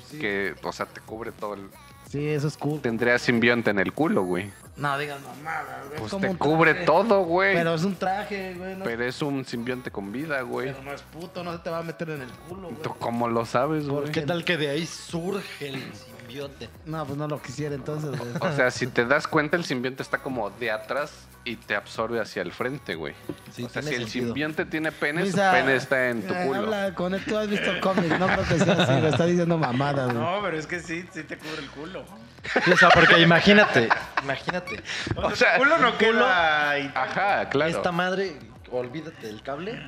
A: Sí,
C: Que, o sea, te cubre todo el...
A: sí, eso es cool.
C: Tendría simbionte en el culo, güey.
A: No digas mamada, güey. es
C: Pues
A: como
C: te
A: un
C: cubre
A: traje.
C: todo, güey.
A: Pero
C: Pero,
A: es un traje, güey. No, pero,
C: es un simbionte con vida, güey.
A: no es puto, no se te va a meter en el culo, güey.
C: ¿Tú cómo lo sabes, güey?
B: ¿Qué tal que de ahí surge el simbiote?
A: No, pues no lo quisiera entonces, güey.
C: O sea, si te das cuenta, el simbionte está como de atrás y te absorbe hacia el frente, güey.
B: Sí,
C: o sea, si
B: tiene
C: el
B: sentido.
C: simbionte tiene pene, su
A: Luisa,
C: pene está en tu
A: eh,
C: culo.
A: Habla con él, tú has visto cómics, no creo que sea así, lo está diciendo mamada, güey.
D: No, pero es que sí, sí te cubre el culo.
B: O sea, porque imagínate, imagínate.
D: O,
C: O
D: sea,
C: sea,
D: el culo Ah, no
B: culo-
D: queda ahí.
C: Ajá, claro.
B: Esta madre, olvídate del cable,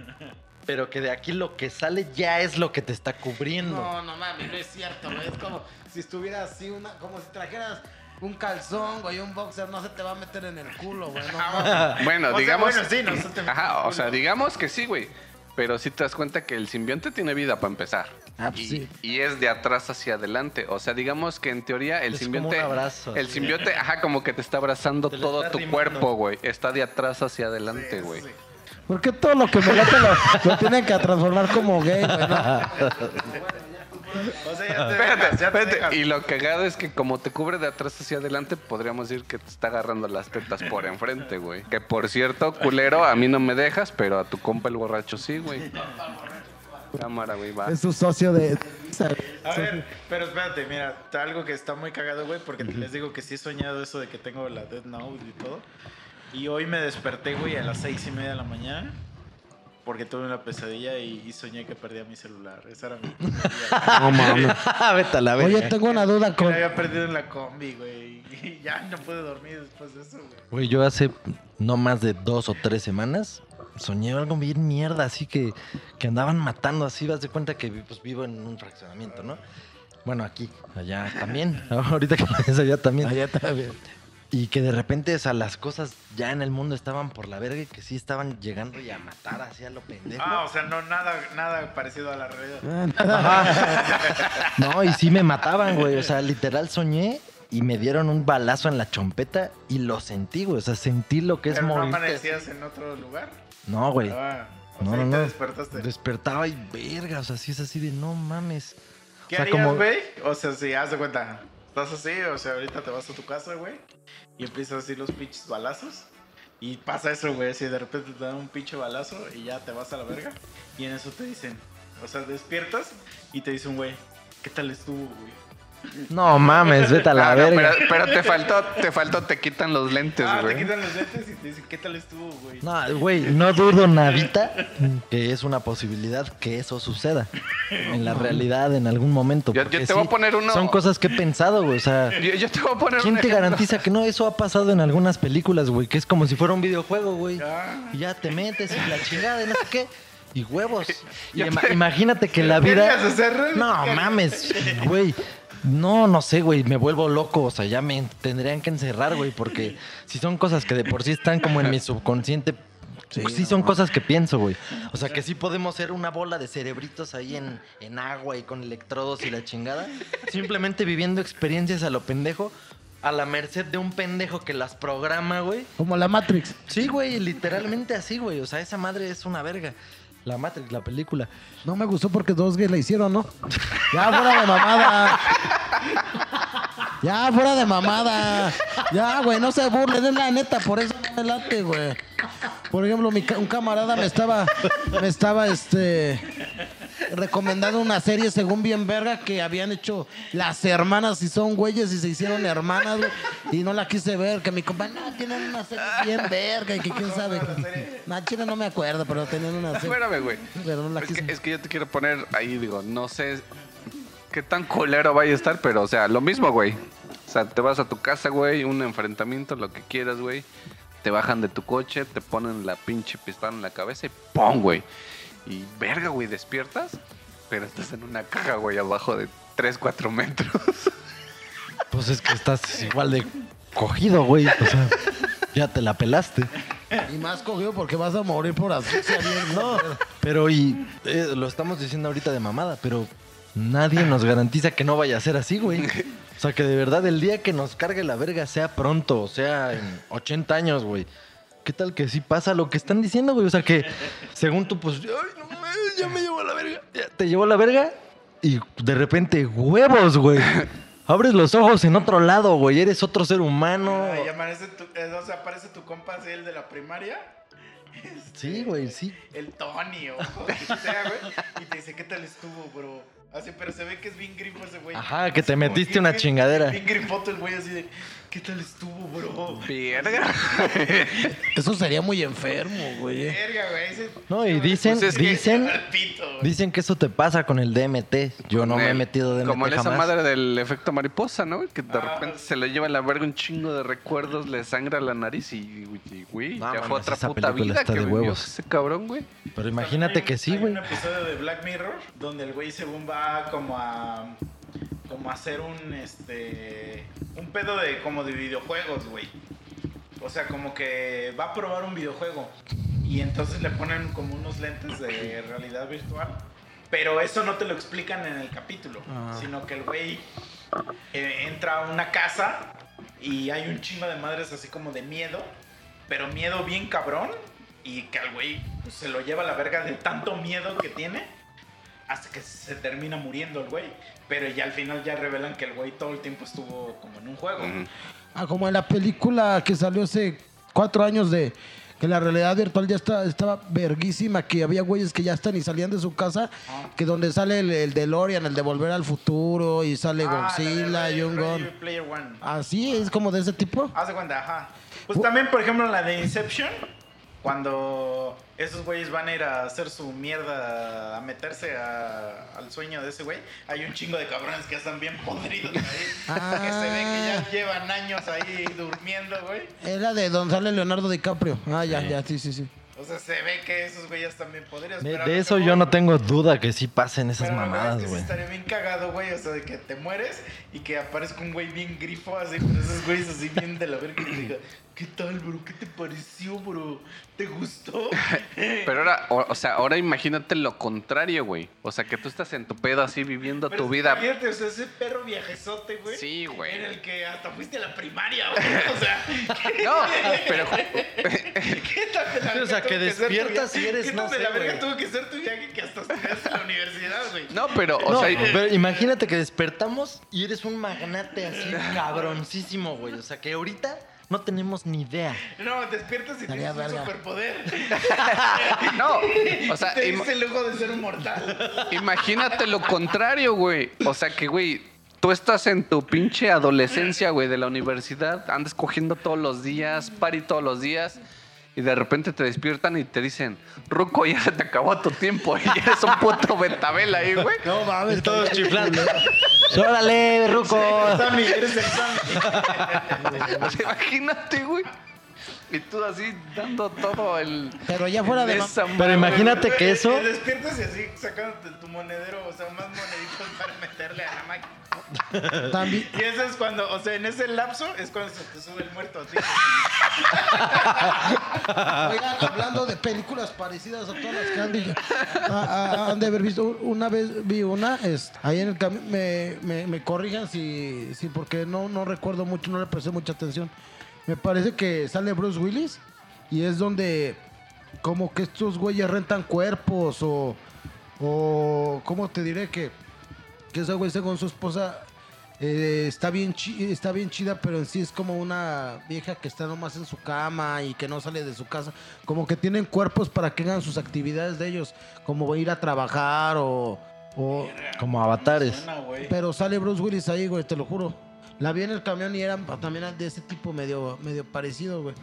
B: pero que de aquí lo que sale ya es lo que te está cubriendo.
A: no mames, no es cierto, güey. Es como si estuviera así, una, como si trajeras un calzón, güey, un boxer no se te va a meter en el culo, güey. No, mames.
C: Bueno,
D: O sea,
C: digamos.
D: bueno, sí, no, se te-
C: Ajá, o sea, digamos que sí, güey. Pero si te das cuenta que el simbionte tiene vida para empezar.
A: Ah, pues
C: y,
A: sí.
C: y es de atrás hacia adelante. O sea, digamos que en teoría el
B: Es como
C: simbionte.
B: un abrazo,
C: el
B: así.
C: simbionte, ajá, como que te está abrazando
B: Te lo
C: todo
B: está
C: tu
B: arrimando.
C: cuerpo, güey. Está de atrás hacia adelante,
D: Sí,
C: güey.
D: sí.
A: ¿Por qué todo lo que me late lo, lo tienen que transformar como gay, güey? No.
D: O sea, ya te
C: Espérate,
D: dejas, ya te
C: espérate.
D: dejas.
C: Y lo cagado es que como te cubre de atrás hacia adelante, podríamos decir que te está agarrando las tetas por enfrente, güey. Que por cierto, culero, a mí no me dejas, pero a tu compa el borracho sí, güey. Cámara, güey, va.
A: Es su socio de.
D: A ver, pero espérate, mira, algo que está muy cagado, güey, porque les digo que sí he soñado eso de que tengo la Death Note y todo. Y hoy me desperté, güey, a las seis y media de la mañana. Porque tuve una pesadilla y, y soñé que perdía mi celular. Esa era mi pesadilla. güey.
B: Vete a la
A: Oye,
B: verga.
A: tengo una duda
D: Que lo
A: con.
D: había perdido en la combi, güey. Y ya no pude dormir después de eso, güey.
B: Güey, yo hace no más de dos o tres semanas soñé algo bien mierda, así que, que andaban matando, así vas de cuenta que vi- pues, vivo en un fraccionamiento, ¿no? Bueno, aquí, allá también, ahorita que es allá también.
A: Allá también.
B: Y que de repente, o sea, las cosas ya en el mundo estaban por la verga y que sí estaban llegando y a matar así a lo pendejo.
D: Ah, o sea, no, nada, nada parecido a la realidad.
B: Ajá. No, y sí me mataban, güey. O sea, literal soñé y me dieron un balazo en la chompeta y lo sentí, güey. O sea, sentí lo que es
D: Pero no
B: morir.
D: amanecías en otro lugar.
B: No, güey.
D: Ah, o
B: No,
D: sea,
B: no,
D: y
B: no.
D: te despertaste.
B: Despertaba y verga, o sea, sí es así de no mames. O
D: ¿Qué
B: sea,
D: harías,
B: como-
D: güey? O sea, si haz de cuenta, estás así, o sea, ahorita te vas a tu casa, güey, y empiezas así los pinches balazos. Y pasa eso, güey, si de repente te dan un pinche balazo y ya te vas a la verga. Y en eso te dicen, o sea, despiertas y te dicen, güey, ¿qué tal estuvo, güey?
B: No mames, vete a la
C: Ah, no,
B: verga.
C: pero, pero te faltó, te faltó, te quitan los lentes,
D: ah,
C: güey.
D: te quitan los lentes y te dicen, ¿qué tal estuvo, güey?
B: No, güey, no dudo nadita que es una posibilidad que eso suceda en la realidad en algún momento.
C: Yo- yo
B: porque
C: te voy a
B: sí,
C: poner uno-
B: Son cosas que he pensado, güey. O sea,
C: Yo, yo te voy a poner
B: ¿quién
C: un
B: te
C: ejemplo.
B: garantiza que no? Eso ha pasado en algunas películas, güey, que es como si fuera un videojuego, güey.
D: Ah.
B: Y Ya te metes y la chingada y no sé qué. Y huevos. Y
C: Yo
B: ima-
C: te-
B: Imagínate que la vida.
D: ¿Querías hacer?
B: No mames, güey. No, no sé, güey. Me vuelvo loco. O sea, ya me tendrían que encerrar, güey. Porque si son cosas que de por sí están como en mi subconsciente. Sí, son cosas que pienso, güey. O sea, que sí podemos ser una bola de cerebritos ahí en, en agua y con electrodos y la chingada. Simplemente viviendo experiencias a lo pendejo, a la merced de un pendejo que las programa, güey.
A: Como la Matrix.
B: Sí, güey, literalmente así, güey. O sea, esa madre es una verga. La Matrix, la película.
A: No me gustó porque dos gays la hicieron, ¿no? Ya fuera de mamada. Ya fuera de mamada. Ya, güey, no se burlen, es la neta, por eso no me late, güey. Por ejemplo, mi ca- un camarada me estaba, me estaba, este, recomendando una serie según bien verga que habían hecho las hermanas y son güeyes y se hicieron hermanas, güey. Y no la quise ver, que mi compa, no, tienen una serie bien verga y que quién sabe. No, Chile no me acuerdo, pero tenían una serie.
C: Espérame, güey.
A: Pero no la
C: Es
A: quise.
C: que, es que yo te quiero poner ahí, digo, no sé qué tan colero vaya a estar, pero, o sea, lo mismo, güey. O sea, te vas a tu casa, güey, un enfrentamiento, lo que quieras, güey. Te bajan de tu coche, te ponen la pinche pistola en la cabeza y ¡pum, güey! Y verga, güey, despiertas, pero estás en una caja, güey, abajo de 3, 4 metros.
B: Pues es que estás igual de cogido, güey. O sea, ya te la pelaste.
A: Y más cogido porque vas a morir por asfixia bien, ¿no?
B: Pero y eh, lo estamos diciendo ahorita de mamada, pero nadie nos garantiza que no vaya a ser así, güey. O sea, que de verdad el día que nos cargue la verga sea pronto, o sea, en 80 años, güey. ¿Qué tal que sí pasa lo que están diciendo, güey? O sea, que según tú, pues, ay, no mames, ya me llevó a la verga. Ya te llevó a la verga y de repente, huevos, güey. Abres los ojos en otro lado, güey. Eres otro ser humano.
D: Ah, Y aparece tu, eh, o sea, aparece tu compa así, el de la primaria.
B: Sí, güey, sí.
D: el Tony o quien sea, güey. Y te dice, ¿qué tal estuvo, bro? Así, pero se ve que es bien grifo ese güey.
B: Ajá, que te
D: Así como
B: metiste
D: bien-
B: una
D: bien-
B: chingadera.
D: Bien grifoto el güey, así de, ¿qué tal estuvo, bro?
C: ¡Verga!
A: Eso sería muy enfermo, güey.
D: Verga, güey. eh. ese-
B: Eh. No, y dicen,
C: Pues es que-
B: dicen,
D: Al pito, güey.
B: Dicen que eso te pasa con el DMT. Yo no me he metido DMT
C: Como en esa
B: jamás.
C: madre del efecto mariposa, ¿no? Que de
D: Ah.
C: repente se le lleva a la verga un chingo de recuerdos, le sangra la nariz y, y- güey,
B: No,
C: ya
B: mames,
C: fue otra
B: esa
C: puta
B: película
C: vida
B: está
C: que
B: de
C: vivió
B: huevos.
C: ese cabrón, güey.
B: Pero imagínate
D: Hay un-
B: que sí,
D: hay
B: güey.
D: un episodio de Black Mirror donde el güey según va como a como hacer un este un pedo de como de videojuegos, güey. O sea, como que va a probar un videojuego y entonces le ponen como unos lentes de realidad virtual, pero eso no te lo explican en el capítulo,
A: Ah.
D: sino que el güey eh, entra a una casa y hay un chingo de madres así como de miedo, pero miedo bien cabrón y que al güey pues, se lo lleva a la verga de tanto miedo que tiene hasta que se termina muriendo el güey. Pero ya al final ya revelan que el güey todo el tiempo estuvo como en un juego.
C: Ujú.
A: Ah, como en la película que salió hace cuatro años de que la realidad virtual ya está, estaba verguísima, que había güeyes que ya están y salían de su casa, que donde sale el, el DeLorean, el de Volver al Futuro, y sale
D: Ah, la de Ah.
A: Godzilla y
D: Ready-
A: un
D: Ready
A: gon.
D: Player One.
A: Así es como de ese tipo.
D: Haz de cuenta, ajá. Pues
A: Bu-
D: también, por ejemplo, en la de Inception, cuando esos güeyes van a ir a hacer su mierda, a meterse a- al sueño de ese güey, hay un chingo de cabrones que están bien podridos ahí.
A: Ah.
D: Que se ve que ya llevan años ahí durmiendo, güey.
A: Era de donde sale Leonardo DiCaprio. Ah, ya, ya, sí, sí, sí.
D: O sea, se ve que esos güeyes están bien podridos.
B: De,
D: pero a
B: de
D: lo
B: eso
D: que
B: yo
D: voy-
B: no tengo duda que sí pasen esas
D: Pero la verdad es
B: mamadas,
D: que sí
B: güey.
D: estaría bien cagado, güey. O sea, de que te mueres y que aparezca un güey bien grifo, así, pero esos güeyes así bien de la verga. Y te diga, ¿qué tal, bro? ¿Qué te pareció, bro? ¿Te gustó?
C: Pero ahora, o, o sea, ahora imagínate lo contrario, güey. O sea, que tú estás en tu pedo así viviendo
D: Pero
C: tu vida.
D: imagínate, o sea, ese perro viajezote, güey.
C: Sí, güey.
D: En el que hasta fuiste a la primaria, güey. O sea, ¿qué,
C: No, pero
D: qué tal de la
B: Sí, o
D: verga
B: sea, que
D: tuvo ser tu
B: despiertas
D: viaje?
B: y eres,
D: ¿Qué
B: no
D: tal de la
B: sé,
D: verga
B: güey.
D: tuvo que ser tu viaje que hasta estudiaste en la universidad, güey?
C: no, pero, o
B: No,
C: sea,
B: pero imagínate que despertamos y eres un magnate así cabroncísimo, güey. O sea, que ahorita no tenemos ni idea.
D: No, despiertas y
A: Estaría
D: tienes
A: verga.
D: un superpoder.
C: no, o sea,
D: Te
C: im-
D: diste el lujo de ser un mortal.
C: Imagínate lo contrario, güey. O sea que, güey, tú estás en tu pinche adolescencia, güey, de la universidad, andas cogiendo todos los días, party todos los días, y de repente te despiertan y te dicen, Ruco, ya se te acabó tu tiempo, y ya eres un puto betabel ahí, güey.
A: No mames,
B: Todos chiflando. ¡Órale, ruco!
D: Sammy, eres el Sammy.
C: O sea, imagínate, güey. Y tú así dando todo el...
A: Pero ya fuera de ma-
C: esa
B: Pero
C: madre,
B: imagínate- que
D: Te-
B: eso-
D: Te despiertas y así sacándote tu monedero, o sea, más moneditos para meterle a la máquina.
A: También,
D: Y eso es cuando, o sea, en ese lapso es cuando se te sube el muerto. así.
A: Oigan, hablando de películas parecidas a todas las que han dicho, ah, ah, han de haber visto. Una vez vi una, es, ahí en el camino, me, me, me corrijan si, si porque no, no recuerdo mucho, no le presté mucha atención. Me parece que sale Bruce Willis y es donde como que estos güeyes rentan cuerpos o, o ¿cómo te diré que? que ese güey según su esposa eh, está, bien chi- está bien chida, pero en sí es como una vieja que está nomás en su cama y que no sale de su casa. Como que tienen cuerpos para que hagan sus actividades de ellos, como ir a trabajar o... o-
B: Como avatares.
D: Suena, güey.
A: pero sale Bruce Willis ahí, güey, te lo juro. La vi en el camión y eran también de ese tipo medio, medio parecido, güey.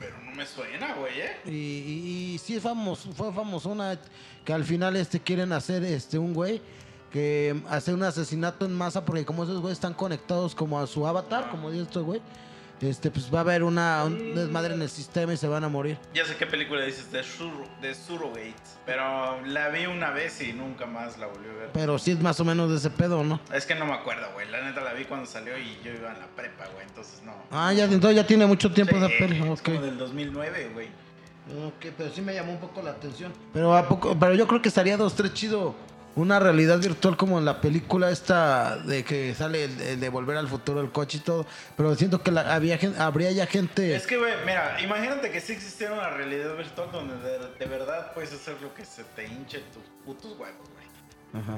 D: Pero no me suena, güey, ¿eh?
A: Y, y, y sí es famoso, fue famosona que al final este quieren hacer este un güey que hace un asesinato en masa porque como esos güeyes están conectados como a su avatar, como dice este güey, este pues va a haber una un desmadre en el sistema y se van a morir.
D: Ya sé qué película dices, de, Sur de Surrogate. Pero la vi una vez y nunca más la volví a ver.
A: Pero sí es más o menos de ese pedo, ¿no?
D: Es que no me acuerdo, güey. La neta la vi cuando salió y yo iba en la prepa, güey. Entonces no.
A: Ah, ya entonces ya tiene mucho tiempo esa
D: Sí,
A: peli.
D: es
A: Ok.
D: como del 2009, güey.
A: Ok, pero sí me llamó un poco la atención. Pero a poco, pero yo creo que estaría dos, tres chido. Una realidad virtual como en la película esta de que sale el, el de volver al futuro el coche y todo. Pero siento que la- había, gen- habría ya gente.
D: Es que, güey, mira, imagínate que sí existiera una realidad virtual donde de, de verdad puedes hacer lo que se te hinche tus putos huevos, güey.
A: Ajá.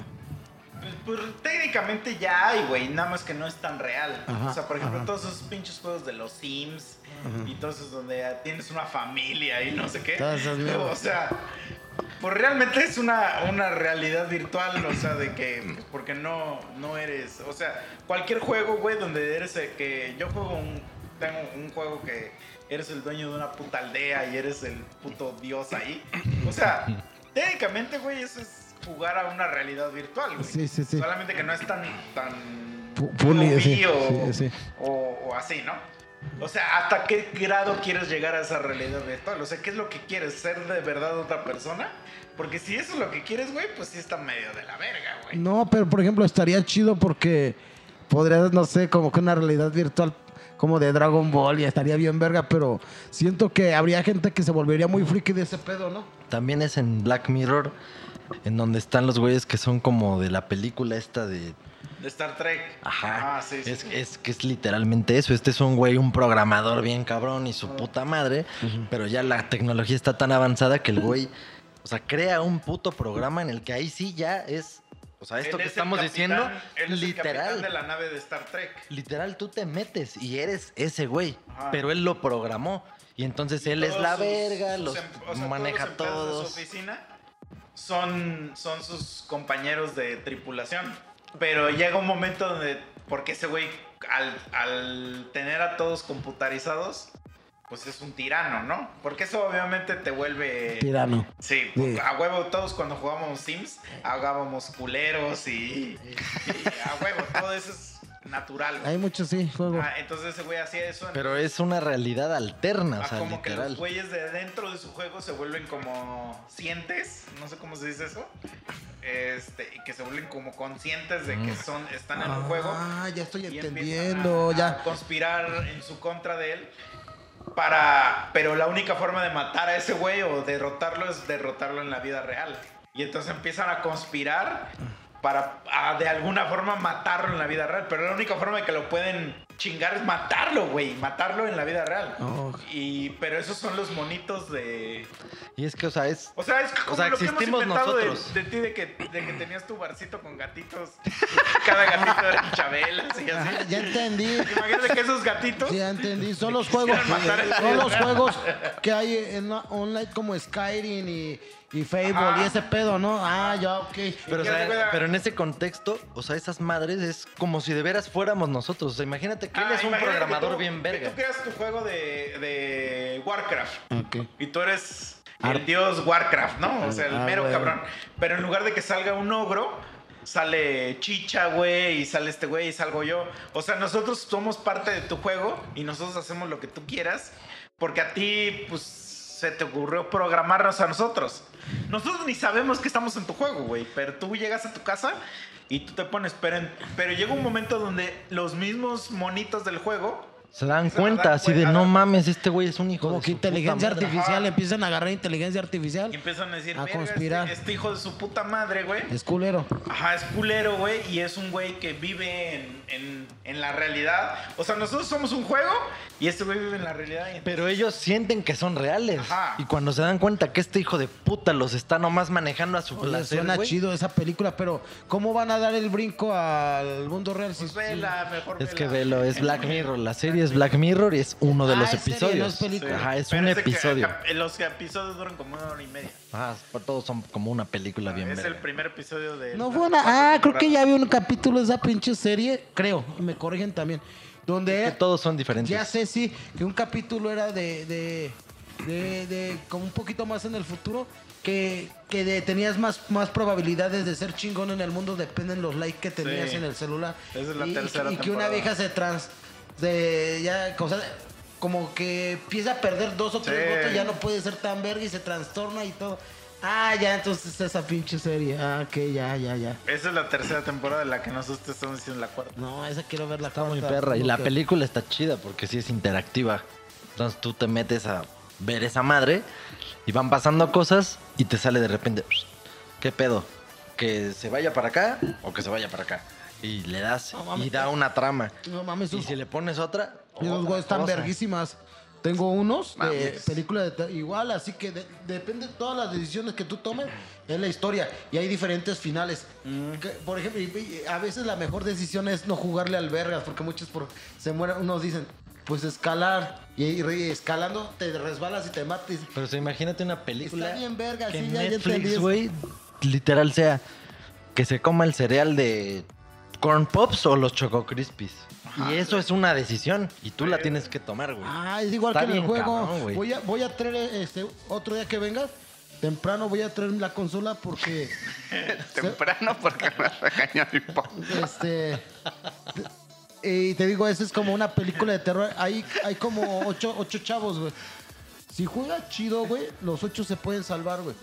D: Pues, pues, técnicamente ya hay, güey, nada más que no es tan real.
A: Ajá,
D: o sea, por ejemplo,
A: ajá.
D: todos esos pinches juegos de los Sims y todos esos donde ya tienes una familia y no sé qué.
A: Todas esas mierdas.
D: o sea, pues realmente es una, una realidad virtual, o sea, de que, pues, porque no, no eres, o sea, cualquier juego, güey, donde eres, el que yo juego un, tengo un juego que eres el dueño de una puta aldea y eres el puto dios ahí. O sea, técnicamente, güey, eso es jugar a una realidad virtual, güey.
A: Sí, sí, sí.
D: Solamente que no es tan, tan
A: Pu- puli,
D: goofy
A: sí,
D: o,
A: sí, sí.
D: o- o así, ¿no? O sea, ¿hasta qué grado quieres llegar a esa realidad virtual? O sea, ¿qué es lo que quieres? ¿Ser de verdad otra persona? Porque si eso es lo que quieres, güey, pues sí está medio de la verga, güey.
A: No, pero por ejemplo, estaría chido porque podrías, no sé, como que una realidad virtual como de Dragon Ball y estaría bien verga, pero siento que habría gente que se volvería muy friki de ese pedo, ¿no?
B: También es en Black Mirror, en donde están los güeyes que son como de la película esta de
D: De Star Trek.
B: Ajá.
D: Ah, sí, sí.
B: es, es que es literalmente eso. Este es un güey, un programador bien cabrón y
D: Ah.
B: su puta madre. Pero ya la tecnología está tan avanzada que el güey, o sea, crea un puto programa en el que ahí sí ya es. O sea, esto que
D: Él es el
B: estamos
D: capitán-
B: diciendo,
D: él es el capitán de
B: literal.
D: la nave de Star Trek.
B: Literal, tú te metes y eres ese güey.
D: Ajá.
B: Pero él lo programó. Y entonces él es
D: Todos
B: la
D: sus-
B: verga,
D: sus
B: los
D: em- o sea,
B: maneja
D: los empleados de
B: todos.
D: su oficina son, son sus compañeros de tripulación. Pero llega un momento donde, porque ese güey, al, al tener a todos computarizados, pues es un tirano, ¿no? Porque eso obviamente te vuelve...
A: Tirano.
D: Sí,
A: Sí.
D: a huevo todos cuando jugábamos Sims, hagábamos culeros y, y a huevo, todo eso es natural.
A: Hay muchos, sí, juego.
D: Ah, entonces ese güey hacía eso en
B: Pero es una realidad alterna, o
D: Ah,
B: sea,
D: como que
B: literal.
D: los güeyes de dentro de su juego se vuelven como sientes, no sé cómo se dice eso, este, y que se vuelven como conscientes de que
B: Mm.
D: son, están en un juego
A: Ah, ya estoy
D: y empiezan
A: entendiendo,
D: a-
A: ya.
D: a conspirar en su contra de él para, pero la única forma de matar a ese güey o derrotarlo es derrotarlo en la vida real. Y entonces empiezan a conspirar para a, de alguna forma matarlo en la vida real, pero la única forma de que lo pueden chingar es matarlo, güey, matarlo en la vida real.
A: Oh,
D: Y, pero esos son los monitos de.
B: Y es que, o sea, es
D: O sea, es como
B: O sea,
D: lo que hemos
B: existimos
D: inventado de,
B: nosotros.
D: de ti, de que, de que tenías tu barcito con gatitos. Cada gatito era chabelas y
A: ah,
D: así.
A: ya entendí.
D: Imagínate que esos gatitos.
A: Sí, ya entendí. Son los juegos,
D: quisieran matar en la
A: son
D: vida
A: los
D: real.
A: juegos que hay en la- online como Skyrim y, y Fable
D: Ajá.
A: y ese pedo, ¿no? Ah, ya, ok.
B: Pero, o
D: Ya
B: sea,
D: te cuida-
B: pero en ese contexto, o sea, esas madres es como si de veras fuéramos nosotros. O sea, imagínate que
D: Ah,
B: él es un
D: imagínate que
B: programador
D: tú-
B: bien
D: que
B: verga.
D: Tú creas tu juego de, de Warcraft.
A: Ok.
D: Y tú eres
A: Ar-
D: el dios Warcraft, ¿no? O sea, el
A: Ah,
D: mero
A: güey.
D: cabrón. Pero en lugar de que salga un ogro, sale Chicha, güey, y sale este güey, y salgo yo. O sea, nosotros somos parte de tu juego y nosotros hacemos lo que tú quieras. Porque a ti, pues, se te ocurrió programarnos a nosotros. Nosotros ni sabemos que estamos en tu juego, güey. Pero tú llegas a tu casa y tú te pones... Pero, en- pero llega un momento donde los mismos monitos del juego...
B: Se dan
D: se la
B: cuenta
D: dan
B: así de
D: cuenta.
B: no mames, este güey es un hijo.
A: Como
B: de
A: que
B: su puta
A: inteligencia
B: madre".
A: artificial,
D: Ajá.
A: empiezan a agarrar inteligencia
D: Y
A: artificial.
D: empiezan a decir,
A: A
D: "Verga, este-
A: conspirar.
D: este hijo de su puta madre, güey.
A: Es culero.
D: Ajá, es culero, güey, y es un güey que vive en, en- en la realidad. O sea, nosotros somos un juego y este güey vive en la realidad. y-
B: Pero ellos sienten que son reales.
D: Ajá.
B: Y cuando se dan cuenta que este hijo de puta los está nomás manejando a su
A: Oye,
B: placer,
A: suena
B: güey,
A: chido esa película, pero ¿cómo van a dar el brinco al mundo real? si-
D: Pues vela, mejor
B: Es que
D: vela.
B: velo, es Black Mirror. La serie es Black Mirror y es uno de
A: Ah,
B: los
A: es serie,
B: episodios.
A: no es película.
B: Ajá, es
D: Pero
B: un
D: de que
B: episodio.
D: acá- los episodios duran como una hora y media.
B: Ajá, todos son como una película bien
D: Ah, es el
B: verga.
D: primer episodio de.
A: No
D: las
A: fue una. Ah,
D: cuatro
A: creo que ya
D: temporadas.
A: vi un capítulo de esa pinche serie, creo. Me corrigen también. Donde
B: Que todos son diferentes.
A: ya sé, sí, que un capítulo era de. de, de, de- como un poquito más en el futuro. Que, que de- tenías más, más probabilidades de ser chingón en el mundo, dependen los likes que tenías
D: Sí.
A: en el celular.
D: Esa es la
A: y, y-
D: tercera
A: y que una
D: temporada.
A: vieja se trans. De, ya, o sea, como que empieza a perder dos o tres
D: Sí.
A: votos, ya no puede ser tan verga y se trastorna y todo. Ah, ya, entonces esa pinche serie. Ah, ok, ya, ya, ya.
D: Esa es la tercera temporada de la que nosotros te estamos diciendo la cuarta.
A: No, esa quiero ver la
B: Está muy
A: cuarta,
B: perra. Y
A: como
B: la
A: que-
B: película está chida porque sí es interactiva. Entonces tú te metes a ver esa madre y van pasando cosas y te sale de repente, "Psh, ¿qué pedo? ¿Que se vaya para acá o que se vaya para acá? Y le das
A: No mames.
B: y da una trama.
A: No mames,
B: Y
A: esos,
B: si le pones otra...
A: esos
B: otra
A: güeyes están
B: cosa.
A: verguísimas. Tengo unos de
C: Mames.
A: película de te- igual, así que de- depende de todas las decisiones que tú tomes, es la historia. Y hay diferentes finales.
B: Mm.
A: Que, por ejemplo, y- y a veces la mejor decisión es no jugarle al vergas, porque muchos por, se mueren, unos dicen, pues escalar. Y, y escalando te resbalas y te matas.
B: Pero se imagínate una película
A: Está bien verga,
B: que
A: sí, ya, ya entendí
B: Netflix,
A: eso.
B: güey, literal sea que se coma el cereal de Corn Pops o los Choco Crispies. y eso es una decisión y tú la tienes que tomar, güey.
A: Ah, es igual
B: Está
A: que en el
B: bien
A: juego.
B: cabrón, güey.
A: voy, a, voy a traer este, otro día que vengas. Temprano voy a traer la consola porque
C: Temprano porque me regañó mi papá.
A: este Y te digo, eso es como una película de terror. Hay, hay como ocho, ocho chavos, güey. Si juegas chido, güey, los ocho se pueden salvar, güey.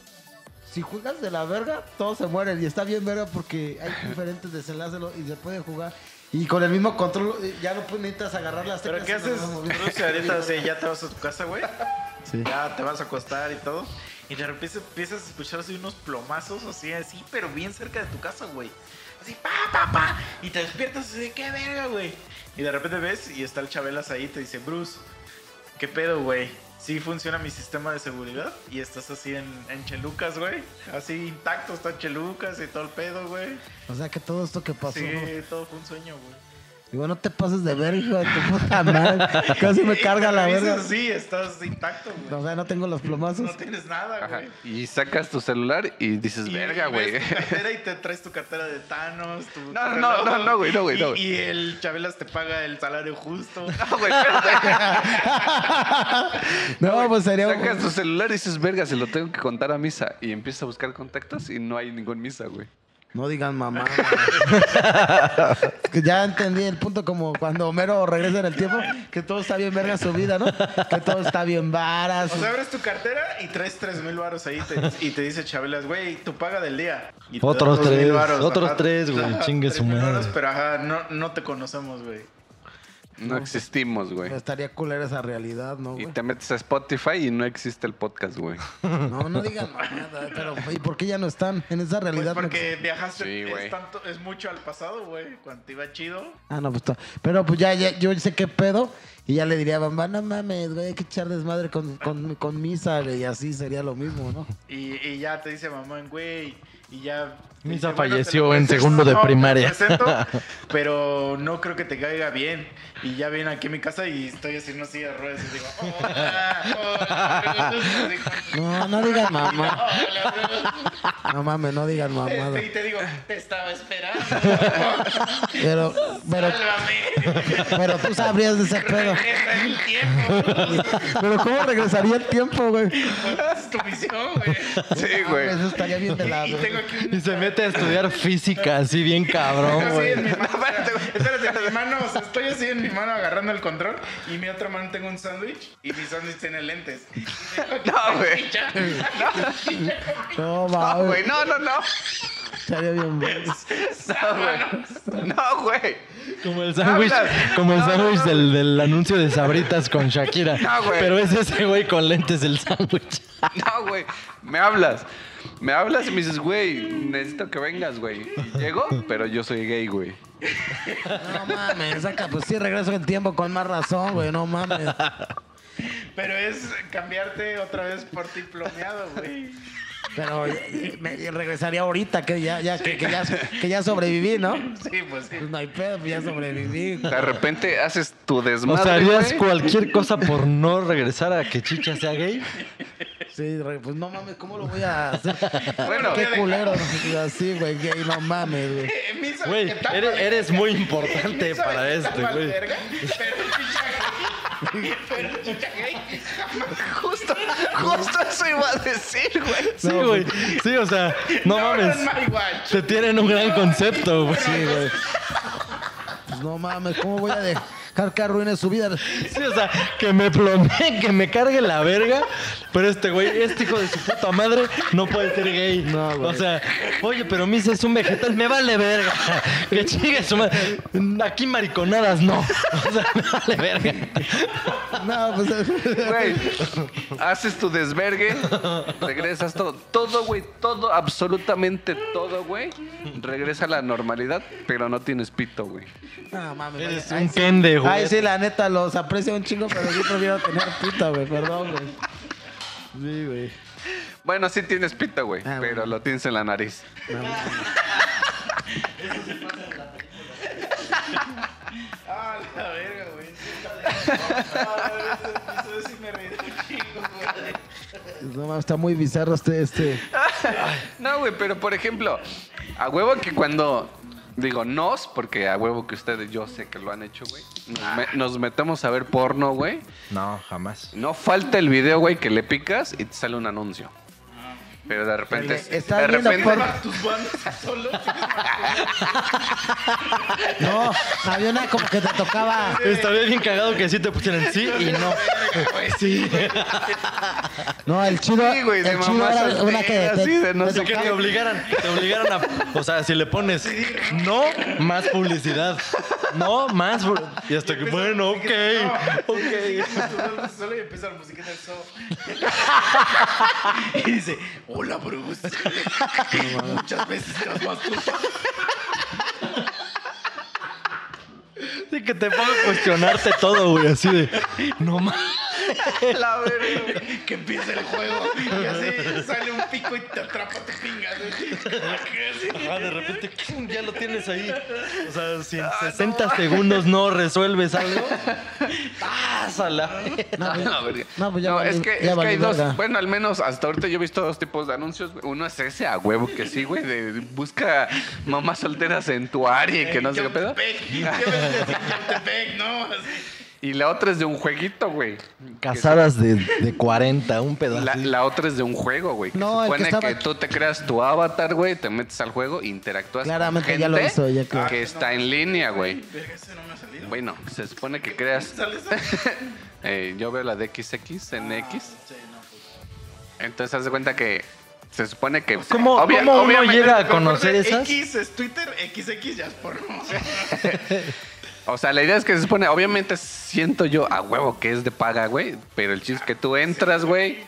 A: Si juegas de la verga, todos se mueren. Y está bien verga porque hay diferentes desenlaces lo- y se puede jugar. Y con el mismo control, eh, ya no pu- necesitas agarrar las
D: ¿Pero
A: teclas,
D: qué
A: sino
D: haces?
A: nada más mover.
D: Bruce, ahorita sí, ya te vas a tu casa, güey.
A: Sí.
D: Ya te vas a acostar y todo. Y de repente empiezas a escuchar así unos plomazos, así, así, pero bien cerca de tu casa, güey. Así, pa, pa, pa. Y te despiertas así, de, qué verga, güey. Y de repente ves y está el Chabelas ahí y te dice, Bruce, ¿qué pedo, güey? Sí funciona mi sistema de seguridad y estás así en, en Chelucas, güey. Así intacto está Chelucas y todo el pedo, güey.
A: O sea que todo esto que pasó.
D: Sí,
A: güey.
D: todo fue un sueño, güey.
A: Digo, no te pases de verga, hijo de tu puta madre. Casi me carga la verga.
D: Sí, estás intacto,
A: O
D: güey.
A: sea, no tengo los plomazos.
D: No tienes nada,
C: Ajá.
D: güey.
C: Y sacas tu celular y dices,
D: Y-
C: verga,
D: y ves
C: güey.
D: tu cartera y te traes tu cartera de Thanos. tu-
C: No,
D: tu
C: no, no,
D: reloj,
C: no, no, güey, no, güey,
D: y-
C: no, güey.
D: Y, el Chabelas te paga el salario justo.
C: No, güey, espérate.
A: No, pues sería
C: Sacas tu celular y dices, verga, se lo tengo que contar a misa. Y empiezas a buscar contactos y no hay ningún misa, güey.
A: No digan mamá. que ya entendí el punto como cuando Homero regresa en el tiempo, que todo está bien verga su vida, ¿no? Que todo está bien varas.
D: O sea, abres tu cartera y traes 3 mil baros ahí te- y te dice Chabelas, güey, tu paga del día. Y te da
B: Otros
D: dos mil
B: tres,
D: varos,
B: otros
D: ajá.
B: tres, güey,
D: Ajá,
B: chingue
D: tres
B: su
D: mil
B: madre.
D: varos, Pero ajá, no, no te conocemos, güey.
C: No existimos, güey.
A: Estaría culera esa realidad, ¿no,
C: Y
A: güey?
C: te metes a Spotify y no existe el podcast, güey.
A: No, no digan nada. Pero, ¿y por qué ya no están en esa
D: Pues
A: realidad?
D: porque viajaste
C: Sí, güey.
D: es, tanto, es mucho al pasado, güey. Cuando te iba chido.
A: Ah, no, pues to- Pero pues ya, ya- yo sé qué pedo. Y ya le diría a Bamba, no mames, güey, hay que echar desmadre con, con, con misa, güey. Y así sería lo mismo, ¿no?
D: Y, y ya te dice mamón, güey. Y ya. te
B: Misa
D: dice, "Bueno,
B: falleció
D: te lo
B: en
D: presento,
B: segundo de
D: no, te lo
B: primaria".
D: presento, pero no creo que te caiga bien. Y ya viene aquí a mi casa y estoy haciendo así de ruedas. Y digo, "Hola, hola".
A: No, no digan mamá.
D: Hola,
A: No mames, no digan mamada.
D: este, y te digo, te estaba esperando.
A: Pero, pero,
D: Sálvame.
A: pero tú sabrías de ese pedo.
D: Regresa el tiempo.
A: Pero ¿cómo regresaría el tiempo, güey?
D: Es tu misión, güey.
C: Sí, güey.
A: Ah, Eso estaría bien de la
D: Y, y tengo aquí un
B: Y se mete a estudiar física, así bien cabrón,
D: Estoy
B: güey.
D: así en mi mano, o sea, espérate, mi mano, o sea, estoy así en mi mano agarrando el control y mi otra mano tengo un sándwich y mi sándwich tiene lentes.
C: No, güey.
D: Ya.
A: No,
C: No,
A: mames.
C: güey, no, no, no.
A: Estaría bien. bueno.
C: No, güey. No, güey.
B: Como el sándwich, como el sándwich del, del anuncio de Sabritas con Shakira.
C: No, güey.
B: Pero es ese güey con lentes el sándwich.
C: No, güey. Me hablas. Me hablas y me dices, güey, necesito que vengas, güey. Y llego, pero yo soy gay, güey.
A: No mames, saca, pues sí regreso el tiempo con más razón, güey. No mames.
D: Pero es cambiarte otra vez por diplomeado, güey.
A: Pero eh, me regresaría ahorita, que ya, ya, que, que ya, que ya sobreviví, ¿no?
D: Sí, pues sí.
A: Pues no hay pedo, pues ya sobreviví.
C: De repente haces tu
B: O sea,
C: desmadre,
B: harías
C: güey.
B: cualquier cosa por no regresar a que Chicha sea gay.
A: Sí, re- pues no mames, ¿cómo lo voy a hacer?
C: Bueno.
A: qué culero. Así, güey, gay, no mames, güey.
D: Eh, misa,
B: Güey,
D: que tapa
B: eres,
D: de-
B: eres muy
D: misa
B: importante
D: de
B: para
D: que
B: este,
D: tapa
B: güey.
D: verga, Pero chicha gay. Pero chicha gay.
C: Justo, justo eso iba a decir, güey.
B: Sí, güey. Sí, o sea, no mames.
D: on my watch.
B: Te tienen un gran concepto, güey.
A: Sí, güey. Pues no mames, ¿cómo voy a dejar que arruine su vida?
B: Sí, o sea, que me plomeen, que me cargue la verga. Pero este güey, este hijo de su puta madre, no puede ser gay.
A: No, güey.
B: O sea, oye, pero Misa es un vegetal, me vale verga. Que chingue su madre. Aquí mariconadas no. O sea, me vale verga.
A: No, pues.
C: Güey, haces tu desvergue, regresas todo, todo, güey, todo, absolutamente todo, güey, regresa a la normalidad, pero no tienes pito, güey.
A: No mames.
B: Eres
A: vaya. Ay,
B: un
A: sí.
B: kende, güey.
A: Ay, sí, la neta, los aprecio un chingo, pero yo prefiero tener puta, güey. Perdón, güey. Sí, güey.
C: Bueno, sí tienes pito, güey,
A: Ah,
C: pero
A: bueno.
C: lo tienes en la nariz.
D: Ah, la verga, güey. Ah, eso- eso sí me reí un chingo, güey.
A: No mames, está muy bizarro este. este.
C: No, güey, pero por ejemplo, a huevo que cuando digo nos, porque a huevo que ustedes yo sé que lo han hecho, güey, nos,
A: Ah.
C: me- nos metemos a ver porno, güey,
B: No, jamás.
C: no falta el video, güey, que le picas y te sale un anuncio. Pero de repente.
A: Oye, estaba
C: de
A: viendo
C: repente.
A: por-
D: Para tus bandas solo.
A: No, había una como que te tocaba.
B: Estaría bien cagado que sí te pusieran sí y no. Sí.
A: No, el chido.
C: Sí, güey, de
A: el chido
C: mamá
A: era una que
C: soltera,
A: te,
C: sí, de no
A: te
C: sé
B: Que te
A: tocaba-
B: obligaran, te obligaran a. O sea, si le pones no, más publicidad. No, más. pu- Y hasta que, bueno, ok. Ok.
D: Ok. Solo y empieza la musiquita del zoo. y dice, hola Bruce. Muchas veces te has masturbado.
B: Sí, que te pongo a cuestionarte todo, güey. Así de. No más.
D: La verga. que empieza el juego. Y así sale un pico y te atrapa tu pinga.
B: Ah, de repente ¡pum! ya lo tienes ahí. O sea, si en 60 segundos no resuelves algo, pásala.
A: No, pues-
C: No, verga.
A: no, pues ya
C: No,
A: valí-
C: es que,
A: ya
C: es que hay
A: valí
C: dos.
A: verga.
C: Bueno, al menos hasta ahorita yo he visto dos tipos de anuncios. güey. Uno es ese a huevo que sí, güey. de- de busca mamás solteras en tu área y
D: Eh,
C: que no sé qué pedo.
D: Yautepec, ¿no? Así.
C: Y la otra es de un jueguito, güey.
B: Casadas de, de 40, un
A: Ah,
B: pedazo.
C: La, la otra es de un juego, güey. que
A: No, el que
C: supone que,
A: estaba-
C: tú te creas tu avatar, güey, te metes al juego, interactúas
A: Claramente
C: con
A: ya lo
C: gente
A: hizo, ya creo.
C: que, está en línea, güey.
D: Verga, ese no me ha salido.
C: Bueno, se supone que creas...
D: ¿Sale ese?
C: Eh, yo veo la de XX en X.
D: Ah, Sí, no, pues.
C: Entonces, haz de cuenta que se supone que...
B: Pues, ¿Cómo-
C: Obvia-
B: cómo uno
C: obviamente-
B: llega a conocer esas?
D: X es Twitter, XX ya es porno.
C: O sea, la idea es que se supone, obviamente siento yo a huevo que es de paga, güey, pero el chiste es que tú entras, güey,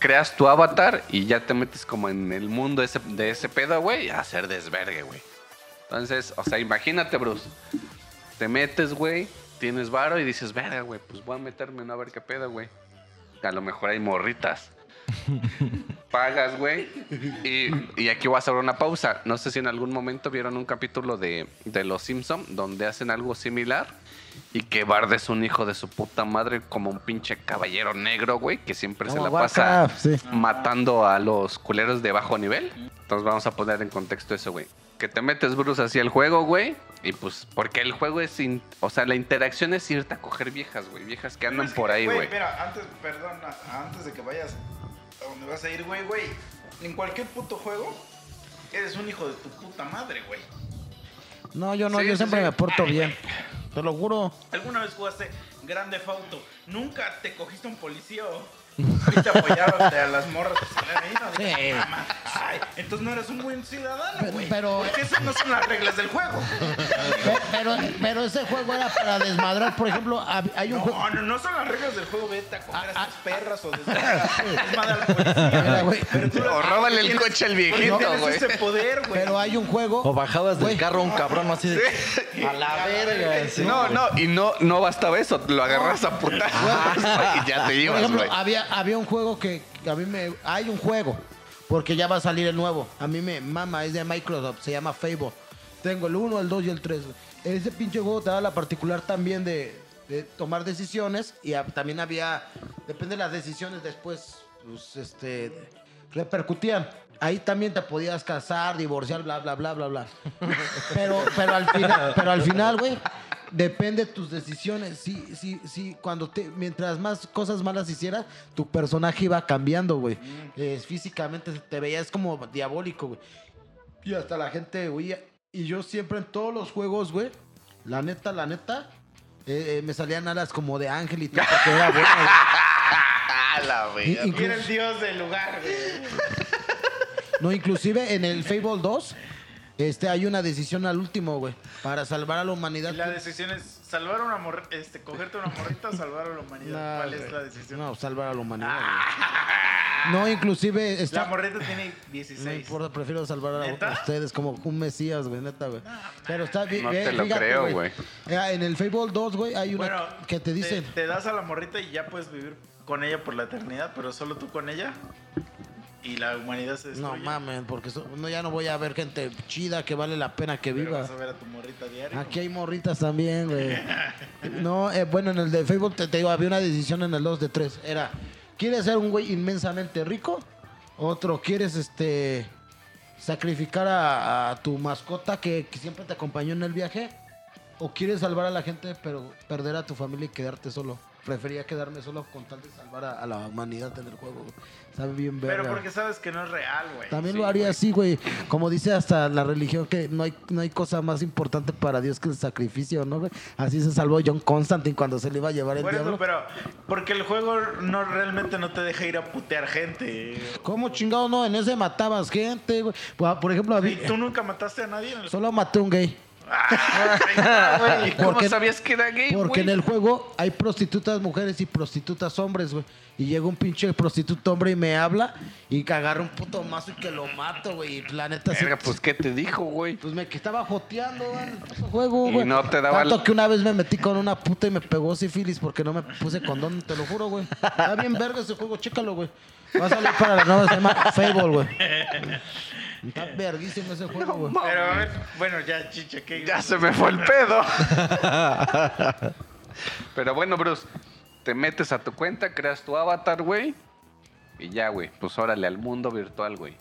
C: creas tu avatar y ya te metes como en el mundo ese- de ese pedo, güey, a hacer desvergue, güey. Entonces, o sea, imagínate, Bruce, te metes, güey, tienes varo y dices, verga, güey, pues voy a meterme, no a ver qué pedo, güey. A lo mejor hay morritas. Pagas, güey. Y, y aquí voy a hacer una pausa. No sé si en algún momento vieron un capítulo de, de Los Simpson donde hacen algo similar y que Bard es un hijo de su puta madre como un pinche caballero negro, güey, que siempre se
A: Como
C: la
A: Warcraft,
C: pasa
A: sí.
C: matando a los culeros de bajo nivel. Entonces vamos a poner en contexto eso, güey. Que te metes, Bruce, hacia el juego, güey. Y pues, porque el juego es... in- o sea, la interacción es irte a coger viejas, güey. Viejas que andan
D: Es que,
C: por ahí, güey.
D: Mira, antes, perdón, a- antes de que vayas a donde vas a ir, güey, güey. En cualquier puto juego, eres un hijo de tu puta madre, güey.
A: No, yo no,
C: Sí,
A: yo
C: sí,
A: siempre
C: sí.
A: me porto bien. Te lo juro.
D: ¿Alguna vez jugaste Grande Fauto? ¿Nunca te cogiste un policía o fuiste a apoyar a las morras que salían ahí? No,
A: Sí.
D: Mamá, ay, entonces no eres un buen ciudadano,
A: Pe-
D: güey.
A: pero-
D: Porque esas no son las reglas del juego.
A: Pe- Pero, pero ese juego era para desmadrar, por ejemplo, hab- hay un juego.
D: No, no, no son las reglas del juego. Vete a coger
A: Ah,
D: a tus perras o desmadrar. Es madre a la policía,
A: Mira, güey,
D: Pero tú las-
C: O róbale el
D: tienes-
C: coche al
D: porque
C: viejito,
D: tienes
C: güey.
D: ese poder, güey.
A: Pero hay un juego.
B: O bajabas del
A: Güey.
B: carro a un cabrón así de. A la verga. sí,
C: No,
B: güey.
C: no, y no, no bastaba eso, lo agarras a puta y ya te
A: Por
C: ibas,
A: ejemplo,
C: güey.
A: había, había un juego que que a mí me. Hay un juego, porque ya va a salir el nuevo. A mí me mama, es de Microsoft, se llama Fable. Tengo el 1, el 2 y el 3. Ese pinche juego te da la particular también de, de tomar decisiones y a- también había. Depende de las decisiones, después, pues, este. repercutían. Ahí también te podías casar, divorciar, bla, bla, bla, bla, bla. Pero, pero al final, pero al final, güey, depende de tus decisiones. Sí, sí, sí. Cuando te, mientras más cosas malas hicieras, tu personaje iba cambiando, güey. Eh, físicamente te veías como diabólico, güey. Y hasta la gente huía. Y yo siempre en todos los juegos, güey, la neta, la neta, eh, eh, me salían alas como de ángel y todo, que era bueno. güey.
C: A la
A: Y-
C: verga.
A: incluso-
D: Era el dios del lugar, güey.
A: No, inclusive en el Fable 2, este, hay una decisión al último, güey, para salvar a la humanidad.
D: La decisión es salvar una morrita, este, cogerte una morrita o salvar a la humanidad.
A: No,
D: ¿Cuál es
A: güey.
D: la decisión? Ah.
A: No, salvar a la humanidad. güey. No, inclusive
D: La
A: está.
D: morrita tiene
A: No
D: 16.
A: importa, prefiero salvar a,
D: ¿Neta?
A: a ustedes como un mesías, güey, neta, güey. Pero está bien.
C: No
A: eh,
C: te lo
A: fíjate,
C: creo,
A: Eh, En el Fable 2, güey, hay una
D: bueno,
A: que te dicen.
D: Te, das a la morrita y ya puedes vivir con ella por la eternidad, pero solo tú con ella. Y la humanidad se
A: No
D: destruye.
A: mamen, porque so- no, ya no voy a ver gente chida que vale la pena que
D: Pero
A: viva. Ah,
D: vas a ver a tu morrita diario.
A: Aquí hay morritas también, güey. No, eh, bueno, en el de Facebook te, te digo, había una decisión en el 2 de 3. Era, ¿quieres ser un güey inmensamente rico? Otro, ¿quieres este sacrificar a, a tu mascota que, que siempre te acompañó en el viaje? ¿O quieres salvar a la gente pero perder a tu familia y quedarte solo? prefería quedarme solo con tal de salvar a, a la humanidad en el juego. Sabe bien verga.
D: Pero porque sabes que no es real, güey.
A: También
C: Sí,
A: lo haría
C: güey.
A: así, güey. Como dice hasta la religión que no hay, no hay cosa más importante para Dios que el sacrificio, ¿no, güey? Así se salvó John Constantine cuando se le iba a llevar el
D: Por eso,
A: diablo.
D: pero porque el juego no realmente no te deja ir a putear gente.
A: ¿Cómo chingado no? En ese matabas gente, güey. Por por ejemplo, a mí,
D: ¿Y tú nunca mataste a nadie en el
A: solo maté un gay.
C: Güey, ¿Cómo
A: Porque-
C: sabías que era gay,
A: Porque
C: güey?
A: en el juego hay prostitutas mujeres y prostitutas hombres, güey. Y llega un pinche prostituto hombre y me habla y que agarra un puto mazo y que lo mato, güey. Y la neta sí-
C: Verga, pues, ¿qué te dijo, güey?
A: Pues me que estaba joteando, güey, en el puto juego,
C: Y
A: güey.
C: no te daba
A: Tanto
C: el-
A: que una vez me metí con una puta y me pegó sífilis porque no me puse condón, te lo juro, güey. Está bien verga ese juego, chécalo, güey. Va a salir para la nueva, se llama Fable, güey. Está verguísimo ese juego, güey.
D: Pero a ver, bueno, ya chicha que
C: Ya se me fue el pedo. Pero bueno, Bruce, te metes a tu cuenta, creas tu avatar, güey. Y ya, güey, pues órale al mundo virtual, güey.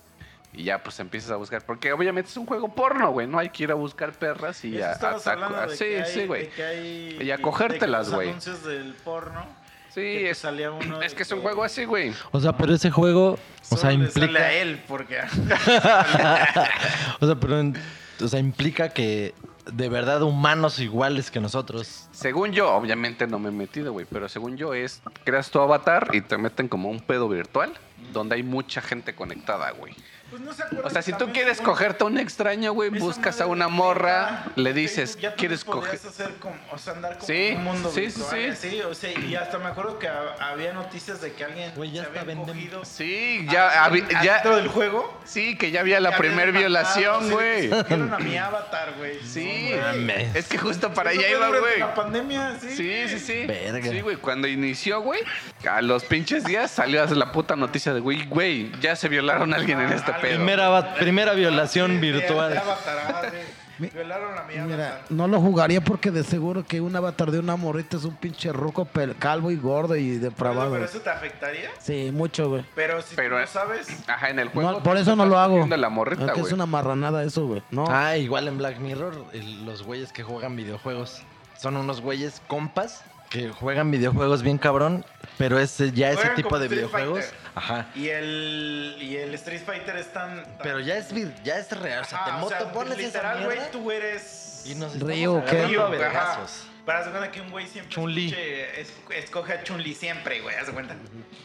C: Y ya, pues empiezas a buscar. Porque obviamente es un juego porno, güey. No hay que ir a buscar perras y
D: Eso
C: a,
D: estabas
C: a-
D: hablando
C: a-
D: de
C: Sí,
D: que hay-
C: sí, güey.
D: de que hay-
C: Y a
D: de
C: cogértelas,
D: los
C: güey.
D: anuncios del porno. que
C: Sí,
D: te
C: es,
D: salía uno
C: es
D: de
C: que es un juego así, güey.
B: O sea, pero ese juego, o
D: solo
B: sea,
D: le sale
B: implica.
D: a él porque
B: O sea, pero en- o sea, implica que de verdad humanos iguales que nosotros.
C: Según yo, obviamente no me he metido, güey, pero según yo es, creas tu avatar y te meten como un pedo virtual donde hay mucha gente conectada, güey.
D: Pues no se acuerdan
C: O sea, si tú
D: también,
C: quieres
D: según-
C: cogerte a un extraño, güey,
D: esa
C: buscas
D: madre
C: a una
D: de
C: morra,
D: Facebook,
C: le dices,
D: Facebook, ya tú
C: ¿quieres coger?
D: podrías hacer como- o sea, andar como
C: Sí,
D: en un mundo
C: sí, sí,
D: virtual,
C: sí.
D: así, o sea, y hasta me acuerdo que ha- había noticias de que alguien
B: Güey, ya
D: se
B: hasta
D: había
B: venden-
D: cogido
C: Sí, ya,
D: a-
C: habi-
D: dentro
C: ya
D: del juego.
C: sí, que ya había la
D: que
C: primer
D: habían matado,
C: violación,
D: así de
C: güey.
D: que se cogieron a mi avatar, güey.
C: Sí,
D: No, güey.
B: mames.
C: es que justo para
D: Eso
C: allá
D: fue
C: iba,
D: durante
C: güey.
D: La pandemia, sí.
C: Sí, sí, sí.
B: Verga.
C: Sí, güey, cuando inició, güey, a los pinches días salió la puta noticia de, güey, güey, ya se violaron a alguien en este
D: Ah,
C: pedo.
B: Primera, va- primera violación
D: Sí, de- de
B: virtual.
D: avatar, ah, sí.
A: Mi-
D: Violaron a mi avatar.
A: Mira, no lo jugaría porque de seguro que un avatar de una morrita es un pinche ruco pel- calvo y gordo y depravado.
D: Pero
A: güey.
D: eso te afectaría.
A: Sí, mucho, güey.
D: Pero si
C: Pero-
D: tú no sabes,
C: Ajá, en el juego.
A: No,
C: tú
A: por eso no
C: estás
A: lo hago.
C: cogiendo a La morrita,
A: Aunque
C: güey.
A: es una marranada eso, güey. No.
B: Ah, igual en Black Mirror, el- los güeyes que juegan videojuegos son unos güeyes compas que juegan videojuegos bien cabrón, pero ese, ya ese
D: Juegan
B: tipo
D: como
B: de
D: Street
B: videojuegos,
D: Fighter.
B: ajá.
D: y el, y el Street Fighter es tan. tan-
B: Pero ya es vir- ya es real, o sea,
D: Ajá,
B: te moto pones esa
D: literal, güey,
B: mierda
D: tú eres.
B: y nos
A: Río,
B: estamos
A: ¿qué?
B: agarrando a
D: Río, ajá.
B: vergazos.
D: Para hacer cuenta que un güey siempre
B: Chun-Li.
D: escuche- es- escoge a Chun-Li siempre, güey, haz de cuenta.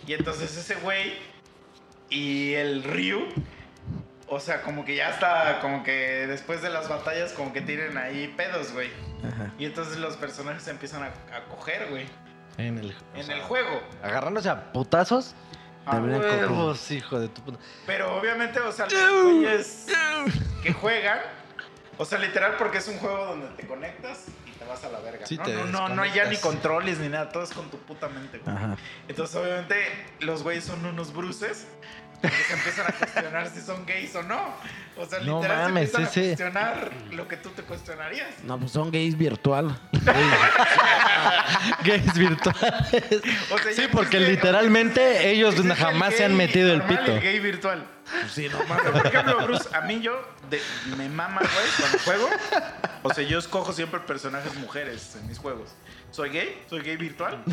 D: Y entonces ese güey y el Ryu, o sea, como que ya está, como que después de las batallas, como que tienen ahí pedos, güey. Y entonces los personajes se empiezan a, a coger, güey,
B: En el,
D: en el juego.
B: Agarrándose a putazos.
D: A
A: Terminan
D: huevo.
A: cogiendo.
B: Huevos, hijo de tu puta.
D: Pero obviamente, o sea, los güeyes que juegan, o sea, literal, porque es un juego donde te conectas y te vas a la verga.
B: Sí,
D: no,
B: te
D: no, no, no hay ya ni
B: desconectas.
D: controles ni nada, todo es con tu puta mente, güey.
A: Ajá.
D: Entonces, obviamente, los güeyes son unos bruces. Que se empiezan a cuestionar si son gays o no. O sea,
B: No
D: literal, se
B: mames, sí,
D: empiezan a
B: sí.
D: cuestionar lo que tú te cuestionarías.
A: No, pues son gays virtual.
B: Gays virtuales.
D: O sea, ya
B: Sí, porque
D: existe-
B: literalmente ellos
D: existe el
B: jamás se
D: gay
B: han metido el
D: normal y
B: pito.
D: El gay virtual.
A: Sí, no
D: Pero, por ejemplo, Bruce, a mí yo de- me mama, güey, cuando juego. O sea, yo escojo siempre personajes mujeres en mis juegos. ¿Soy gay? ¿Soy gay virtual?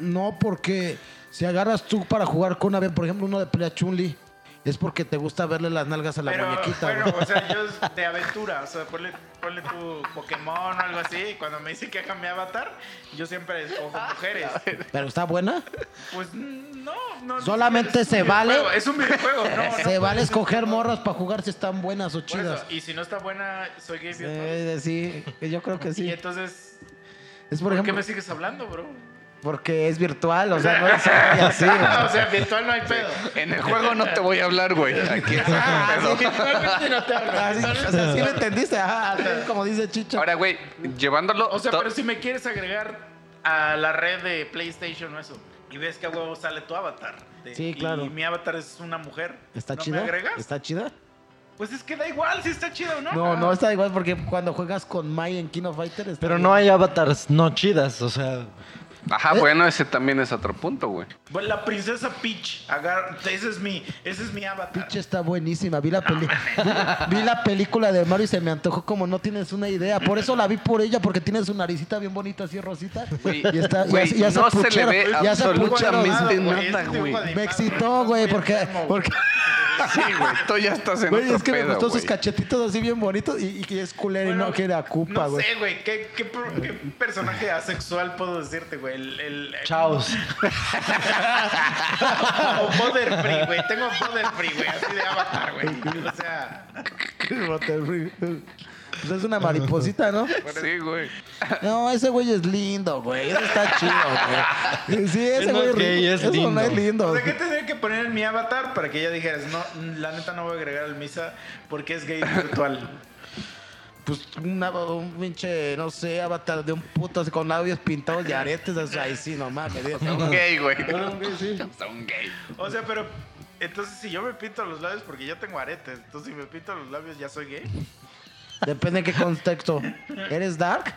A: No, porque si agarras tú para jugar con una vez, por ejemplo, uno de pelea Chun-Li, es porque te gusta verle las nalgas a la
D: Pero, pues,
A: muñequita,
D: bueno,
A: güey.
D: o sea, yo es de aventura, o sea, ponle, ponle tu Pokémon o algo así. y Cuando me dice que haga mi avatar, yo siempre escojo mujeres.
A: Pero está buena.
D: Pues no, no.
A: Solamente
D: es un
A: se vale-
D: videojuego, Es un videojuego, no.
A: Se
D: no,
A: vale
D: no,
A: escoger
D: no,
A: morras para jugar si están buenas o
D: por eso,
A: chidas.
D: Y si no está buena, soy gay virtual.
A: Eh, Sí, yo creo que
D: Y
A: sí.
D: entonces,
A: Es por
D: ¿por qué
A: ejemplo
D: me sigues hablando, bro?
A: porque es virtual, o sea, no es así. o sea.
D: o sea, virtual no hay pedo.
C: En el juego no te voy a hablar, güey. Aquí es
A: Ah, sí,
C: otro pedo.
A: virtualmente no te hablo. Así, o sea, sí lo entendiste, ajá, así es como dice Chicho.
C: Ahora, güey, llevándolo.
D: O sea,
C: to-
D: pero si me quieres agregar a la red de PlayStation o eso, y ves que a huevo sale tu avatar. de-
A: Sí, claro.
D: Y mi avatar es una mujer.
A: ¿Está
D: ¿no
A: chida?
D: ¿Me agregas?
A: ¿Está chida?
D: Pues es que da igual si está chido o no.
A: No, no está igual porque cuando juegas con Mai en Kino Fighter está
B: Pero
A: bien.
B: no hay avatars no chidas, o sea,
C: Ajá, bueno, ese también es otro punto, güey.
D: Bueno, La princesa Peach, agar- ese es mi, ese es mi avatar.
A: Pinche está buenísima. Vi la, peli- vi la película de Mario y se me antojó como no tienes una idea. Por eso la vi por ella, porque tiene su naricita bien bonita, así rosita.
C: Güey,
A: y está, y
C: güey,
A: hace- y hace
C: no se le
A: puchero,
C: ve
A: y hace puchero.
C: absolutamente
D: Este
C: nada,
D: tipo de
C: güey.
D: animal,
A: Me excitó, güey,
D: bien
A: porque,
D: enfermo, güey.
A: porque
C: Sí, güey, tú ya estás en
A: güey,
C: otro
A: es que me
C: pedo,
A: gustó sus
C: güey.
A: cachetitos así bien bonitos y, y que es culero
D: Bueno,
A: y no que era Cupa,
D: no
A: güey.
D: sé, güey. ¿qué, qué, pro- qué personaje asexual puedo decirte, güey? El, el,
B: Chaos.
D: O Mother Free, güey. Tengo Mother Free, güey. Así de avatar, güey. O sea,
A: Butterfree. Pues es una mariposita, ¿no?
C: Sí, güey.
A: No, ese güey es lindo, güey. Ese está chido, güey. Sí, ese
B: no
A: güey
B: es gay,
A: rico.
B: es
A: Eso no
B: lindo.
A: es lindo.
D: o sea, ¿qué tendría que poner en mi avatar para que ella dijeras, no, la neta no voy a agregar al misa porque es gay virtual?
A: Pues una- un pinche, no sé, avatar de un puto así con labios pintados y aretes. O sea, ahí sí, no mames. digo,
C: Un gay, güey.
A: sí.
C: Está un gay.
D: O sea, pero. Entonces, si yo me pinto los labios, porque yo tengo aretes, entonces si me pinto los labios, ya soy gay.
A: Depende de qué contexto. ¿Eres dark?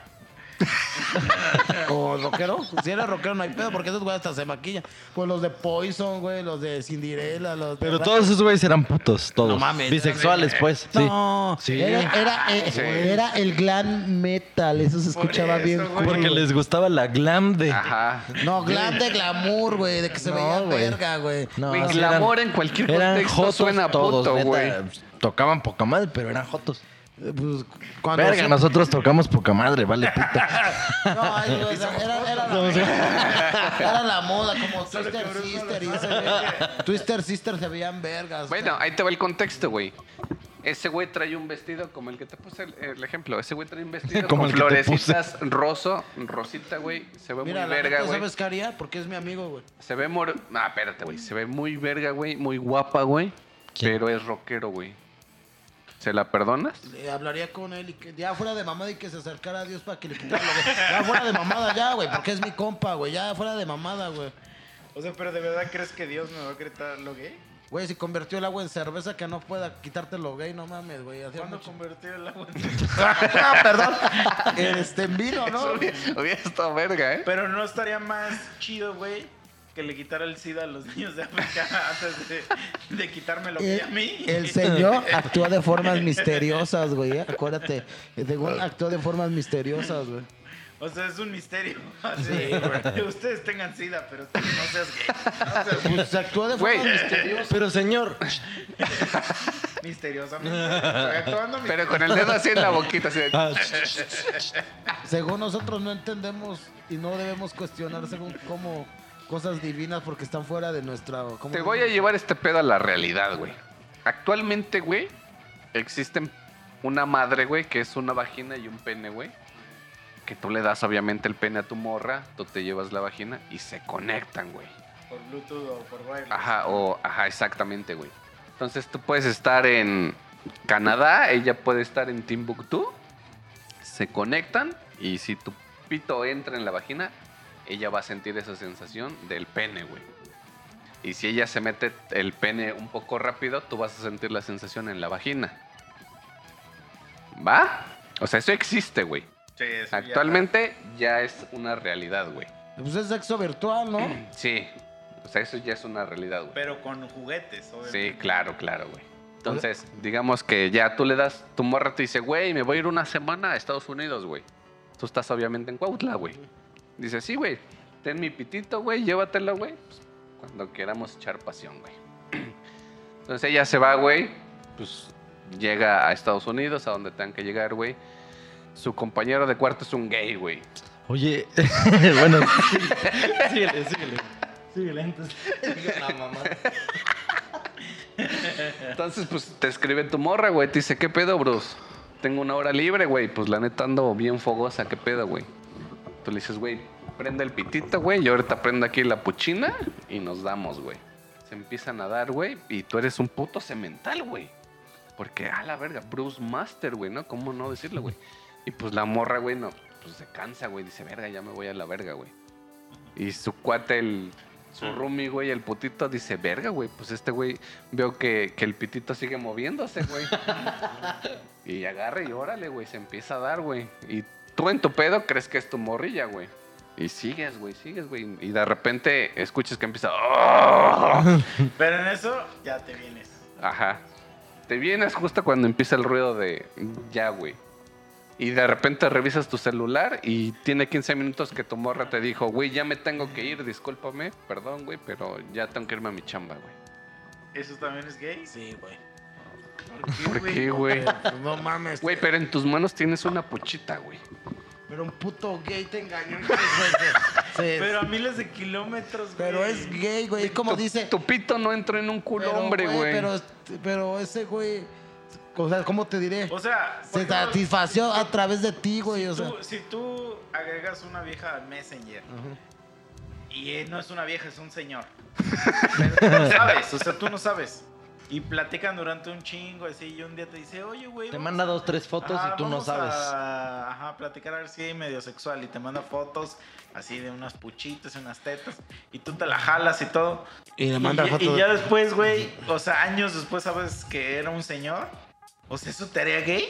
A: ¿O rockero? Si eres rockero no hay pedo, porque esos güeyes hasta se maquillan. Pues los de Poison, güey, los de Cinderella, los de-
B: Pero todos esos güeyes eran putos, todos.
A: No mames.
B: Bisexuales, pues. Sí.
A: No,
B: Sí.
A: Era, era, eh,
C: Sí.
A: era el glam metal, eso se
D: Por
A: escuchaba
D: eso,
A: bien.
D: güey.
A: cool,
B: Porque les gustaba la glam de.
C: Ajá.
A: No, glam de glamour, güey, de que se
B: No,
A: veía
B: güey.
A: verga, güey.
B: No,
C: Güey,
B: sí
C: glamour en cualquier contexto
B: jotos
C: suena a puto,
B: neta.
C: güey.
B: Tocaban poca madre, pero eran jotos.
A: Eh, Pues, cuando
B: Verga,
A: se-
B: nosotros tocamos poca madre, vale puta.
A: No, ay, güey, o sea, era, era, la, era la moda, como Twister Sister. Y eso, güey. Twister Sister se veían vergas.
C: Bueno, ahí te va el contexto, güey. Ese güey trae un vestido como el que te puse el, el ejemplo. Ese güey trae un vestido
B: Como
C: con
B: el que te
C: florecitas roso, rosita, güey. Se ve
A: Mira,
C: muy
A: la
C: verga,
A: verga,
C: güey.
A: ¿sabes qué haría? Porque es mi amigo, güey.
C: Se ve mor... Ah, espérate, güey. Se ve muy verga, güey. Muy guapa, güey.
B: ¿Quién?
C: Pero es rockero, güey. ¿Se la perdonas?
A: Le hablaría con él y que ya fuera de mamada y que se acercara a Dios para que le quitara lo que- Ya fuera de mamada ya, güey, porque es mi compa, güey. Ya fuera de mamada, güey.
D: O sea, pero ¿de verdad crees que Dios me va a gritar lo gay?
A: Güey, si convirtió el agua en cerveza que no pueda quitártelo gay, no mames, güey. hacía
D: ¿Cuándo
A: mucho-
D: convertí el agua en
A: Ah, perdón. Este, en vino,
C: Eso
A: ¿no?
C: Hubiera, hubiera estado verga, ¿eh?
D: Pero no estaría más chido, güey, que le quitara el SIDA a los niños de África antes de, de quitármelo que a mí.
A: Eh, El, el señor actúa de formas misteriosas, güey. ¿eh? Acuérdate, el señor actúa de formas misteriosas, güey.
D: O sea, es un misterio. Así, que ustedes tengan SIDA, pero tú no seas gay. No seas gay.
A: Pues actúa de
C: Güey.
A: formas misteriosas.
B: Pero señor,
D: misteriosamente. Estoy actuando mis-
C: Pero con el dedo así en la boquita, así de...
B: ah,
A: Según nosotros no entendemos y no debemos cuestionar según cómo cosas divinas porque están fuera de nuestra... ¿cómo
C: Te
A: se
C: voy a
A: dice?
C: llevar este pedo a la realidad, güey. Actualmente, güey, existen una madre, güey, que es una vagina y un pene, güey. Que tú le das, obviamente, el pene a tu morra, tú te llevas la vagina y se conectan, güey.
D: Por Bluetooth o por wireless.
C: Ajá, o, ajá, exactamente, güey. Entonces tú puedes estar en Canadá, ella puede estar en Timbuktu, se conectan y si tu pito entra en la vagina, ella va a sentir esa sensación del pene, güey. Y si ella se mete el pene un poco rápido, tú vas a sentir la sensación en la vagina. ¿Va? O sea, eso existe, güey.
D: Sí, eso ya-
C: Actualmente ya es una realidad, güey.
A: Pues es sexo virtual, ¿no?
C: Sí. O sea, eso ya es una realidad, güey.
D: Pero con juguetes, obviamente.
C: Sí, claro, claro, güey. Entonces, digamos que ya tú le das, tu morra te dice, güey, me voy a ir una semana a Estados Unidos, güey. Tú estás obviamente en Cuautla, güey. Dice, sí, güey, ten mi pitito, güey, llévatelo, güey. Pues, cuando queramos echar pasión, güey. Entonces ella se va, güey, pues llega a Estados Unidos, a donde tengan que llegar, güey. Su compañero de cuarto es un gay, güey.
B: oye, bueno, síguele, síguele. Síguele entonces.
C: Entonces, pues te escribe tu morra, güey. Te dice, ¿qué pedo, Bruce? Tengo una hora libre, güey. Pues la neta ando bien fogosa, ¿qué pedo, güey? Tú le dices, güey, prende el pitito, güey. Yo ahorita prendo aquí la puchina y nos damos, güey. Se empiezan a dar, güey. Y tú eres un puto cemental, güey. Porque, a la verga, Bruce Master, güey, ¿no? ¿Cómo no decirlo, güey? Y pues la morra, güey, no. Pues se cansa, güey. Dice, verga, ya me voy a la verga, güey. Y su cuate, el, su roomie, güey, el putito, dice, verga, güey, pues este güey, veo que, que el pitito sigue moviéndose, güey. y agarra y órale, güey, se empieza a dar, güey. Y tú en tu pedo crees que es tu morrilla, güey. Y sigues, güey, sigues, güey. Y de repente escuchas que empieza. "Oh".
D: Pero en eso ya te vienes.
C: Ajá. Te vienes justo cuando empieza el ruido de ya, güey. Y de repente revisas tu celular y tiene 15 minutos que tu morra te dijo, güey, ya me tengo que ir, discúlpame, perdón, güey, pero ya tengo que irme a mi chamba, güey.
D: ¿Eso también es gay?
A: Sí, güey.
C: ¿Por qué, güey?
A: Pues, No mames.
C: Güey, pero en tus manos tienes una puchita, güey.
A: Pero un puto gay te engañó. güey, que- se-
D: Pero a miles de kilómetros, güey.
A: pero es gay, güey. Es como
C: Tu-
A: dice.
C: Tu pito no entró en un culo,
A: pero,
C: hombre, güey.
A: Pero, pero ese güey. O sea, ¿cómo te diré?
D: O sea, por
A: Se
D: ejemplo,
A: satisfació a través de ti, güey. O
D: tú-
A: sea.
D: si tú agregas una vieja al Messenger y eh, no es una vieja, es un señor. Pero tú no sabes, o sea, tú no sabes. Y platican durante un chingo así y un día te dice, oye, güey.
B: Te
D: vamos
B: manda
D: a-
B: dos, tres fotos
D: Ajá,
C: Ah,
B: y tú no
D: vamos
B: sabes.
D: A, ajá, platicar a ver si medio sexual y te manda fotos así de unas puchitas, unas tetas y tú te la jalas y todo.
A: Y le
D: Y,
A: manda
D: ya-
A: fotos.
D: y ya después, güey, o sea, años después sabes que era un señor. O sea, ¿eso te haría gay?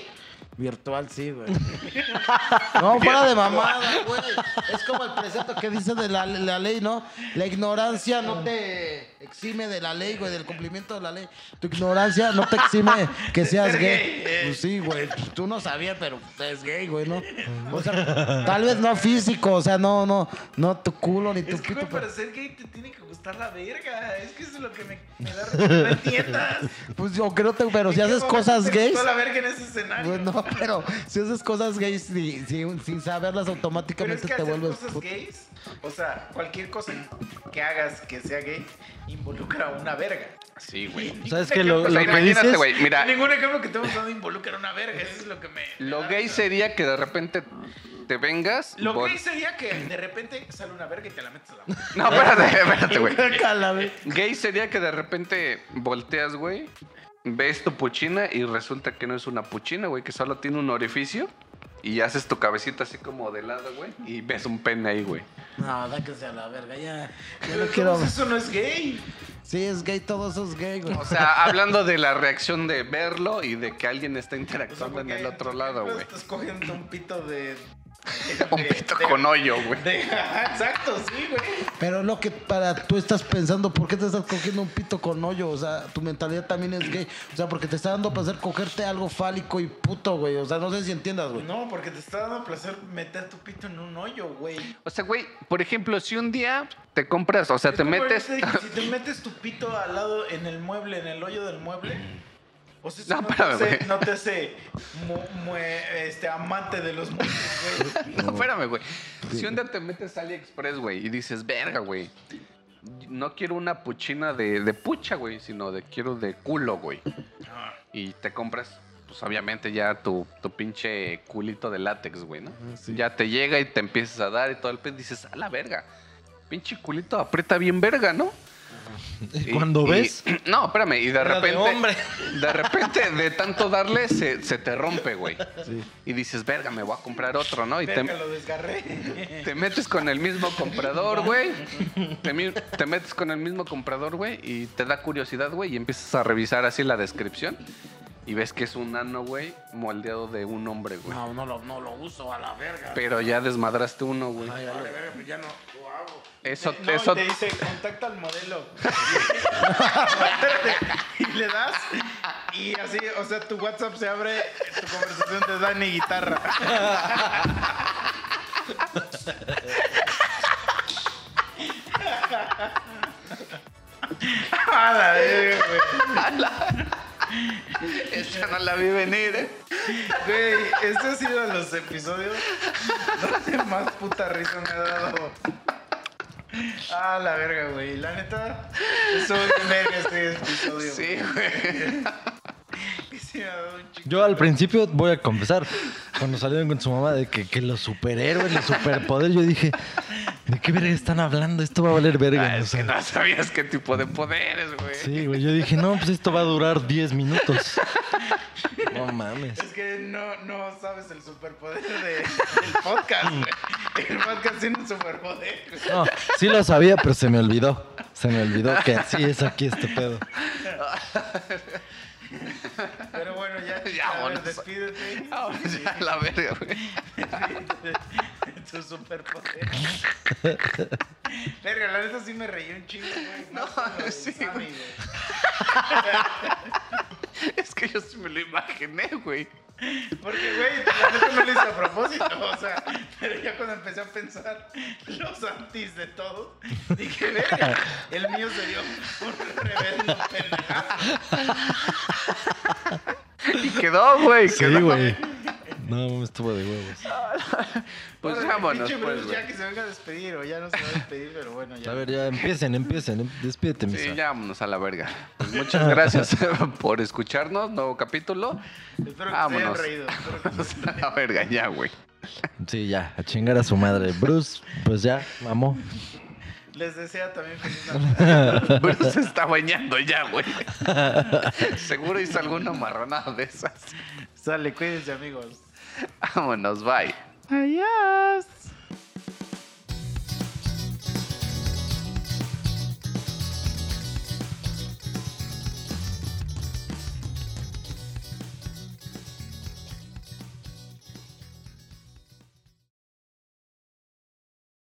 A: Virtual, sí, güey. No, fuera de mamada, güey. Es como el precepto que dice de la, la ley, ¿no? La ignorancia no te exime de la ley, güey, del cumplimiento de la ley. Tu ignorancia no te exime que seas
D: ser
A: gay.
D: gay, eh.
A: Pues sí, güey. pues Tú no sabías, pero es gay, güey, ¿no? O sea, tal vez no físico, o sea, no, no, no tu culo ni tu
D: Es que,
A: pito.
D: güey,
A: pero-
D: para ser gay te tiene que gustar la verga. Es que eso es lo que me, me da risa, no entiendas.
A: Pues yo creo que, pero si
D: ¿En qué
A: haces
D: momento
A: cosas
D: te
A: gays.
D: gustó la verga en ese escenario.
A: Pues no, pero si haces cosas gays si- si- sin saberlas
D: Pero
A: automáticamente
D: es que
A: te
D: hacer
A: vuelves
D: cosas
A: puto.
D: gays, o sea, cualquier cosa que hagas que sea gay involucra a una verga.
C: Sí, güey.
B: ¿Sabes
D: Ningún
B: qué? Lo-
D: ejemplo-
C: O sea,
B: lo que
C: imagínate,
B: dices-
C: güey, mira,
D: Ningún ejemplo que te hemos dado involucra a una verga, eso es lo que me... me
C: lo
D: da
C: gay
D: risa.
C: sería que de repente te vengas...
D: Lo
C: bot-
D: gay sería que de repente sale una verga y te la metes a la boca.
C: No, espérate, espérate, güey.
A: Guácala, güey.
C: Gay sería que de repente volteas, güey, ves tu puchina y resulta que no es una puchina, güey, que solo tiene un orificio y haces tu cabecita así como de lado, güey, y ves un pene ahí, güey.
A: No, dáquense a la verga, ya. Ya
D: Pero
A: no
D: ¿cómo
A: quiero.
D: es eso no es gay.
A: Sí, es gay, todo eso es gay, güey.
C: O sea, hablando de la reacción de verlo y de que alguien está
D: O sea,
C: interactuando en
D: porque
C: el otro lado,
D: pues,
C: güey.
D: Estás cogiendo un pito de...
C: Un pito con hoyo, güey.
D: de- ajá, Exacto, sí, güey.
A: Pero lo que para tú estás pensando, ¿por qué te estás cogiendo un pito con hoyo? O sea, tu mentalidad también es gay. O sea, porque te está dando placer cogerte algo fálico y puto, güey. O sea, no sé si entiendas, güey.
D: No, porque te está dando placer meter tu pito en un hoyo, güey.
C: O sea, güey, por ejemplo, si un día te compras, o sea,
D: Es
C: te
D: como
C: metes...
D: ahorita de que Si te metes tu pito al lado en el mueble, en el hoyo del mueble. O sea, eso
C: No,
D: no,
C: espérame,
D: te hace,
C: güey.
D: no te hace mu- mu- este, amante de los muebles, güey.
C: No, espérame, güey. Si un día te metes a AliExpress, güey, y dices, verga, güey. No quiero una puchina de, de pucha, güey, sino de quiero de culo, güey.
B: Ah.
C: Y te compras, pues obviamente ya tu, tu pinche culito de látex, güey, ¿no?
B: Ah,
C: Ya te llega y te empiezas a dar y todo el pez dices, a la verga. Pinche culito aprieta bien verga, ¿no?
B: Y cuando ves,
C: no, espérame, y de
B: Era de
C: repente.
B: hombre.
C: de repente, de tanto darle, se, se te rompe, güey. Y dices, verga, me voy a comprar otro, ¿no? Y te,
D: Verga, lo desgarré.
C: te metes con el mismo comprador, güey. Te, mi- te metes con el mismo comprador, güey. Y te da curiosidad, güey. Y empiezas a revisar así la descripción. Y ves que es un ano, güey, moldeado de un hombre, güey.
A: No, no lo, no lo uso a la verga.
C: Pero ya desmadraste uno, güey.
A: Ay, a la verga, pues ya no.
C: Eso,
D: No,
C: eso.
D: y te dice, contacta al modelo. Espérate. y le das. Y así, o sea, tu WhatsApp se abre, tu conversación te da ni guitarra. A la verga, güey.
C: Esa no la vi venir, eh.
D: Güey, este ha sido de los episodios donde más puta risa me ha dado. Ah, la verga, güey. La neta, eso es verga este episodio.
C: Sí, güey.
D: güey. Sí, me ha dado un chico.
B: yo al principio voy a confesar, cuando salieron con su mamá de que, que los superhéroes, los superpoderes, yo dije, ¿de qué verga están hablando? Esto va a valer verga.
C: Ah,
B: o
C: es que
B: sea.
C: no sabías qué tipo de poderes, güey.
B: Sí, güey, yo dije, no, pues esto va a durar 10 minutos. No mames.
D: Es que no, no sabes el superpoder de, del podcast, güey. El podcast tiene un superpoder. güey.
B: No, sí lo sabía, pero se me olvidó. Se me olvidó que así es aquí este pedo.
D: Pero bueno, ya,
C: Ya,
D: a ver,
C: vámonos.
D: despídete.
C: Ahora Ah, ya, la verga, güey.
D: tu superpoder. Verga, la neta sí me reí un chingo, güey.
C: No,
D: más con lo de
C: sí,
D: Sammy,
C: güey.
D: güey.
C: Es que yo sí me lo imaginé, güey.
D: Porque, güey, la neta no lo hice a propósito. O sea, pero ya cuando empecé a pensar los antis de todos, dije, verga, el mío sería un reverendo pendejazo.
C: Y quedó, güey.
B: Sí,
C: quedó.
B: güey. No, me estuvo de huevos.
C: Pues
D: Ahora,
C: vámonos,
D: pinche
C: pues,
D: Bruce ya
C: güey.
D: que se venga a despedir, o ya no se va a despedir, pero bueno, ya.
B: A ver, ya empiecen, empiecen. em- Despídete, mi
C: Sí,
B: Sara.
C: ya vámonos a la verga. Pues muchas gracias por escucharnos. Nuevo capítulo.
D: Espero que se hayan
C: vámonos.
D: reído. espero que
C: Vámonos
D: se
C: a la verga, ya, güey.
B: Sí, ya, a chingar a su madre. Bruce, pues ya, mamó.
D: Les desea también feliz Navidad.
C: Bruce se está bañando ya, güey. Seguro hizo alguna marranada de esas.
D: Sale, cuídense, amigos.
C: Vámonos, bye.
D: Adiós.